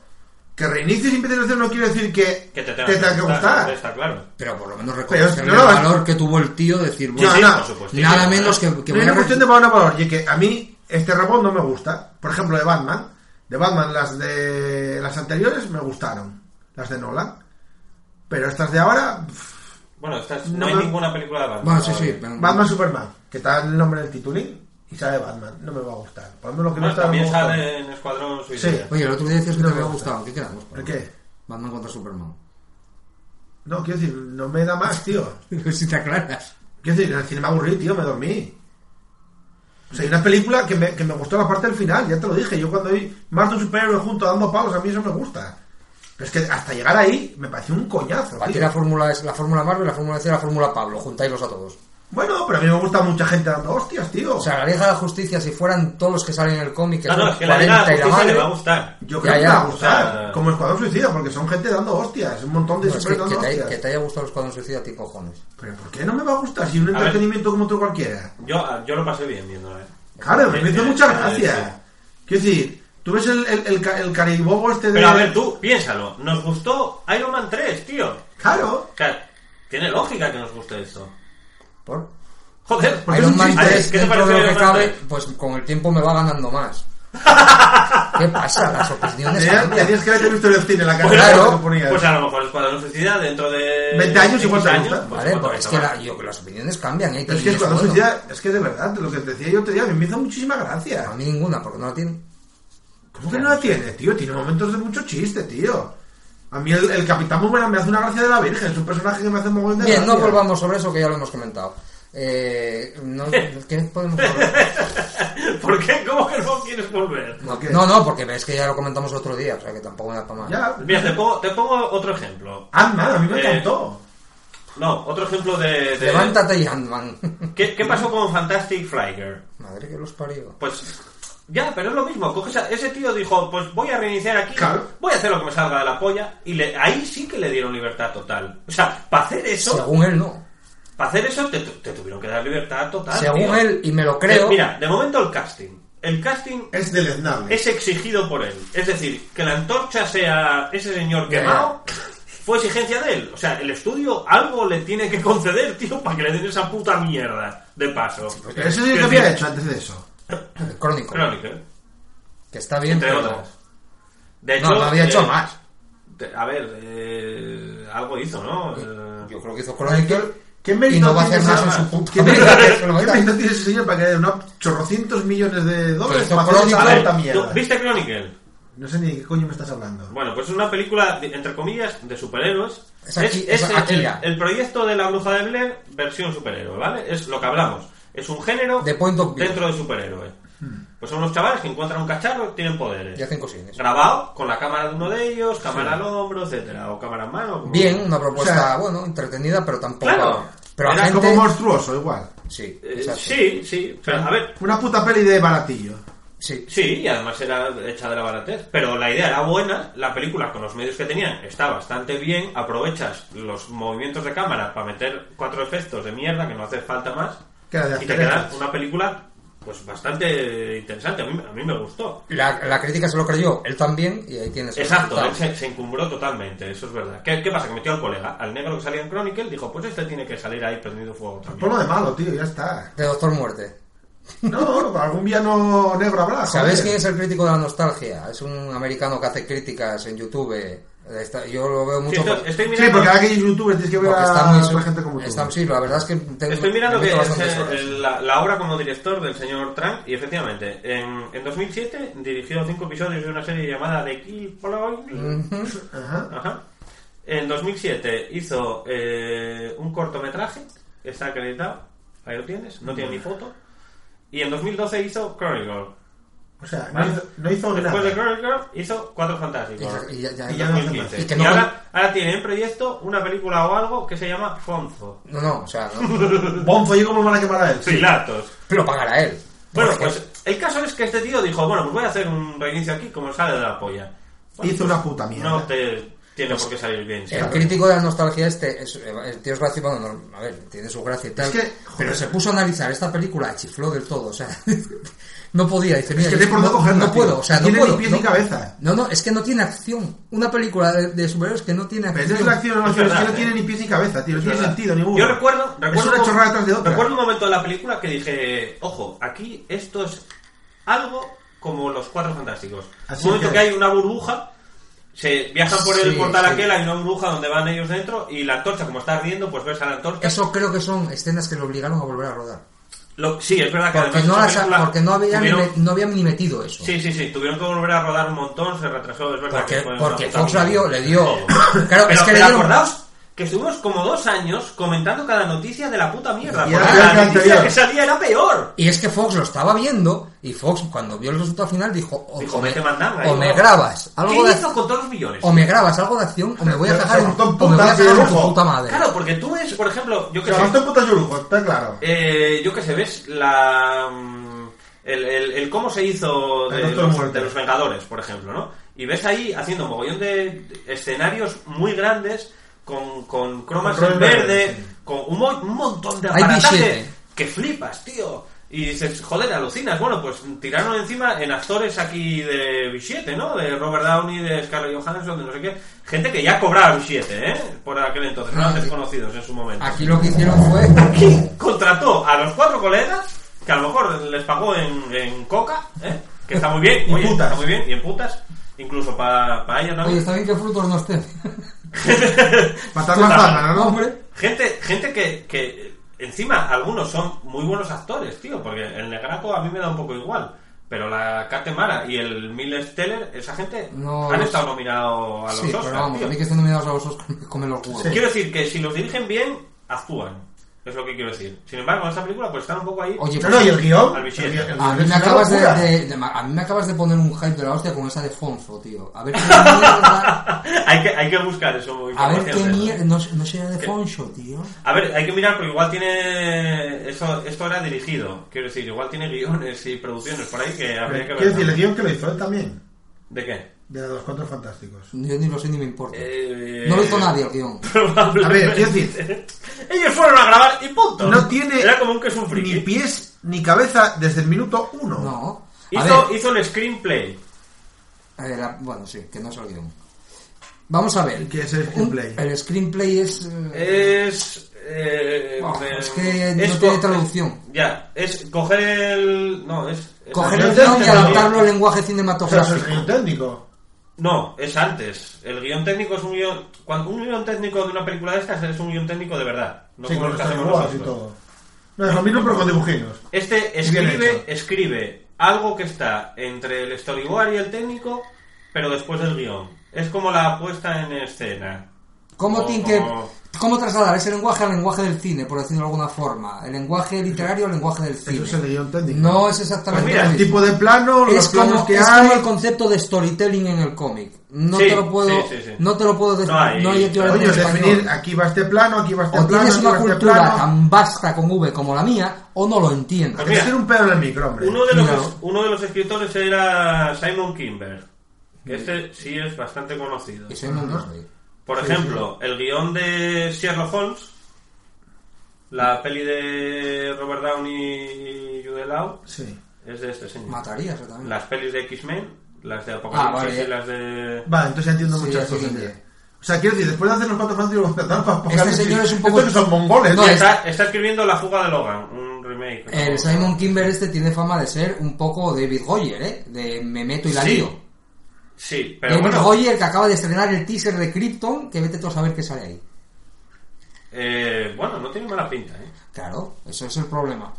G: Que reinicies y empieces a hacer no quiere decir que,
C: Que te
G: tenga
C: tenga
G: que gustar.
C: Está claro.
F: pero por lo menos
G: Pero es-
F: reconocerle
G: no, no,
F: el
G: es-
F: valor que tuvo el tío de decir,
G: Yo,
F: bueno,
G: no,
C: por supuesto.
F: nada
C: sí,
F: menos que, que
G: No
F: voy
G: es
F: a
G: una
F: re-
G: cuestión de valor a valor. Y que a mí este robot no me gusta. Por ejemplo, de Batman. De Batman, las de las anteriores me gustaron. Las de Nolan. Pero estas de ahora, pff,
C: Bueno, esta es- no,
G: No
C: hay
G: me-
C: ninguna película de Batman.
F: Bueno, sí, sí.
C: todavía.
F: pero-
G: Batman Superman, que está el nombre del titulín y sale Batman, no me va a gustar. Por lo menos lo que me
C: Bueno,
G: está no me
C: Ah, también
G: gusta.
C: sale en Escuadrón Suicida.
F: Oye, el otro día decías que
G: No
F: te
G: me
F: había
G: gusta.
F: gustado. ¿Qué quedamos?
G: ¿El qué?
F: Batman contra Superman. *laughs*
G: No, quiero decir, no me da más, tío.
F: si te aclaras.
G: Quiero decir, en el cine me aburrí, tío, me dormí. O sea, hay una película que me, que me gustó la parte del final, ya te lo dije. Yo cuando vi más de un superhéroe junto dando palos, a mí eso me gusta. Pero es que hasta llegar ahí me pareció un coñazo.
F: Aquí
G: tío.
F: la fórmula es la fórmula Marvel, la fórmula C, la fórmula Pablo. Juntáislos a todos.
G: Bueno, pero a mí me gusta mucha gente dando hostias, tío.
F: O sea, la Liga de la Justicia, si fueran todos los que salen en el cómic, que
C: Ah, No,
F: son
C: no, es que la Liga
F: 40 y
C: de la
F: la
C: Justicia
F: madre,
C: le va a gustar.
G: yo
F: ya,
G: creo que
F: ya,
G: me va a
C: o
G: gustar.
C: sea-
G: Como el Escuadrón Suicida, porque son gente dando hostias. Un montón
F: no,
G: de
F: es Pues que,
G: superhéroes
F: que
G: dando
F: te, haya-
G: hostias.
F: que te haya gustado los cuadros suicida, a ti cojones.
G: ¿Pero por qué no me va a gustar si un
C: ver.
G: entretenimiento como otro cualquiera?
C: Yo, yo lo pasé bien viéndola. ¿eh?
G: Claro, me hizo
C: Eh,
G: mucha
C: eh, sí.
G: gracia. Quiero decir, tú ves el, el, el, ca- el caribobo este de...
C: Pero
F: Eh,
C: a ver, tú, piénsalo. Nos gustó Iron Man 3, tío.
G: Claro.
C: O sea, tiene lógica que nos guste esto.
F: ¿Por?
C: Joder, pues,
G: Porque Pues es
F: Iron
G: un
F: Man
G: chiste.
F: 3,
C: ¿Qué te
F: dentro de lo
C: pareció
F: que
C: Iron Man
F: cabe,
C: 3?
F: pues con el tiempo me va ganando
G: *laughs*
F: más. ¿Qué pasa? Las opiniones
G: Tenías
F: cambian.
G: tenías que haberte visto el cine en la
C: Pues,
G: carrera
F: Claro,
G: que te ponías.
C: pues a lo mejor Escuadrón Suicida dentro de...
G: 20 años igual te
C: 15
G: gusta.
C: pues
F: Vale,
C: igual
F: pues
C: te
F: es
C: gusta
F: que
C: más.
F: la- yo- las opiniones cambian. ¿eh?
G: Pero es que es cuando
F: bueno.
G: suicida, es que de verdad, lo que te decía yo te día, me hizo muchísima gracia.
F: A mí ninguna, porque no la tiene.
G: ¿Cómo que no la tiene, tío? Tiene momentos de mucho chiste, tío. A mí el, el Capitán Boomerang me hace una gracia de la Virgen, es un personaje que me hace un mogollón de
F: Bien,
G: gracia.
F: no volvamos sobre eso que ya lo hemos comentado. Eh,
C: *laughs*
F: no, ¿Qué
G: *laughs*
F: podemos hablar?
C: ¿Por qué? ¿Cómo que no quieres volver?
F: No,
G: qué?
F: no, no, porque es que ya lo comentamos otro día, o sea que tampoco me da para más.
G: Ya,
C: Mira, te pongo, te pongo otro ejemplo.
G: Ant-Man, a mí me
C: Eh,
G: encantó.
C: No, otro ejemplo de... de-
F: Levántate y Ant-Man. *laughs*
C: ¿Qué, qué pasó con Fantastic Flyer?
F: Madre que los parió.
C: Pues ya, pero es lo mismo. Coges a- ese tío dijo, pues voy a reiniciar aquí,
G: Claro.
C: voy a hacer lo que me salga de la polla. Y le, ahí sí que le dieron libertad total. O sea, para hacer eso,
F: Según él, no.
C: para hacer eso te, tu- te tuvieron que dar libertad total.
F: Según
C: Ah, tío.
F: él, y me lo creo.
C: Eh, mira, de momento el casting. El casting
G: Es deleznable.
C: es exigido por él. Es decir, que la antorcha sea ese señor quemado fue exigencia de él. O sea, el estudio algo le tiene que conceder, tío, para que le den esa puta mierda de paso.
G: Pero eso yo que había hecho antes de eso.
F: el Crónico.
C: Crónica.
F: Que está bien,
C: Entre
F: pero...
C: otras. De
F: No, no había
C: eh,
F: hecho más.
C: te- a ver, eh, algo hizo, ¿no? Eh,
F: Yo creo que hizo Chronicle.
G: ¿Qué
F: y
G: mérito
F: no va a
G: tiene
F: hacer más
G: ese
F: en
G: señor?
F: su puta
G: ¿Qué
F: vida?
G: mérito-
F: Se lo va a
G: qué
F: dar.
G: mérito tiene ese señor para que dé unos chorrocientos millones de dólares
F: esto
G: para hacer
F: Chronicle-
G: esa
C: a ver,
G: alta mierda?
C: ¿tú ¿Viste Chronicle?
G: No sé ni de qué coño me estás hablando.
C: Bueno, pues es una película, de- entre comillas, de superhéroes.
F: Es aquí- es
C: el- el,
F: Akira.
C: el proyecto de la bruja de Blair, versión superhéroe, ¿vale? Es lo que hablamos. Es un género
F: De point of view. Hmm.
C: dentro de superhéroe. Pues son unos chavales que encuentran un cacharro y tienen poderes.
F: Y hacen cosines.
C: Grabado con la cámara de uno de ellos, cámara al hombro, etcétera, o cámara en mano. como-
F: Bien, una propuesta,
G: O sea,
F: bueno, entretenida, pero tampoco.
C: claro.
F: pero a
G: Era
F: gente.
G: como monstruoso, igual.
F: Sí,
C: Eh,
F: exacto.
C: sí, sí. pero, a ver,
G: Una puta peli de baratillo.
F: Sí.
C: Sí, y además era hecha de la baratez. Pero la idea era buena, la película con los medios que tenían está bastante bien, aprovechas los movimientos de cámara para meter cuatro efectos de mierda que no hace falta más
G: Que la de
C: y
G: After
C: te queda
G: Effects.
C: una película pues bastante interesante, a mí, a mí me gustó.
F: La, la crítica se lo creyó, él también, y ahí tienes. el
C: Exacto, él
F: resultado.
C: se, se encumbró totalmente, eso es verdad. ¿Qué, qué pasa? Que metió al colega, al negro que salía en Chronicle, dijo, pues este tiene que salir ahí prendido fuego
G: Ponlo
C: también.
G: de malo, tío, ya está.
F: De Doctor Muerte.
G: No, algún villano negro habrá.
F: ¿Sabéis
G: joder.
F: quién es el crítico de la nostalgia? Es un americano que hace críticas en YouTube. Está- Yo lo veo
C: Sí,
F: mucho.
C: estoy,
F: por-
C: estoy
G: pues. Sí,
C: mirando,
G: porque ahora que es youtuber tienes que ver
F: porque
G: a
F: está muy.
G: la gente como tú.
F: está- sí, la verdad es que. tengo-
C: Estoy mirando
F: me
C: que
F: meto
C: es
F: bastantes
C: eh,
F: horas.
C: la, la obra como director del señor Trank y efectivamente en, en 2007 dirigió cinco episodios de una serie llamada The Kill Poloy.
G: Ajá.
C: Ajá. En 2007 hizo eh, un cortometraje, está acreditado, ahí lo tienes, no tiene ni foto. Y en 2012 hizo Chronicle.
G: O sea, no
C: ¿vale?
G: hizo, no hizo
C: Después de
G: nada.
C: Chronicle hizo Cuatro Fantásticos.
F: Y- y- ya- ya-
C: en
F: ya
G: no
C: 2015.
F: hace más. Y
C: Y,
F: que no-
C: ahora, ahora tiene en proyecto una película o algo que se llama Fonzo.
F: No, no, o sea, no,
G: Bonzo, ¿y cómo me van a quemar a él?
C: Pilatos.
F: lo pagará él.
C: Bueno,
F: Porque-
C: pues el caso es que este tío dijo, bueno, pues voy a hacer un reinicio aquí como sale de la polla. Bueno,
G: Hizo
C: pues
G: una puta mierda.
C: No te tiene por qué salir bien. sí.
F: El crítico de la nostalgia este, es, eh, el tío es gracioso, bueno, no, a ver, tiene su gracia y tal,
G: Es que, joder.
F: pero se puso a analizar esta película, chifló del todo, o sea, *laughs* no podía, dice, mira,
G: que
F: yo
G: no hay por dónde
F: no,
G: cogerla,
F: no puedo,
G: tío.
F: o sea, no
G: Tiene ni
F: puedo.
G: pies
F: no,
G: ni cabeza.
F: No, no, es que no tiene acción. Una película de, de superhéroes que no tiene
G: Pero
F: acción.
G: esa es la acción, no,
C: Es
G: es que
C: verdad,
G: no
C: eh.
G: tiene ni pies ni cabeza, tío. No
C: Es
G: tiene
C: verdad.
G: sentido ninguno.
C: Yo recuerdo,
G: Es
C: recuerdo,
G: una chorrada detrás de otra.
C: recuerdo un momento de la película que dije, ojo, aquí esto es algo como los cuatro fantásticos.
G: Así
C: un momento
G: que-
C: que hay una burbuja, se viajan por el
F: Sí,
C: portal
F: sí.
C: aquel, hay una burbuja donde van ellos dentro y la antorcha, como está ardiendo, pues ves a la antorcha.
F: Eso creo que son escenas que lo obligaron a volver a rodar.
C: Lo- sí, es verdad que
F: Porque
C: además
F: no,
C: esa
F: las ha-
C: película
F: porque no, habían
C: tuvieron-
F: ni, me- no habían ni metido eso.
C: Sí, sí, sí, tuvieron que volver a rodar un montón, se retrasó, es verdad.
F: Porque-
C: que fue una
F: porque
C: puta
F: Fox la vio,
C: mierda.
F: le dio- *coughs*
C: Todo.
F: Claro,
C: pero,
F: es que le
C: pero
F: dieron-
C: acordaos que estuvimos como dos años comentando cada noticia de la puta mierda.
G: Y
C: porque
G: era peor
C: la
G: que anterior.
C: noticia que salía era peor.
F: Y es que Fox lo estaba viendo y Fox cuando vio el resultado final dijo, o,
C: Dijo,
F: o me,
C: "Vete mandanga",
F: o
C: dijo.
F: me grabas algo
C: ¿Qué
F: de Oh,
C: hizo con todos los millones?
F: o me grabas algo de acción o me voy a
G: Se- se
F: cagar en,
G: montó un
F: o me voy a
G: putazo
F: cagar en
G: de
F: tu
G: lujo.
F: puta madre.
C: Claro, porque tú ves, por ejemplo, yo
G: O
C: que
G: sea,
C: sé,
G: no te putas yurujo, está claro.
C: eh, yo que sé, ves la... mm, El, el- el cómo se hizo
G: El
C: de
G: Doctor
C: los,
G: Muerte.
C: de los Vengadores, por ejemplo, ¿no? Y ves ahí haciendo mogollón de escenarios muy grandes con, con cromas
G: Con
C: en
G: cromas
C: verde,
G: verdes, sí.
C: con un, mo- un montón de
F: Hay
C: aparataje
F: billete.
C: que flipas, tío. Y dices, joder, alucinas. Bueno, pues tiraron encima en actores aquí de billete, ¿no? De Robert Downey, de Scarlett Johansson, de no sé qué. Gente que ya cobraba billete, ¿eh? Por aquel entonces, no eran
F: Ah, sí.
C: desconocidos en su momento.
F: Aquí lo que hicieron
C: *laughs*
F: fue
C: Aquí contrató a los cuatro colegas, que a lo mejor les pagó en, en coca, ¿eh? que está muy bien,
G: Y
C: oye,
G: putas.
C: está muy bien, y en putas, incluso para pa ella
F: Oye,
C: también.
F: está bien que frutos no
C: *laughs*
F: estén.
G: Matar la fama, ¿no?
F: hombre.
C: Gente, gente que, que encima algunos son muy buenos actores, tío, porque el negraco a mí me da un poco igual. Pero la Kate Mara y el Miller Steller, esa gente
F: No,
C: han
F: los-
C: estado nominados a los
F: Sí,
C: Oscars.
F: pero vamos,
C: tío.
F: a mí que estén nominados a los Oscars me comen los huevos.
C: Quiero decir que si los dirigen bien, actúan. Es lo que quiero decir. Sin embargo, en esta película pues están un poco ahí.
F: Oye,
G: No, no, y el guión.
C: Al
G: El
C: billete.
G: guión- el
F: A
G: guión
F: mí, me
G: es una
F: acabas de,
G: locura.
F: de- de- a mí me acabas de poner un hype de la hostia con esa de Fonzo, tío. A ver qué
C: *laughs*
F: mierda.
C: *laughs* hay, que, hay que buscar eso.
F: A ver qué
C: información de eso.
F: mierda. No, no será de Fonso, tío.
C: A ver, hay que mirar, porque igual tiene. Eso, esto era dirigido, quiero decir, igual tiene guiones y producciones por ahí que habría que
G: Quiero
C: ver.
G: decir, el guión que lo hizo él también.
C: ¿De qué?
G: De los cuatro fantásticos.
F: Yo ni lo sé ni me importa.
C: Eh,
F: No lo hizo nadie el guión.
C: *laughs* Probablemente.
G: A ver, quiero decir,
C: Ellos fueron a grabar y punto.
G: no tiene
C: Era como un que es un
G: ni
C: friki.
G: pies ni cabeza desde el minuto uno.
F: No. A ver,
C: Hizo, hizo el screenplay.
F: a ver, la- bueno, sí, que no es el guión. Vamos a ver.
G: ¿Qué es el
F: Un-
G: screenplay?
F: el screenplay es. eh,
C: Es. eh,
F: Buah,
C: de-
F: es que no
C: es
F: tiene
C: co-
F: traducción.
C: ya, es coger el. No, es. es-
F: coger
G: no,
F: el
G: no,
F: guión y
G: no, no.
F: adaptarlo al lenguaje
G: O sea, eso es
F: cinematográfico.
G: guión técnico.
C: No, es antes. El guión técnico es un guión. Cuando un guión técnico de una película de estas es un guión técnico de verdad. No
G: sí,
C: como
G: con
C: el
G: los
C: que hacemos
G: Transformers y
C: nosotros.
G: todo. No, es lo mismo, pero con dibujinos.
C: Este
G: Bien
C: escribe,
G: hecho.
C: escribe algo que está entre el storyboard y el técnico, pero después del guión. Es como la puesta en escena.
F: ¿Cómo,
C: O
F: tiene que,
C: como-
F: ¿Cómo trasladar ese lenguaje al lenguaje del cine, por decirlo de alguna forma? El lenguaje literario al lenguaje del cine.
G: es el guión técnico.
F: No es
G: Pues
F: exactamente
G: mira,
F: lo
G: el
F: mismo.
G: tipo de plano, los
F: es
G: planos
F: como,
G: que
F: es
G: hay.
F: como el concepto de storytelling en el cómic. No
C: Sí,
F: te lo puedo,
C: sí, sí, sí.
F: no te lo puedo decir.
C: No hay-
F: No hay equivalente
G: Coño,
F: en
G: definir
F: español.
G: aquí va este plano, aquí va este
F: O
G: plano,
F: tienes
G: aquí
F: una
G: va este
F: cultura
G: plano.
F: tan vasta con V como la mía, o no lo entiendes.
C: Pues
G: Tienes que hacer un pedo en el micro, hombre.
C: Uno de, los,
F: No.
C: uno de los escritores era Simon Kimber. Que este sí es bastante conocido.
F: Y soy muy gay.
C: Por ejemplo, el guión de Sherlock Holmes, la peli de Robert Downey y Jude Law,
G: Sí.
C: es de este señor.
F: Matarías yo también.
C: Las pelis de X-Men, las de Apocalipsis
F: Ah, vale.
C: y las de...
G: Vale, entonces ya entiendo
F: Sí,
G: muchas
F: así
G: cosas.
F: que-
G: ya. O sea, quiero decir, después de hacer los cuatro *laughs* fantásticos, los trampas,
F: Este señor es un poco-
G: Estos no son mongoles,
F: No,
G: tío.
F: es-
C: Está, está escribiendo La fuga de Logan, un remake.
F: El Simon Kimber este tiene fama de ser un poco David Goyer, ¿eh? De me meto y la
C: Sí,
F: lío.
C: Sí, pero
F: David
C: bueno...
F: Goyer que acaba de estrenar el teaser de Krypton, que vete tú a saber qué sale ahí.
C: eh, bueno, no tiene mala pinta, ¿eh?
F: Claro, eso es el problema.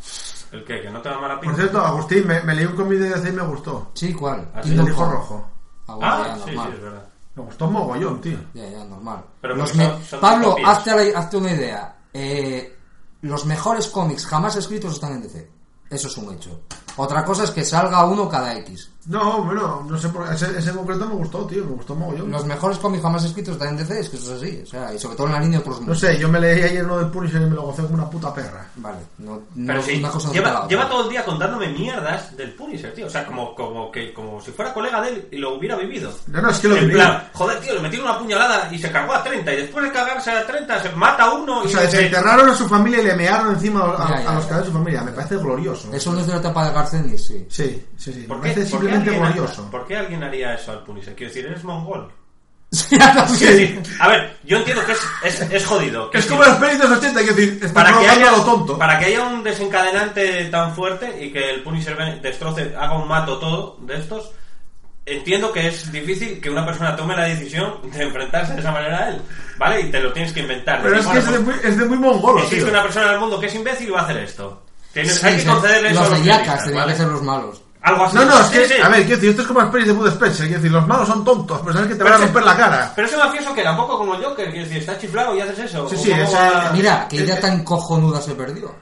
C: ¿El qué? ¿Que no te da mala pinta?
G: Por cierto, Agustín, me, me leí un cómic de DC y me gustó.
F: Sí, ¿cuál?
C: Así
G: El
F: Kingdom
G: hijo
F: Come.
G: rojo.
F: Ah, bueno,
C: Ah,
F: ya,
C: sí,
F: normal.
C: sí, es verdad.
G: Me gustó mogollón, tío.
F: Ya, ya, normal.
C: Pero
F: Los
C: porque
F: me-
C: son- son
F: Pablo,
C: copias.
F: hazte, la- hazte una idea. Eh, los mejores cómics jamás escritos están en DC. Eso es un hecho. Otra cosa es que salga uno cada X.
G: No, bueno, no sé por ese, ese en concreto me gustó, tío, me gustó mogollón.
F: Los mejores cómics jamás escritos están en DC, es que eso es así. O sea, y sobre todo en la línea de otros
G: No sé, yo me leí ayer uno del Punisher y me lo gocé como una puta perra.
F: Vale, no,
C: Pero
F: no
C: sí,
F: una cosa no quita la
C: lleva,
F: otra.
C: lleva todo el día contándome mierdas del Punisher, tío. O sea, como, como, que, como si fuera colega de él y lo hubiera vivido.
G: No, no, es que lo
C: en
G: viví.
C: plan, joder, tío, le metieron una puñalada y se cargó a 30. Y después de cagarse a 30, se mata a uno y
G: O sea,
C: dice,
G: desenterraron a su familia y le mearon encima a, a-
F: Ya, ya,
G: a los
F: ya.
G: cadáveres de su familia. Me parece glorioso.
F: Eso no es de la etapa de Garcenis, sí.
G: Sí, sí, sí.
C: ¿Por
G: me
C: qué,
G: parece
C: por qué
G: simplemente
C: alguien haría-
G: glorioso.
C: ¿Por qué alguien haría eso al Punisher? Quiero decir, eres mongol.
F: *laughs* Sí, ya lo
C: Quiero
F: sé.
C: decir, a ver, yo entiendo que es, es, es jodido.
G: Es
C: Quiero
G: como
C: decir,
G: las pelis de los 80, hay que decir, están
C: para que,
G: provocando
C: haya,
G: a lo tonto.
C: para que haya un desencadenante tan fuerte y que el Punisher ven- destroce, haga un mato todo de estos, entiendo que es difícil que una persona tome la decisión de enfrentarse de esa manera a él, ¿vale? Y te lo tienes que inventar.
G: Pero es
C: Decir,
G: que es
C: bueno,
G: de
C: pues,
G: muy, es de muy mongolo,
C: existe
G: tío.
C: una persona en el mundo que es imbécil y va a hacer esto. Tienes-
F: Sí,
C: hay que
F: sí.
C: concederle eso
F: Los
C: a
F: de
C: los
F: Yacas
C: guionistas,
F: tenían
C: ¿vale?
F: que ser los malos.
C: Algo así.
G: No, no, es que,
C: Sí, sí.
G: a ver, quiero decir, esto es como las pelis de Bud Spencer, quiero decir, los malos son tontos, pero sabes que te van a
C: Pero
G: romper
C: sí.
G: la cara.
C: Pero ese mafioso que tampoco como el Joker, quiero decir, está chiflado y haces eso. pues
G: Sí,
C: o
G: sí,
C: cómo
G: ese-
C: va-
F: Mira, que idea
G: Eh,
F: tan cojonuda se perdió.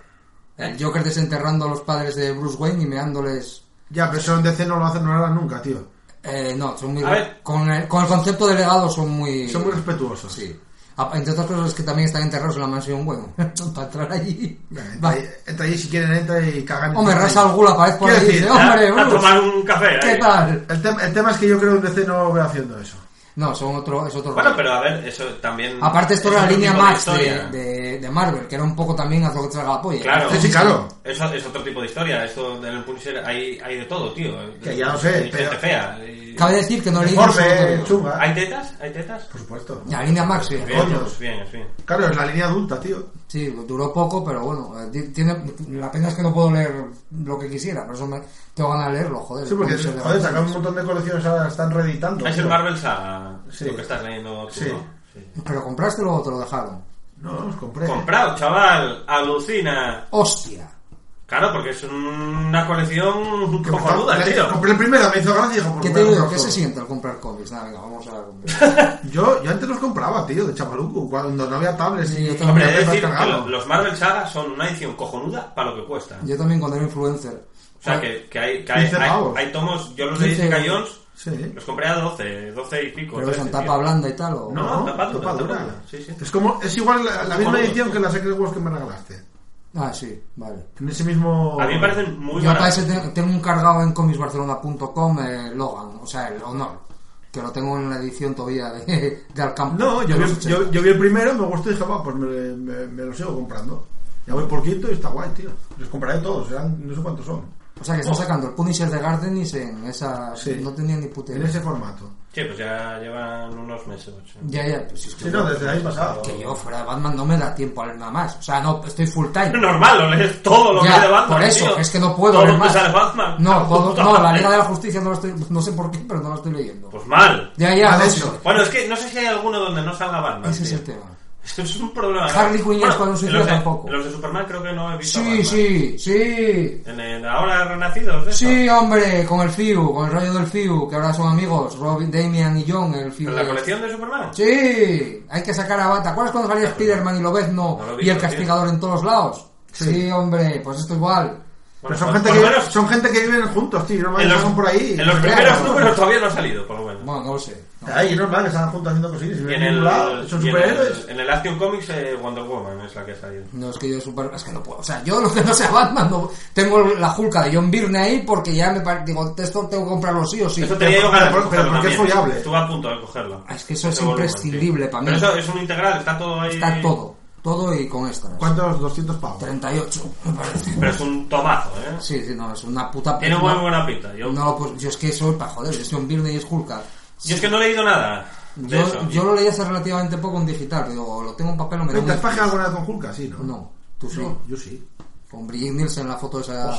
C: ¿Eh?
F: El Joker desenterrando a los padres de Bruce Wayne y meándoles...
G: Ya, pero eso en DC no lo hacen, no lo harán nunca, tío.
F: Eh, no, son muy...
C: A ver.
F: Con el, con el concepto de legado son muy...
G: Son muy respetuosos.
F: Sí. Ah, Entre otras cosas es que también están enterrados en la mansión *laughs* bueno Para entrar allí...
G: Venga,
F: Va.
G: Entra, ahí- entra ahí si quieren, entra y cagan.
F: Hombre,
G: cagan
F: rasa
G: ahí.
F: alguna pared por
G: Quiero
F: ahí y
G: decir,
F: dice,
C: a-
F: hombre,
C: a
F: Bruce,
C: tomar un café.
F: ¿qué
C: ahí.
F: tal?
G: El, tem- el tema es que yo creo que en DC no lo veo haciendo eso.
F: No, son otro, es otro
C: Bueno,
F: rollo.
C: pero a ver, eso también.
F: Aparte esto
C: es
F: era la
C: otro
F: línea
C: tipo de
F: Max de,
C: historia.
F: de- de Marvel, que era un poco también haz lo que te salga la polla. Este
C: Claro.
G: Sí, sí, claro.
C: Eso es otro tipo de historia. Esto del Punisher hay, hay de todo, tío.
G: Que ya lo sé,
C: Hay
G: pero-
C: gente fea. y-
F: Cabe decir que no leí un solo
G: Deforme,
F: cómic.
G: chunga. ¿eh?
C: ¿Hay tetas? ¿Hay tetas?
G: Por supuesto.
F: La línea Max, sí.
C: Bien,
G: coño.
C: pues bien, es bien.
G: Claro, es la línea adulta, tío.
F: Sí, duró poco, pero bueno. eh, ti- Tiene, la pena es que no puedo leer lo que quisiera, por eso me, tengo ganas de leerlo, joder.
G: Sí, porque,
F: cómo se le va
G: joder,
F: a-
G: sacan un montón de colecciones ahora, están reeditando.
C: Es
G: tío.
C: el Marvel Saga
G: Sí.
C: lo que estás leyendo tú,
G: Sí.
C: ¿no? Sí.
F: Pero compraste luego te lo dejaron.
G: No, los compré.
C: Comprado, chaval. Alucina.
F: ¡Hostia!
C: Claro, porque es una colección
G: Que me estaba-
C: cojonuda,
G: le-
C: tío.
G: Compré el primero, me hizo gracia y dijo,
F: ¿Qué
G: pues,
F: te
G: voy a
F: digo?
G: comprar
F: ¿Qué se
G: todos.
F: siente al comprar cómics? Nada, venga, vamos a
G: *laughs*
F: comprar.
G: Yo, yo antes los compraba, tío, de chavaluco, cuando no había tablets
F: Sí, yo
G: y
F: también.
C: Hombre,
G: no
C: es
G: había
C: decir, que
G: cargado.
C: lo- los Marvel Saga son una edición cojonuda para lo que cuesta.
F: Yo también cuando era influencer.
C: O sea, que, que hay, que hay,
G: 15
C: hay-
G: pavos.
C: hay tomos, yo los leí
F: 15
C: de Indiana Jones,
G: Sí.
C: los compré a 12, 12 y pico.
F: Pero son
C: 13,
F: tapa
C: tío.
F: blanda y tal. ¿o?
C: No, tapa dura,
G: tapa
C: tapa
G: dura.
C: dura, sí, sí.
G: Es como, es igual la, la misma
C: Cojonudo,
G: edición
C: tío.
G: que la Secret Wars que me regalaste.
F: Ah, sí, vale.
G: En ese mismo.
C: A mí me parecen muy
F: Yo para
C: baratos.
F: ese te- tengo un cargado en comicsbarcelona.com eh, Logan, o sea, el honor. Que lo tengo en la edición todavía de, *laughs* de Alcampo.
G: No, yo
F: de
G: vi,
F: los
G: yo-
F: 80.
G: yo vi el primero, me gustó y dije, va, pues me, me- me lo sigo comprando. Ya voy por quinto y está guay, tío. Los compraré todos, serán- no sé cuántos son.
F: O sea que están sacando el Punisher de Gardenis en esa.
G: Sí.
F: No tenía ni puta
G: En
F: idea.
G: ese formato.
C: Sí, pues ya llevan unos meses. ocho. *laughs*
F: Ya, ya, pues es que.
G: Sí, no, desde ahí pasado.
F: Que yo fuera de Batman no me da tiempo a leer nada más. O sea, no, estoy full time.
C: Normal, lo lees todo lo
F: Ya,
C: que hay de Batman.
F: por eso,
C: tío.
F: es que no puedo
C: Todo
F: leer
C: lo que
F: más.
C: sale Batman. *laughs*
F: No, todo- no, la Liga de la Justicia no, la estoy, no sé por qué, pero no la estoy leyendo.
C: Pues mal.
F: Ya, ya,
G: Mal
F: no
G: Ah, hecho.
F: sé.
C: Bueno, es que no sé si hay alguno donde no salga Batman.
F: Ese es
C: tío.
F: el tema.
C: Esto es un problema.
F: Harley Quinn
C: Bueno,
F: es cuando se hizo
C: los de-
F: tampoco.
C: Los de Superman creo que no he visto. a
F: Sí,
C: Batman.
F: sí, sí.
C: En el ahora renacidos, ¿esto?
F: Sí, hombre, con el Fiu, con el rollo del Fiu, que ahora son amigos, Robin, Damian y John, el Fiu.
C: ¿En la colección de Superman?
F: Sí, hay que sacar a Bata. ¿Cuál es cuando salía Spiderman y Lobezno
C: No lo he
F: y el
C: visto,
F: castigador en todos lados? Sí. hombre, pues esto igual.
C: Bueno,
G: Pero son
C: por-
G: gente,
C: por
G: que,
C: lo menos
G: son gente que viven juntos, tío. Normal
C: en
G: que
C: los,
G: salgan por ahí.
C: en los
G: Ya,
C: primeros
G: ¿no?
C: números todavía no ha salido, por lo menos.
F: Bueno, no lo sé. No.
G: Ahí, normal que salgan juntos haciendo cosillas. Y
C: Y en
G: viven en un
C: el,
G: lado, son
C: y en,
G: superhéroes.
C: el, en el Action Comics eh, Wonder Woman es la que ha salido.
F: No, es que yo super... Es que no puedo. O sea, yo lo que no sea Batman, no- tengo la julca de John Byrne ahí porque ya me parece... Digo, esto tengo que comprarlo sí o sí.
C: Eso tenía yo
G: pero-
C: ganas de
G: pero-
C: cogerlo
G: pero porque es
C: también.
G: follable.
C: Estuve a punto de cogerlo.
F: Ah, es que eso es
C: Ese volumen,
F: imprescindible
C: sí.
F: para mí.
C: Pero eso es un integral, está todo ahí.
F: Está todo. Todo y con extras.
G: ¿Cuántos? 200 pavos.
F: 38, me parece.
C: Pero es un tomazo, ¿eh?
F: Sí, sí, no, es una puta...
C: Tiene
F: no,
C: muy buena pinta. Yo,
F: No, pues yo es que soy para joder, yo soy un Byrne y es Hulka.
C: yo es que no he leído nada. de
F: Yo,
C: eso.
F: yo lo leí hace relativamente poco en digital, pero lo tengo en papel o me da
G: ¿Te has
F: un-
G: pajeado alguna vez con Julka? Sí, ¿no?
F: No, tú sí.
G: No, yo sí.
F: Con Brigitte Nielsen la foto esa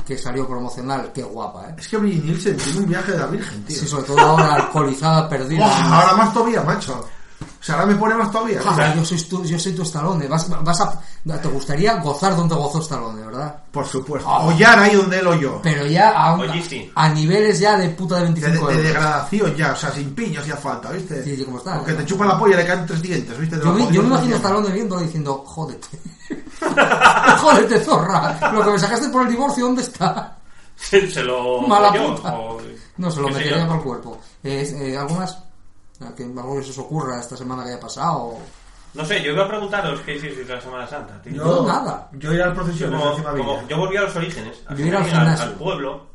G: Oh.
F: que salió promocional, qué guapa, ¿eh?
G: Es que Brigitte Nielsen tiene un viaje de la Virgen, tío.
F: Sí, sobre todo ahora alcoholizada, perdida.
G: Buah, ahora más todavía, macho. O sea, ahora me pone más todavía.
F: Ah, yo, soy tu, yo soy tu Stallone. Vas, vas a, te gustaría gozar donde gozó Stallone, ¿verdad?
G: Por supuesto.
F: Ah.
G: Hollar ahí donde él oyó.
F: Pero ya a, un-
C: Oye, sí.
F: a niveles ya de puta de
G: De, de-
F: 25
G: de
F: euros.
G: degradación ya, o sea, sin piño hacía falta, ¿viste?
F: Sí, sí, como está.
G: Porque te chupa la polla y le caen tres dientes, ¿viste? De
F: Yo
G: lo
F: me,
G: jodido
F: yo me
G: que
F: imagino a
G: está.
F: Stallone viéndolo diciendo, jódete. *laughs* jódete, zorra. Lo que me sacaste por el divorcio, ¿dónde está?
C: se, *laughs* se lo.
F: *laughs* Mala
C: yo,
F: puta.
C: o-
F: No, se lo
C: qué sé
F: metería
C: yo.
F: por el cuerpo. Eh, eh, ¿Algo más? Ah, que- ¿Algo que se os ocurra esta semana que haya pasado?
C: No sé, yo iba a preguntaros qué hicisteis la Semana Santa, tío.
F: Yo nada.
G: Yo ir al procesión
C: Como-
G: de encima
C: como-
G: Villa.
C: yo volví a los orígenes,
F: Yo ir al
C: origen, al-
F: gimnasio.
C: al pueblo.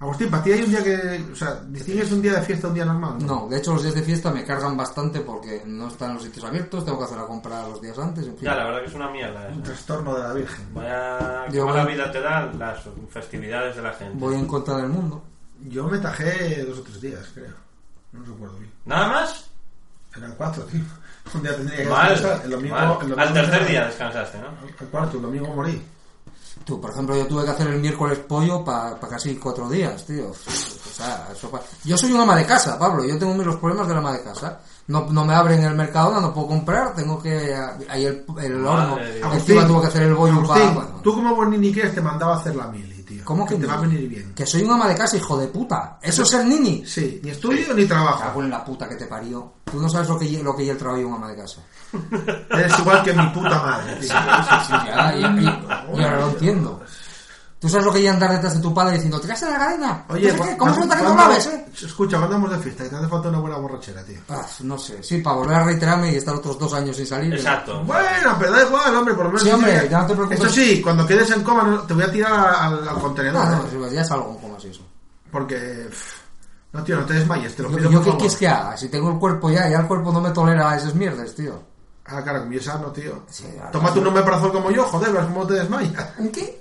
G: Agustín, para ti hay un día que. O sea, distingues un día de fiesta a un día normal.
F: No, de hecho los días de fiesta me cargan bastante porque no están los sitios abiertos, tengo que hacer la compra los días antes, en fin.
C: Ya, la verdad que es una mierda.
G: Un
C: esa.
G: trastorno de la Virgen.
C: Vaya
F: Yo
C: qué mala
F: voy-
C: vida te dan las festividades de la gente.
F: Voy en contra del mundo.
G: Yo me tajé dos o tres días, creo. No recuerdo bien.
C: ¿Nada más?
G: Eran cuatro, tío. *laughs* Un día tendría que
C: Mal.
G: descansar. El domingo,
C: mal.
G: el domingo
C: Al tercer
G: era-
C: día descansaste, ¿no?
G: Al cuarto, el domingo morí.
F: Tú, por ejemplo, yo tuve que hacer el miércoles pollo para casi cuatro días, tío. O sea, eso pa- Yo soy un ama de casa, Pablo. Yo tengo los problemas del ama de casa. No, no me abren el mercado, no puedo comprar. Tengo que... Ahí el, el horno.
C: de Dios.
F: Encima tuvo que hacer el bollo para...
G: Agustín, tú como buen nini que eres, te mandaba a hacer la mili, tío.
F: ¿Cómo que
G: te
F: no?
G: va a venir bien?
F: Que soy un ama de casa, hijo de puta. Eso es ser nini.
G: Sí, ni estudio ni trabajo.
F: Cago en la puta que te parió. Tú no sabes lo que, lle- lo que yo el trabajo y un ama de casa.
G: Eres igual que mi puta madre, tío.
F: Ya, y, y- y ahora lo entiendo. Tú sabes lo que ya andar detrás de tu padre diciendo, ¿te cagas en la cadena?
G: Oye,
F: No sé qué,
G: cu-
F: ¿cómo se nota Pues que no
G: ¿cuándo-
F: sabes, eh?
G: Escucha, cuando andamos de fiesta, que te hace falta una buena borrachera, tío.
F: Ah, no sé, sí, para volver a reiterarme y estar otros dos años sin salir.
C: Exacto.
G: Bueno, pero da igual, hombre, por lo menos.
F: Sí, hombre,
G: tienes-
F: ya no te preocupes.
G: Eso sí, cuando quedes en coma, no- te voy a tirar al, al
F: No,
G: contenedor.
F: Ah, no,
G: ¿eh?
F: sí, ya salgo como así eso.
G: Porque. pff, No, tío, no te desmayes, te lo
F: Yo,
G: pido
F: yo
G: por
F: qué
G: favor.
F: quieres que haga, si tengo el cuerpo ya, ya el cuerpo no me tolera esas mierdas, tío.
G: Ah, cara, como yo sano, tío.
F: Sí, ahora
G: Tómate
F: sí.
G: un omeprazol como yo, joder, verás cómo te desmayas. *laughs*
F: ¿En qué?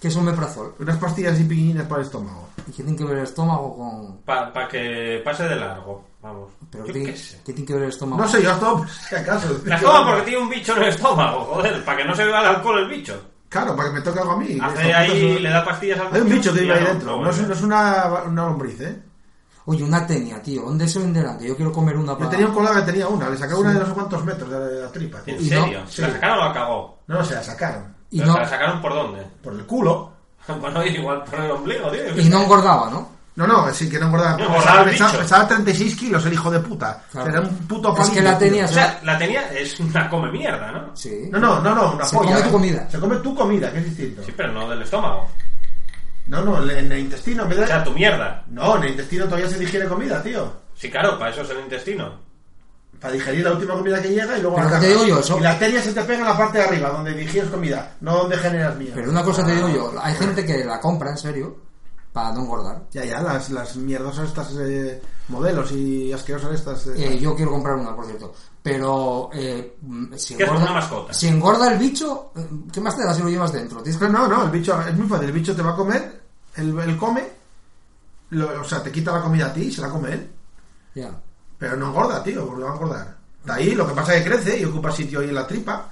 F: Que eso me prazol.
G: Unas pastillas y piquininas para el estómago.
F: ¿Y qué tiene que ver el estómago con...?
C: Para que pase de largo. Vamos.
F: Pero
C: Yo
F: ¿qué, tiene-
C: qué sé.
F: qué tiene que ver el estómago?
G: No sé, yo las tomo *laughs* por si acaso.
C: Las toma porque tiene un bicho en el estómago, joder, para que no se beba el alcohol el bicho.
G: *laughs* Claro, para que me toque algo a mí. Esto,
C: Hace
G: puto,
C: ahí,
G: eso-
C: le da pastillas al
G: Hay un bicho que
C: y
G: vive ahí
C: ya no-
G: dentro.
C: no
G: No es,
C: vuelve.
G: no es una, una lombriz, ¿eh?
F: Oye, una tenia, tío, ¿dónde se venderán? Que yo quiero comer una para...
G: Yo tenía un colega que tenía una, le sacaba una de no sé cuántos metros de la tripa. tío.
C: ¿En
F: Y no-
C: serio? ¿Se
G: sí.
C: la sacaron o la cagó?
G: No, no, se la sacaron.
F: Y
C: Pero
F: no,
C: ¿Se la sacaron por dónde? *laughs*
G: Por el culo.
C: Bueno, igual por el ombligo, tío.
F: y no engordaba, ¿no?
G: No, no, sí que no engordaba.
C: No,
G: pesaba,
C: el bicho.
G: pesaba- pesaba 36 kilos el hijo de puta.
F: Claro.
G: Era un puto
F: Es que la
G: palillo,
F: tenía-
C: O sea, la tenía, es una come mierda, ¿no?
F: Sí.
G: tío. No, no, no, no, una
F: Se
G: polla,
F: come tu
G: ¿eh?
F: comida.
G: Se come tu comida, que es distinto.
C: Sí, pero no del estómago.
G: No, no, en el intestino, en vez
C: O
G: de-
C: sea, tu mierda.
G: No, en el intestino todavía se digiere comida, tío.
C: Sí, claro, para eso es el intestino.
G: Para digerir la última comida que llega y luego
F: Pero
G: la
F: ¿qué te
G: cagas.
F: digo yo? Eso-
G: Y la arteria se te pega en la parte de arriba, donde digieres comida, no donde generas mierda.
F: Pero una cosa te digo yo, hay gente que la compra, en serio, para no engordar.
G: Ya, ya, las, las mierdosas estas eh, modelos y asquerosas estas. eh,
F: Eh, yo quiero comprar una, por cierto. Pero eh, mm, si,
C: ¿Qué es
F: engorda,
C: una mascota?
F: si engorda el bicho, eh, ¿qué más te da si lo llevas dentro? Tienes que-
G: No, no, no, el bicho es muy fácil. El bicho te va a comer, él, él come, lo- o sea, te quita la comida a ti y se la come él.
F: Ya.
G: Pero no engorda, tío, porque va a engordar. De ahí lo que pasa es que crece y ocupa sitio ahí en la tripa.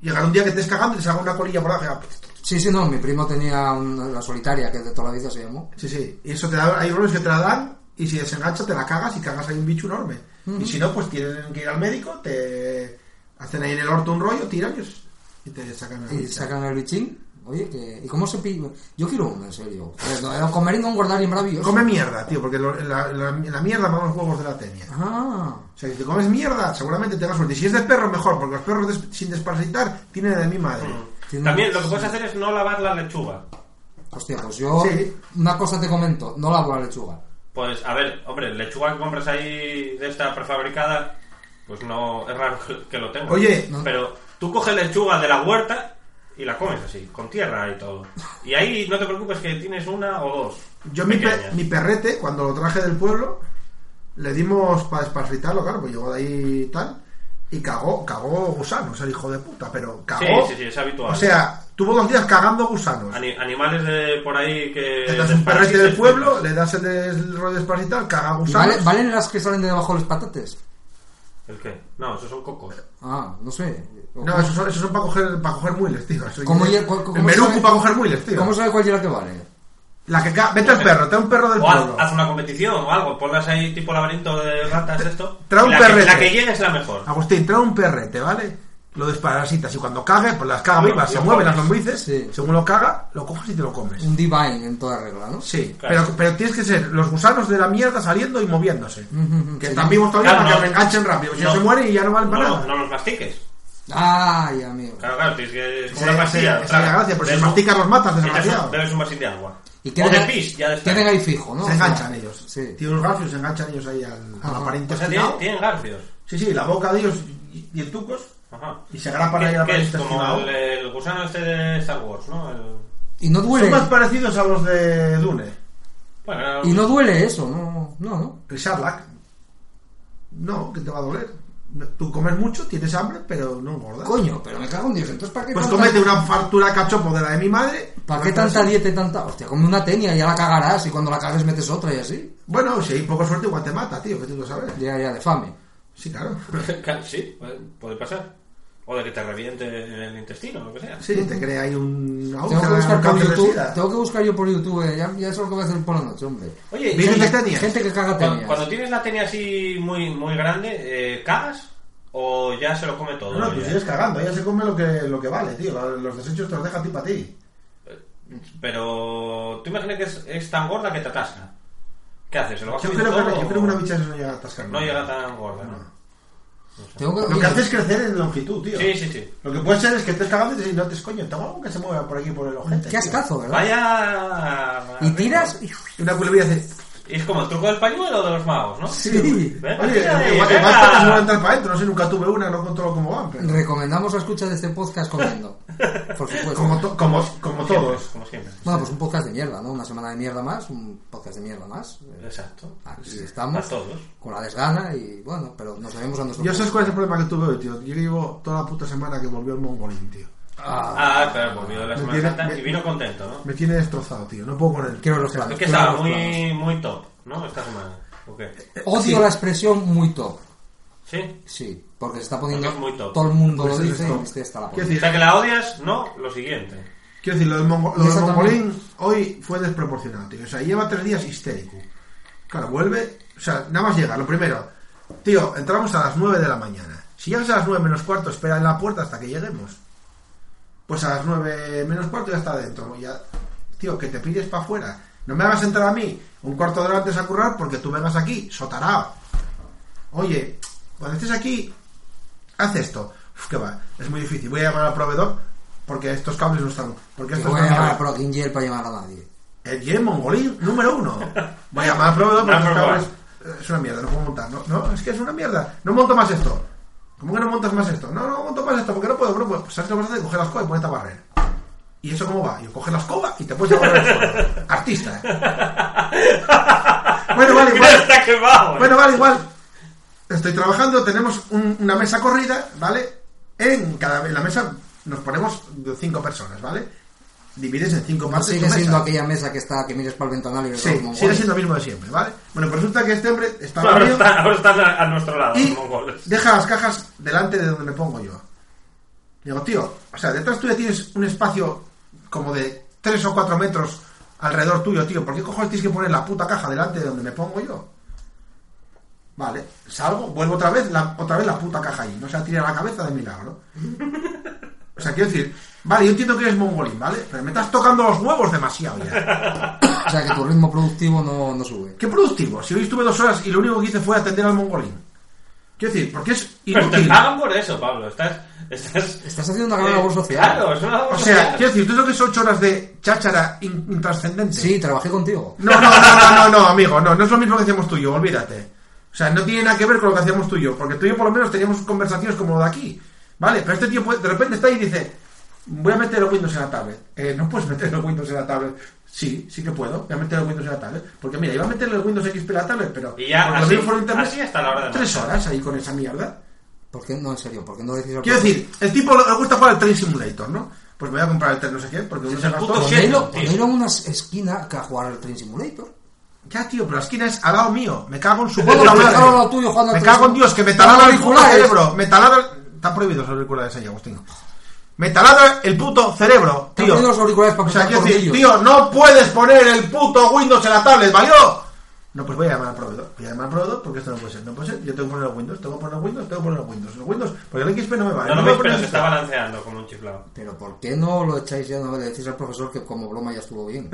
G: Llegará un día que estés cagando y te salga una colilla por abajo.
F: Sí, sí, no, mi primo tenía una- la solitaria que de toda la vida se llamó.
G: Sí, sí. Y eso te da, hay roles que te la dan y si desengancha te la cagas y cagas ahí un bicho enorme. Y si no, pues tienen que ir al médico, te hacen ahí en el orto un rollo, tiran y, os- y te sacan la
F: Y
G: bicha.
F: sacan el bichín. Oye, que- ¿y cómo se pide? Yo quiero uno, en serio. Eh, no, era comer y no engordar y maravilloso.
G: Come mierda, tío, porque lo- la, la- la mierda van los huevos de la tenia.
F: Ah,
G: O sea, si te comes mierda, seguramente tengas suerte. Y si es de perro, mejor, porque los perros des- sin desparasitar tienen de mi madre.
F: tiene-
C: También lo que puedes hacer es no lavar la lechuga.
F: Hostia, pues yo.
G: Sí.
F: Una cosa te comento: no lavo la lechuga.
C: Pues, a ver, hombre, lechuga que compras ahí de esta prefabricada, pues no, es raro que- que lo tengas.
G: Oye, no.
C: pero tú coges lechuga de la huerta y la comes así, con tierra y todo. Y ahí no te preocupes que tienes una o dos.
G: Yo, mi, pe-
C: pequeñas.
G: mi perrete, cuando lo traje del pueblo, le dimos para desparasitarlo, claro, pues llegó de ahí y tal. Y cagó, cagó gusanos, el hijo de puta, pero cagó.
C: Sí, sí, sí, es habitual.
G: O sea, tuvo dos días cagando gusanos.
C: Ani- animales de por ahí que.
G: le das un perrete
C: desparasites,
G: del pueblo,
C: flipas.
G: le das el, des- el rollo de desparasitar, caga
F: ¿Y vale-
G: gusanos.
F: ¿Valen las que salen de debajo de los patates?
C: ¿El qué? No, esos son cocos.
F: Ah, no sé. ¿O
G: No,
F: cómo-
G: esos son, esos son para coger, para coger muiles, tío. Eso
F: ¿Cómo
G: ya-
F: ya- cu- cómo
G: el meruco
F: sabe-
G: para coger muiles, tío.
F: ¿Cómo sabe cuál es la que vale?
G: La que ca- Vete al perro, trae un perro del
C: O haz,
G: pueblo.
C: haz una competición o algo, pongas ahí tipo laberinto de ratas, esto.
G: Trae un
C: y la, que,
G: perrete.
C: la que llegue es la mejor.
G: Agustín, trae un perrete, ¿vale? Lo desparasitas y cuando cague, pues las caga
C: Lo-
G: vivas, se
C: lo
G: mueven las
C: comes.
G: lombrices.
F: Sí.
G: Según lo caga, lo coges y te lo comes.
F: Un divine en toda regla, ¿no?
G: Sí,
C: Claro.
G: pero, pero tienes que ser los gusanos de la mierda saliendo y moviéndose.
F: ujú,
G: que
F: sí.
G: están vivos todavía
C: Claro,
G: para
C: no.
G: que reenganchen rápido. Si no,
C: No.
G: se mueren y ya no valen
C: No,
G: para Ah, pues nada.
C: no los mastiques.
F: Ay, amigo.
C: Claro, claro, tienes que. Es como
G: Esa-
C: una pastilla.
G: esa- esa es la
C: claro.
G: gracia, porque si
C: Bebes un-
G: masticas los matas,
C: echas un-
G: desgraciado.
C: Bebes un vasito de agua.
F: Y
C: o de
F: queden-
C: pis, ya está.
F: Queden ahí fijo, ¿no?
G: se
F: O sea,
G: enganchan ellos.
F: Sí.
G: Tienen unos garfios, se enganchan ellos ahí al, al
F: Ajá.
G: aparente
C: O sea,
G: estirado.
C: tienen, tienen garfios.
G: Sí, sí, la boca de ellos y, y el tucos.
C: Ajá.
G: Y se agarra para
C: ¿Qué-
G: allá
C: qué
G: para
C: es
G: este
C: como
G: estirado.
C: el, el gusano este de Star Wars, ¿no? El-
F: Y no duele.
G: Son más parecidos a los de Dune.
C: Bueno, era-
F: Y no duele eso, no, no, no.
G: El Sarlacc. No, que te va a doler. No, Tú comes mucho, tienes hambre, pero no engordas.
F: Coño, pero me cago en Dios. Entonces, ¿para qué
G: Pues
F: tanta-
G: comete una fartura cachopo de la de mi madre.
F: ¿Para qué tanta dieta y tanta.? Hostia, come una tenia y ya la cagarás y cuando la cagues metes otra y así.
G: Bueno, si hay poco suerte, igual te mata, tío, que tú lo sabes.
F: Ya, ya, de fame.
G: Sí, claro.
C: Claro, *laughs* Sí, puede- puede pasar. O de que te reviente el intestino, lo que sea.
G: Sí, te crea ahí un
F: Tengo que buscar por
G: cáncer de
F: YouTube.
G: sida.
F: Tengo que buscar yo por YouTube. eh, Ya, ya es lo que voy a hacer por la noche, hombre.
C: Oye,
G: Virus
C: gente-
G: de tenia.
F: Gente que caga
C: cuando,
F: tenias.
C: cuando tienes la tenia así muy, muy grande, eh, ¿cagas? ¿O ya se lo come todo?
G: No, pues no, tú
C: ya?
G: sigues cagando, ella se come lo que, lo que vale, tío. Los desechos te los deja a ti para ti.
C: Pero tú imaginas que es, es tan gorda que te atasca. ¿Qué haces? ¿Se lo vas
G: Yo creo,
C: comiendo
G: que,
C: todo
G: yo
C: o
G: creo que una bicha de esas no llega a atascar.
C: No
G: nada.
C: llega tan gorda, ¿no?
F: Tengo que.
G: Lo que hace es crecer en longitud, tío.
C: Sí, sí, sí.
G: Lo que puede ser es que estés cagando y te dices, no te coño, tengo algo que se mueva por aquí por el ojete.
F: Qué
G: tío".
F: ascazo, ¿verdad?
C: Vaya...
F: Y tiras y.
G: Y una culebra hace.
C: Y es como el truco del pañuelo de los magos, ¿no?
F: Sí.
C: Venga,
G: Oye,
C: tira ahí,
G: igual,
C: venga.
G: igual tocas una entrar para adentro. No sé, nunca tuve una, no controlo cómo van. Pero...
F: Recomendamos la escucha de este podcast comiendo. Por supuesto.
G: Como, to- pues, como, como
C: Siempre,
G: todos.
C: Como siempre.
F: Bueno, pues un podcast de mierda, ¿no? Una semana de mierda más, un podcast de mierda más.
C: Exacto.
F: Aquí
C: A
F: estamos.
C: todos.
F: Con la desgana y bueno, pero nos debemos a nuestro.
G: Yo sabes cuál es el problema que tuve hoy, tío. Yo llevo toda la puta semana que volvió el mongolín, tío.
F: Ah,
C: Ah, claro, volvió de la
G: Me
C: Semana
G: tiene-
C: Santa
G: me-
C: y vino contento, ¿no?
G: Me tiene destrozado, tío. No puedo con él.
F: quiero los
C: Es
F: planos.
C: que
F: quiero
C: estaba
F: los planos.
C: muy, muy top, ¿no? Esta semana. ¿O qué?
F: Odio la expresión muy top.
C: ¿Sí?
F: Sí, porque se está poniendo.
C: Porque es muy top.
F: Todo el mundo
G: Pues
F: lo
G: es
F: dice
G: top.
F: y este está la polla.
C: O
G: Quiero decir,
C: sea, que la odias, no, lo siguiente.
G: Quiero decir, lo del, mongo- lo del
F: Eso también.
G: mongolín hoy fue desproporcionado, tío. O sea, lleva tres días histérico. Claro, vuelve. O sea, nada más llega. Lo primero, tío, entramos a las 9 de la mañana. Si llegas a las 9 menos cuarto, espera en la puerta hasta que lleguemos. Pues a las 9 menos cuarto ya está adentro. Ya, tío, que te pides para afuera. No me hagas entrar a mí un cuarto de hora antes a currar porque tú vengas aquí, sotarao. Oye, cuando estés aquí, haz esto. Uf, que va, es muy difícil. Voy a llamar al proveedor porque estos cables no están. Porque
F: Que
G: estos
F: voy a
G: no
F: llamar a
G: *laughs* están-
F: Prokin Yell para llamar a nadie.
G: el Yen Mongolín Eh, número uno. Voy a llamar al proveedor porque
C: No,
G: estos
C: por favor.
G: cables. eh, Es una mierda, no puedo montar. No, no, es que es una mierda. No monto más esto. ¿Cómo que no montas más esto? No, no monto más esto porque no puedo, no puedo. Pues sabes lo que vas a hacer, coger las cosas y ponerte a barrer. ¿Y eso cómo va? Yo coge la escoba y te puedes llevar la escoba. Artista. ¿eh? Bueno, vale,
C: *laughs* Mira,
G: igual.
C: está quemado. ¿eh?
G: Bueno, vale, igual. Estoy trabajando, tenemos un- una mesa corrida, ¿vale? En cada en la mesa nos ponemos cinco personas, ¿vale? Divides en cinco
F: No
G: partes. tu
F: sigue siendo
G: mesa.
F: aquella mesa que está que mires para el ventanal y ves a
G: Sí,
F: los
G: sigue
F: mongoles.
G: siendo lo mismo de siempre, ¿vale? Bueno, pues resulta que este hombre está
C: ahora,
G: dormido
C: están, ahora están a, a nuestro lado,
G: y
C: los mongoles.
G: deja las cajas delante de donde me pongo yo. Digo, tío, o sea, detrás tuya tienes un espacio como de 3 o 4 metros alrededor tuyo, tío. ¿Por qué cojones tienes que poner la puta caja delante de donde me pongo yo? Vale, salgo, vuelvo otra vez, la, otra vez la puta caja ahí. No se ha tirado la cabeza de milagro. O sea, quiero decir, vale, yo entiendo que eres mongolín, ¿vale? Pero me estás tocando los huevos demasiado ya.
F: O sea que tu ritmo productivo no, no sube.
G: Qué productivo. Si hoy estuve dos horas y lo único que hice fue atender al mongolín. Quiero decir, porque es
C: *laughs* Pero te
G: inútil.
C: pagan por eso, Pablo. Estás. Estás.
F: Estás haciendo una gran labor social.
C: Eh, Claro, es una labor
G: O sea,
C: social.
G: quiero decir, tú lo que son ocho horas de cháchara in- intrascendente.
F: Sí, trabajé contigo.
G: No, no, no, no, no, no, amigo, no, no es lo mismo que hacíamos tú y yo, olvídate. O sea, no tiene nada que ver con lo que hacíamos tú y yo, porque tú y yo por lo menos teníamos conversaciones como lo de aquí. Vale, pero este tío puede- de repente está ahí y dice, voy a meter el Windows en la tablet. Eh, no puedes meter el Windows en la tablet. Sí, sí que puedo, voy a meter el Windows en la tablet. Porque mira, iba a meterle el Windows XP en la tablet, pero...
C: Y ya,
G: porque lo
C: así-
G: vi por
C: así hasta la hora de
G: Tres horas ahí con esa mierda.
F: ¿Por qué? No, en serio, ¿por qué no decís al
G: Quiero decir, el tipo le gusta jugar al Train Simulator, ¿no? Pues me voy a comprar el Train no sé qué, porque uno
C: Es
G: se
C: el
G: gastó...
C: puto
F: Ponerlo,
C: Sí, sí.
F: ponerlo en una esquina que a jugar al Train Simulator.
G: Ya, tío, pero la esquina es al lado mío. Me cago en
F: *laughs*
G: su
F: Bueno,
G: puta
F: me
G: madre.
F: cago en lo tuyo, Juan,
G: Me
F: entonces,
G: cago en Dios, que me
F: no
G: taladra el puto
F: auriculares.
G: cerebro. Me taladra... Está prohibido los auriculares ahí, Agustino. Me taladra el puto cerebro,
F: Te han
G: tío.
F: pedido los auriculares para
G: O sea,
F: pasar
G: quiero
F: por
G: decir,
F: ellos.
G: tío, no puedes poner el puto Windows en la tablet, ¿valió? No, pues voy a llamar al proveedor. Voy a llamar al proveedor porque esto no puede ser. No puede ser. Yo tengo que poner el Windows, tengo que poner el Windows, tengo que poner el Windows. El Windows, porque el XP no me vale.
C: No lo
G: voy a
C: veis,
G: poner
C: pero se
G: esto.
C: está balanceando como un chiflado.
F: Pero ¿por qué no lo echáis ya? No le decís al profesor que como broma ya estuvo bien.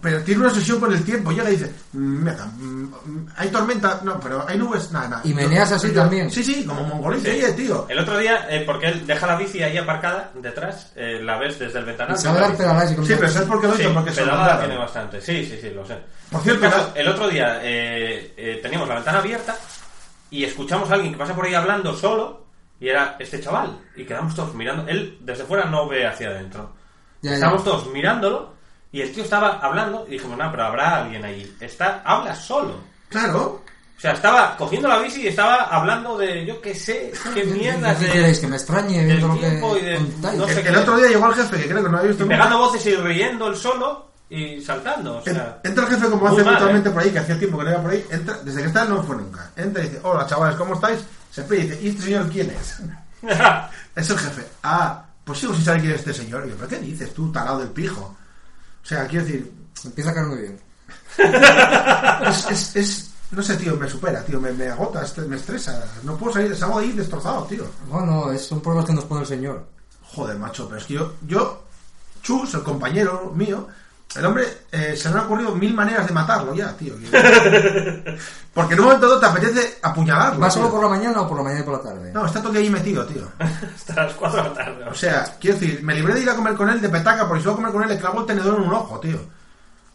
G: Pero tiene una obsesión con el tiempo. Llega y dice, "Mm, mira, mm, mm, hay tormenta, no, pero hay nubes, nada, nada.
F: Y meneas así
G: Yo-
F: también.
G: Sí, sí, como mongolín.
C: Sí.
G: Oye, tío.
C: El otro día, eh, porque él deja la bici ahí aparcada detrás, eh, la ves desde el ventanal.
F: Sabe
C: *laughs*
F: dar pedaladas y con-
G: Sí, pero ¿sabes por qué lo hizo?
C: Sí,
G: Porque se lo
C: pedalada
G: mandaron.
C: tiene bastante. Sí, sí, sí, lo sé.
G: Por cierto,
C: el, caso,
G: la-
C: el otro día eh, eh, teníamos la ventana abierta y escuchamos a alguien que pasa por ahí hablando solo y era este chaval. Y quedamos todos mirando. Él desde fuera no ve hacia adentro.
F: Ya, ya.
C: Estábamos todos mirándolo y el tío estaba hablando y dijimos, no, pero habrá alguien allí. Está, habla solo.
G: Claro.
C: O sea, estaba cogiendo la bici y estaba hablando de, yo qué sé,
G: *laughs*
C: qué mierda
F: Ah, ¿Qué
C: de...
F: queréis? ¿Que me extrañe viendo lo que
C: tiempo y de-
F: contáis?
C: no sé
G: El, el otro día llegó el jefe, que creo que no había visto
C: Y
G: nunca.
C: pegando voces y riendo el solo y saltando. O sea,
G: En- Entra el jefe como
C: muy
G: hace
C: mal,
G: habitualmente
C: ¿eh?
G: por ahí, que hacía tiempo que no iba por ahí. Entra, desde que está no fue nunca. Entra y dice, hola chavales, ¿cómo estáis? Se pide y dice, ¿y este señor
C: *laughs*
G: quién es? es el jefe. Ah, pues sigo sin saber quién es este señor. Y yo, ¿pero qué dices tú, talado del pijo? O sea, quiero decir,
F: Empieza a caer muy bien.
G: es, es, es- no sé, tío, me supera, tío, me, me agota, est- me estresa. No puedo salir, salgo de ahí destrozado, tío.
F: Bueno, es- son pruebas que nos pone el señor.
G: Joder, macho, pero es que yo, yo Chus, el compañero mío, el hombre, eh, se le han ocurrido mil maneras de matarlo ya, tío. Porque en un momento dado te apetece apuñalarlo.
F: ¿Va solo
G: tío.
F: por la mañana o por la mañana y por la tarde?
G: No, está todo el día ahí metido, tío.
C: hasta las 4 de la tarde.
G: O sea, quiero decir, me libré de ir a comer con él de petaca, porque si voy a comer con él le clavo el tenedor en un ojo, tío.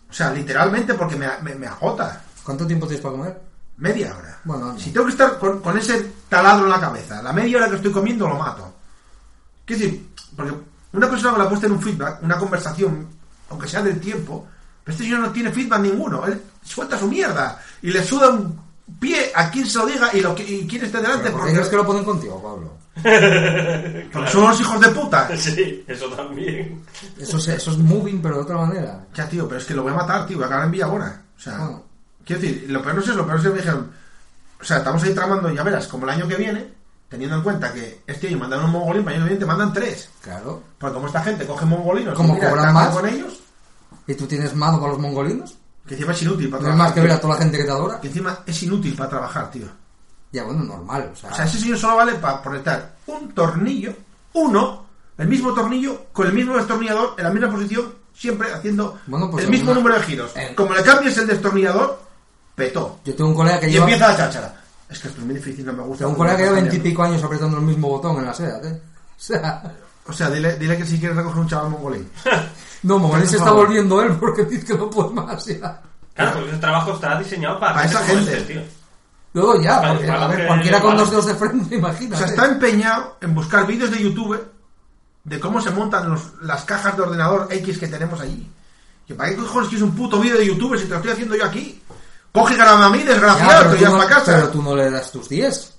G: O sea, literalmente porque me, me- me agota.
F: ¿Cuánto tiempo tienes para comer?
G: Media hora.
F: Bueno, no.
G: Si tengo que estar con, con ese taladro en la cabeza, la media hora que estoy comiendo lo mato. Quiero decir, porque una persona que la ha puesto en un feedback, una conversación, aunque sea del tiempo, pero este señor no tiene feedback ninguno. Él suelta su mierda y le suda un pie a quien se lo diga y, lo que, y quien esté delante.
F: ¿Por qué
G: Porque,
F: crees que lo ponen contigo, Pablo?
G: porque son unos hijos de puta.
C: *laughs* Sí, eso también.
F: Eso es, eso es moving, pero de otra manera.
G: Ya, tío, pero es que lo voy a matar, tío, voy a acabar en Villabona. O sea,
F: Bueno.
G: quiero decir, lo peor no es eso, lo peor es que me dijeron, o sea, estamos ahí tramando, ya verás, como el año que viene, teniendo en cuenta que este año mandaron un mongolín, para el año que viene te mandan tres.
F: Claro.
G: Porque como esta gente coge mongolinos,
F: Como
G: mira,
F: cobran
G: tanto
F: más.
G: con ellos,
F: ¿Y tú tienes mano para los mongolinos?
G: que encima es inútil para
F: No es más
G: trabajar.
F: que ver a toda la gente que te adora.
G: que encima es inútil para trabajar, tío.
F: Ya, bueno, normal. O sea,
G: O sea, ese señor solo vale para conectar un tornillo, uno, el mismo tornillo, con el mismo destornillador, en la misma posición, siempre haciendo
F: Bueno, pues
G: el mismo
F: alguna-
G: número de giros.
F: en-
G: Como le cambies el destornillador, petó.
F: yo tengo un colega que
G: Y
F: lleva,
G: empieza la cháchara. Es que esto es muy difícil, no me gusta.
F: tengo un colega que lleva
G: Cambiando.
F: veintipico años apretando el mismo botón en la SEAT, ¿eh? O sea,
G: O sea, dile, dile que si quieres recoger un chaval mongolín.
F: no, Mogolín se
G: Por
F: está
G: favor.
F: volviendo él porque dice que no puede más ya.
C: Claro, porque ese trabajo está diseñado para,
G: Para esa
C: como este,
G: gente.
C: tío.
F: Luego ya,
C: Vale,
F: porque a
C: vale,
F: ver,
C: que-
F: cualquiera con *laughs*
C: vale.
F: dos dedos de frente,
G: O
F: imagínate.
G: sea, está empeñado en buscar vídeos de YouTube de cómo se montan los- las cajas de ordenador X que tenemos allí. Que ¿Para qué cojones quieres un puto vídeo de YouTube si te lo estoy haciendo yo aquí? Coge y grábame a mí,
F: Ya,
G: desgraciado,
F: pero
G: te
F: tú
G: llevas
F: no-
G: para casa.
F: pero tú no le das tus 10.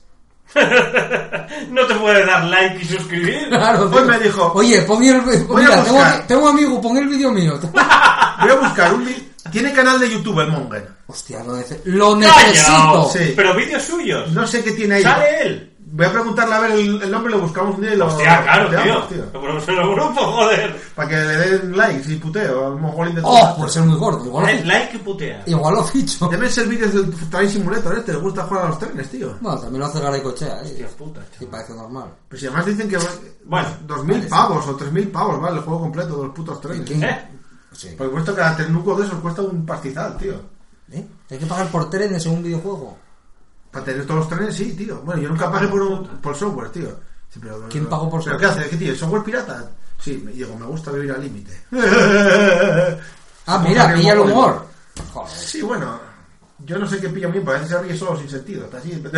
G: *laughs*
C: No te puedes dar like y
G: *laughs*
C: suscribir.
F: Claro,
G: Hoy
F: tío.
G: pues me dijo-
F: Oye, pon el vídeo.
G: Voy a
F: Mira, tengo,
G: buscar.
F: tengo un amigo, pon el vídeo
G: *laughs*
F: mío.
G: Voy a buscar un vi- Tiene canal de YouTube el Monger.
F: Hostia, lo, nece- lo
C: ¡Callao!
F: necesito.
G: Sí.
C: Pero vídeos suyos.
G: No sé qué tiene ahí.
C: Sale él.
G: Voy a preguntarle a ver el, el nombre, lo buscamos un día y lo
C: Hostia,
G: lo
C: claro,
G: puteamos,
C: tío. Lo ponemos en el grupo, joder.
G: Para que le den likes y puteo al mongolín de
F: Oh,
G: todo.
F: por ser muy gordo. Igual lo,
C: Like,
F: ficho.
C: like y putea.
F: Igual lo ficho.
G: Deben ser vídeos del Train Simulator, ¿eh? Te gusta jugar a los trenes, tío.
F: Bueno, también lo hace Garay Cochea. ¿eh?
C: Hostia puta,
F: Sí,
C: chaval.
F: parece normal.
G: Pues si además dicen que
C: Bueno,
G: bueno, 2.000 pavos o 3.000 pavos, vale, el juego completo de los putos trenes.
F: ¿Qué?
C: ¿Eh?
F: Sí.
G: Por supuesto, cada ternuco de esos cuesta un pastizal, tío.
F: ¿Eh? Hay que pagar por trenes en un videojuego.
G: Para tener todos los trenes, sí, tío. Bueno, yo nunca pagué por, un, por software, tío. Sí, pero-
F: ¿Quién pagó por
G: ¿Pero
F: software?
G: qué hace? ¿Qué, tío? ¿Software pirata? Sí, me digo, me gusta vivir al
F: *laughs*
G: límite.
F: Ah,
G: Como
F: mira,
G: Harry
F: pilla el
G: Mogollón.
F: humor. Joder,
G: Sí, bueno, yo no sé qué pillo bien, parece que se ríe solo sin sentido. Está así.
F: *laughs*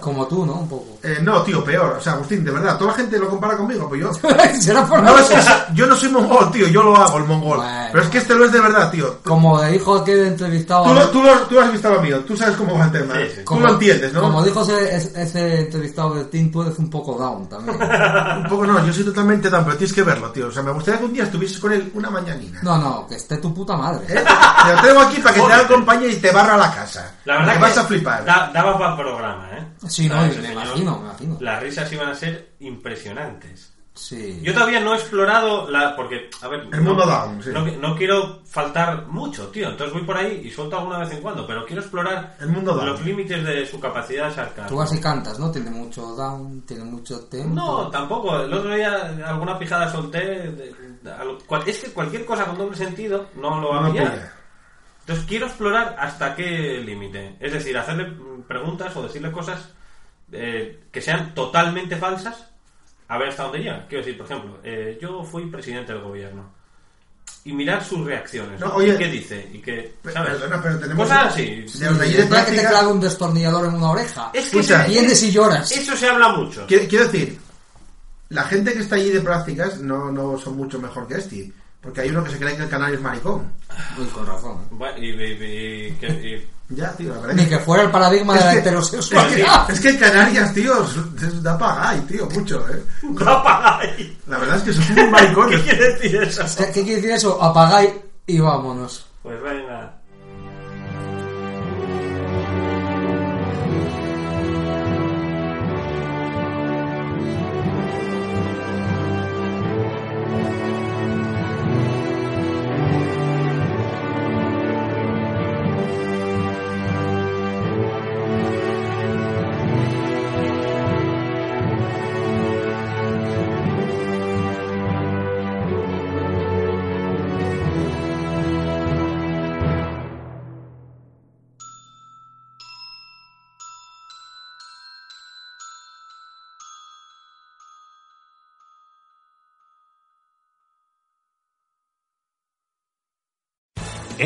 F: Como tú, ¿no? Un
G: *laughs*
F: poco.
G: Eh, no, tío, peor. O sea, Agustín, de verdad, toda la gente lo compara conmigo, pues yo.
F: Será por
G: No, es que yo no soy mongol, tío, yo lo hago, el mongol.
F: Bueno.
G: Pero es que este lo es de verdad, tío.
F: Como dijo aquel entrevistado.
G: Tú, lo, tú lo- tú has visto lo mío, tú sabes cómo va el tema. ¿eh?
C: Sí, sí.
G: Tú lo entiendes, ¿no?
F: Como dijo ese, ese- ese entrevistado de Tim, tú eres un poco down también.
G: *laughs* Un poco no, yo soy totalmente tan, pero tienes que verlo, tío. O sea, me gustaría que un día estuvieses con él una mañanina.
F: No, no, que esté tu puta madre.
G: ¿Eh? Te lo tengo aquí para que te haga compañía y te barra a la casa.
C: La verdad
G: Te
C: que
G: vas a flipar.
C: da- daba para programa, ¿eh?
F: Sí, no,
C: Ah,
F: me
C: ese señor.
F: imagino, me imagino.
C: Las risas iban a ser impresionantes.
F: Sí.
C: Yo todavía no he explorado la. Porque, a ver.
G: El mundo down, sí.
C: no, no quiero faltar mucho, tío. Entonces voy por ahí y suelto alguna vez en cuando. Pero quiero explorar
G: El mundo down.
C: los límites de su capacidad sarcástica.
F: Tú vas y cantas, ¿no? Tiene mucho down, tiene mucho tempo.
C: No, tampoco. El otro día alguna pijada solté. de- de- a lo- cual- es que cualquier cosa con doble sentido no lo va
G: No
C: a
G: lo
C: pillar.
G: pilla.
C: Entonces quiero explorar hasta qué límite. Es decir, hacerle mm, preguntas o decirle cosas eh, que sean totalmente falsas. A ver hasta dónde llega. Quiero decir, por ejemplo, eh, yo fui presidente del gobierno. Y mirar sus reacciones.
G: No,
C: ¿no?
G: oye.
C: ¿Y ¿Qué dice? ¿Y qué,
G: Pe-
C: ¿sabes?
G: perdona, pero tenemos-
C: Cosas así.
G: Sí.
F: Sí,
G: De los talleres
F: el día que te
G: práctica-
F: clava un destornillador en una oreja.
C: Es que
G: Escucha.
C: se-
F: Vienes y lloras.
C: eso se habla mucho.
G: Quiero, quiero decir, la gente que está allí de prácticas no, no son mucho mejor que este. Porque hay uno que se cree que el canario es maricón.
F: Uy, con razón.
C: Bueno, y- y- y- que-
G: *laughs*
C: y
G: Ya, tío, la verdad
F: Ni
G: es
F: que fuera el paradigma de la heterosexualidad.
G: es que- es que en Canarias, tío, es- da pagay, tío, mucho, ¿eh?
C: ¡Rapay!
G: La verdad es que son
C: *laughs*
G: muy maricones.
C: ¿Qué quiere decir eso?
F: ¿Qué, qué quiere decir eso? Apagáis y vámonos.
C: Pues venga.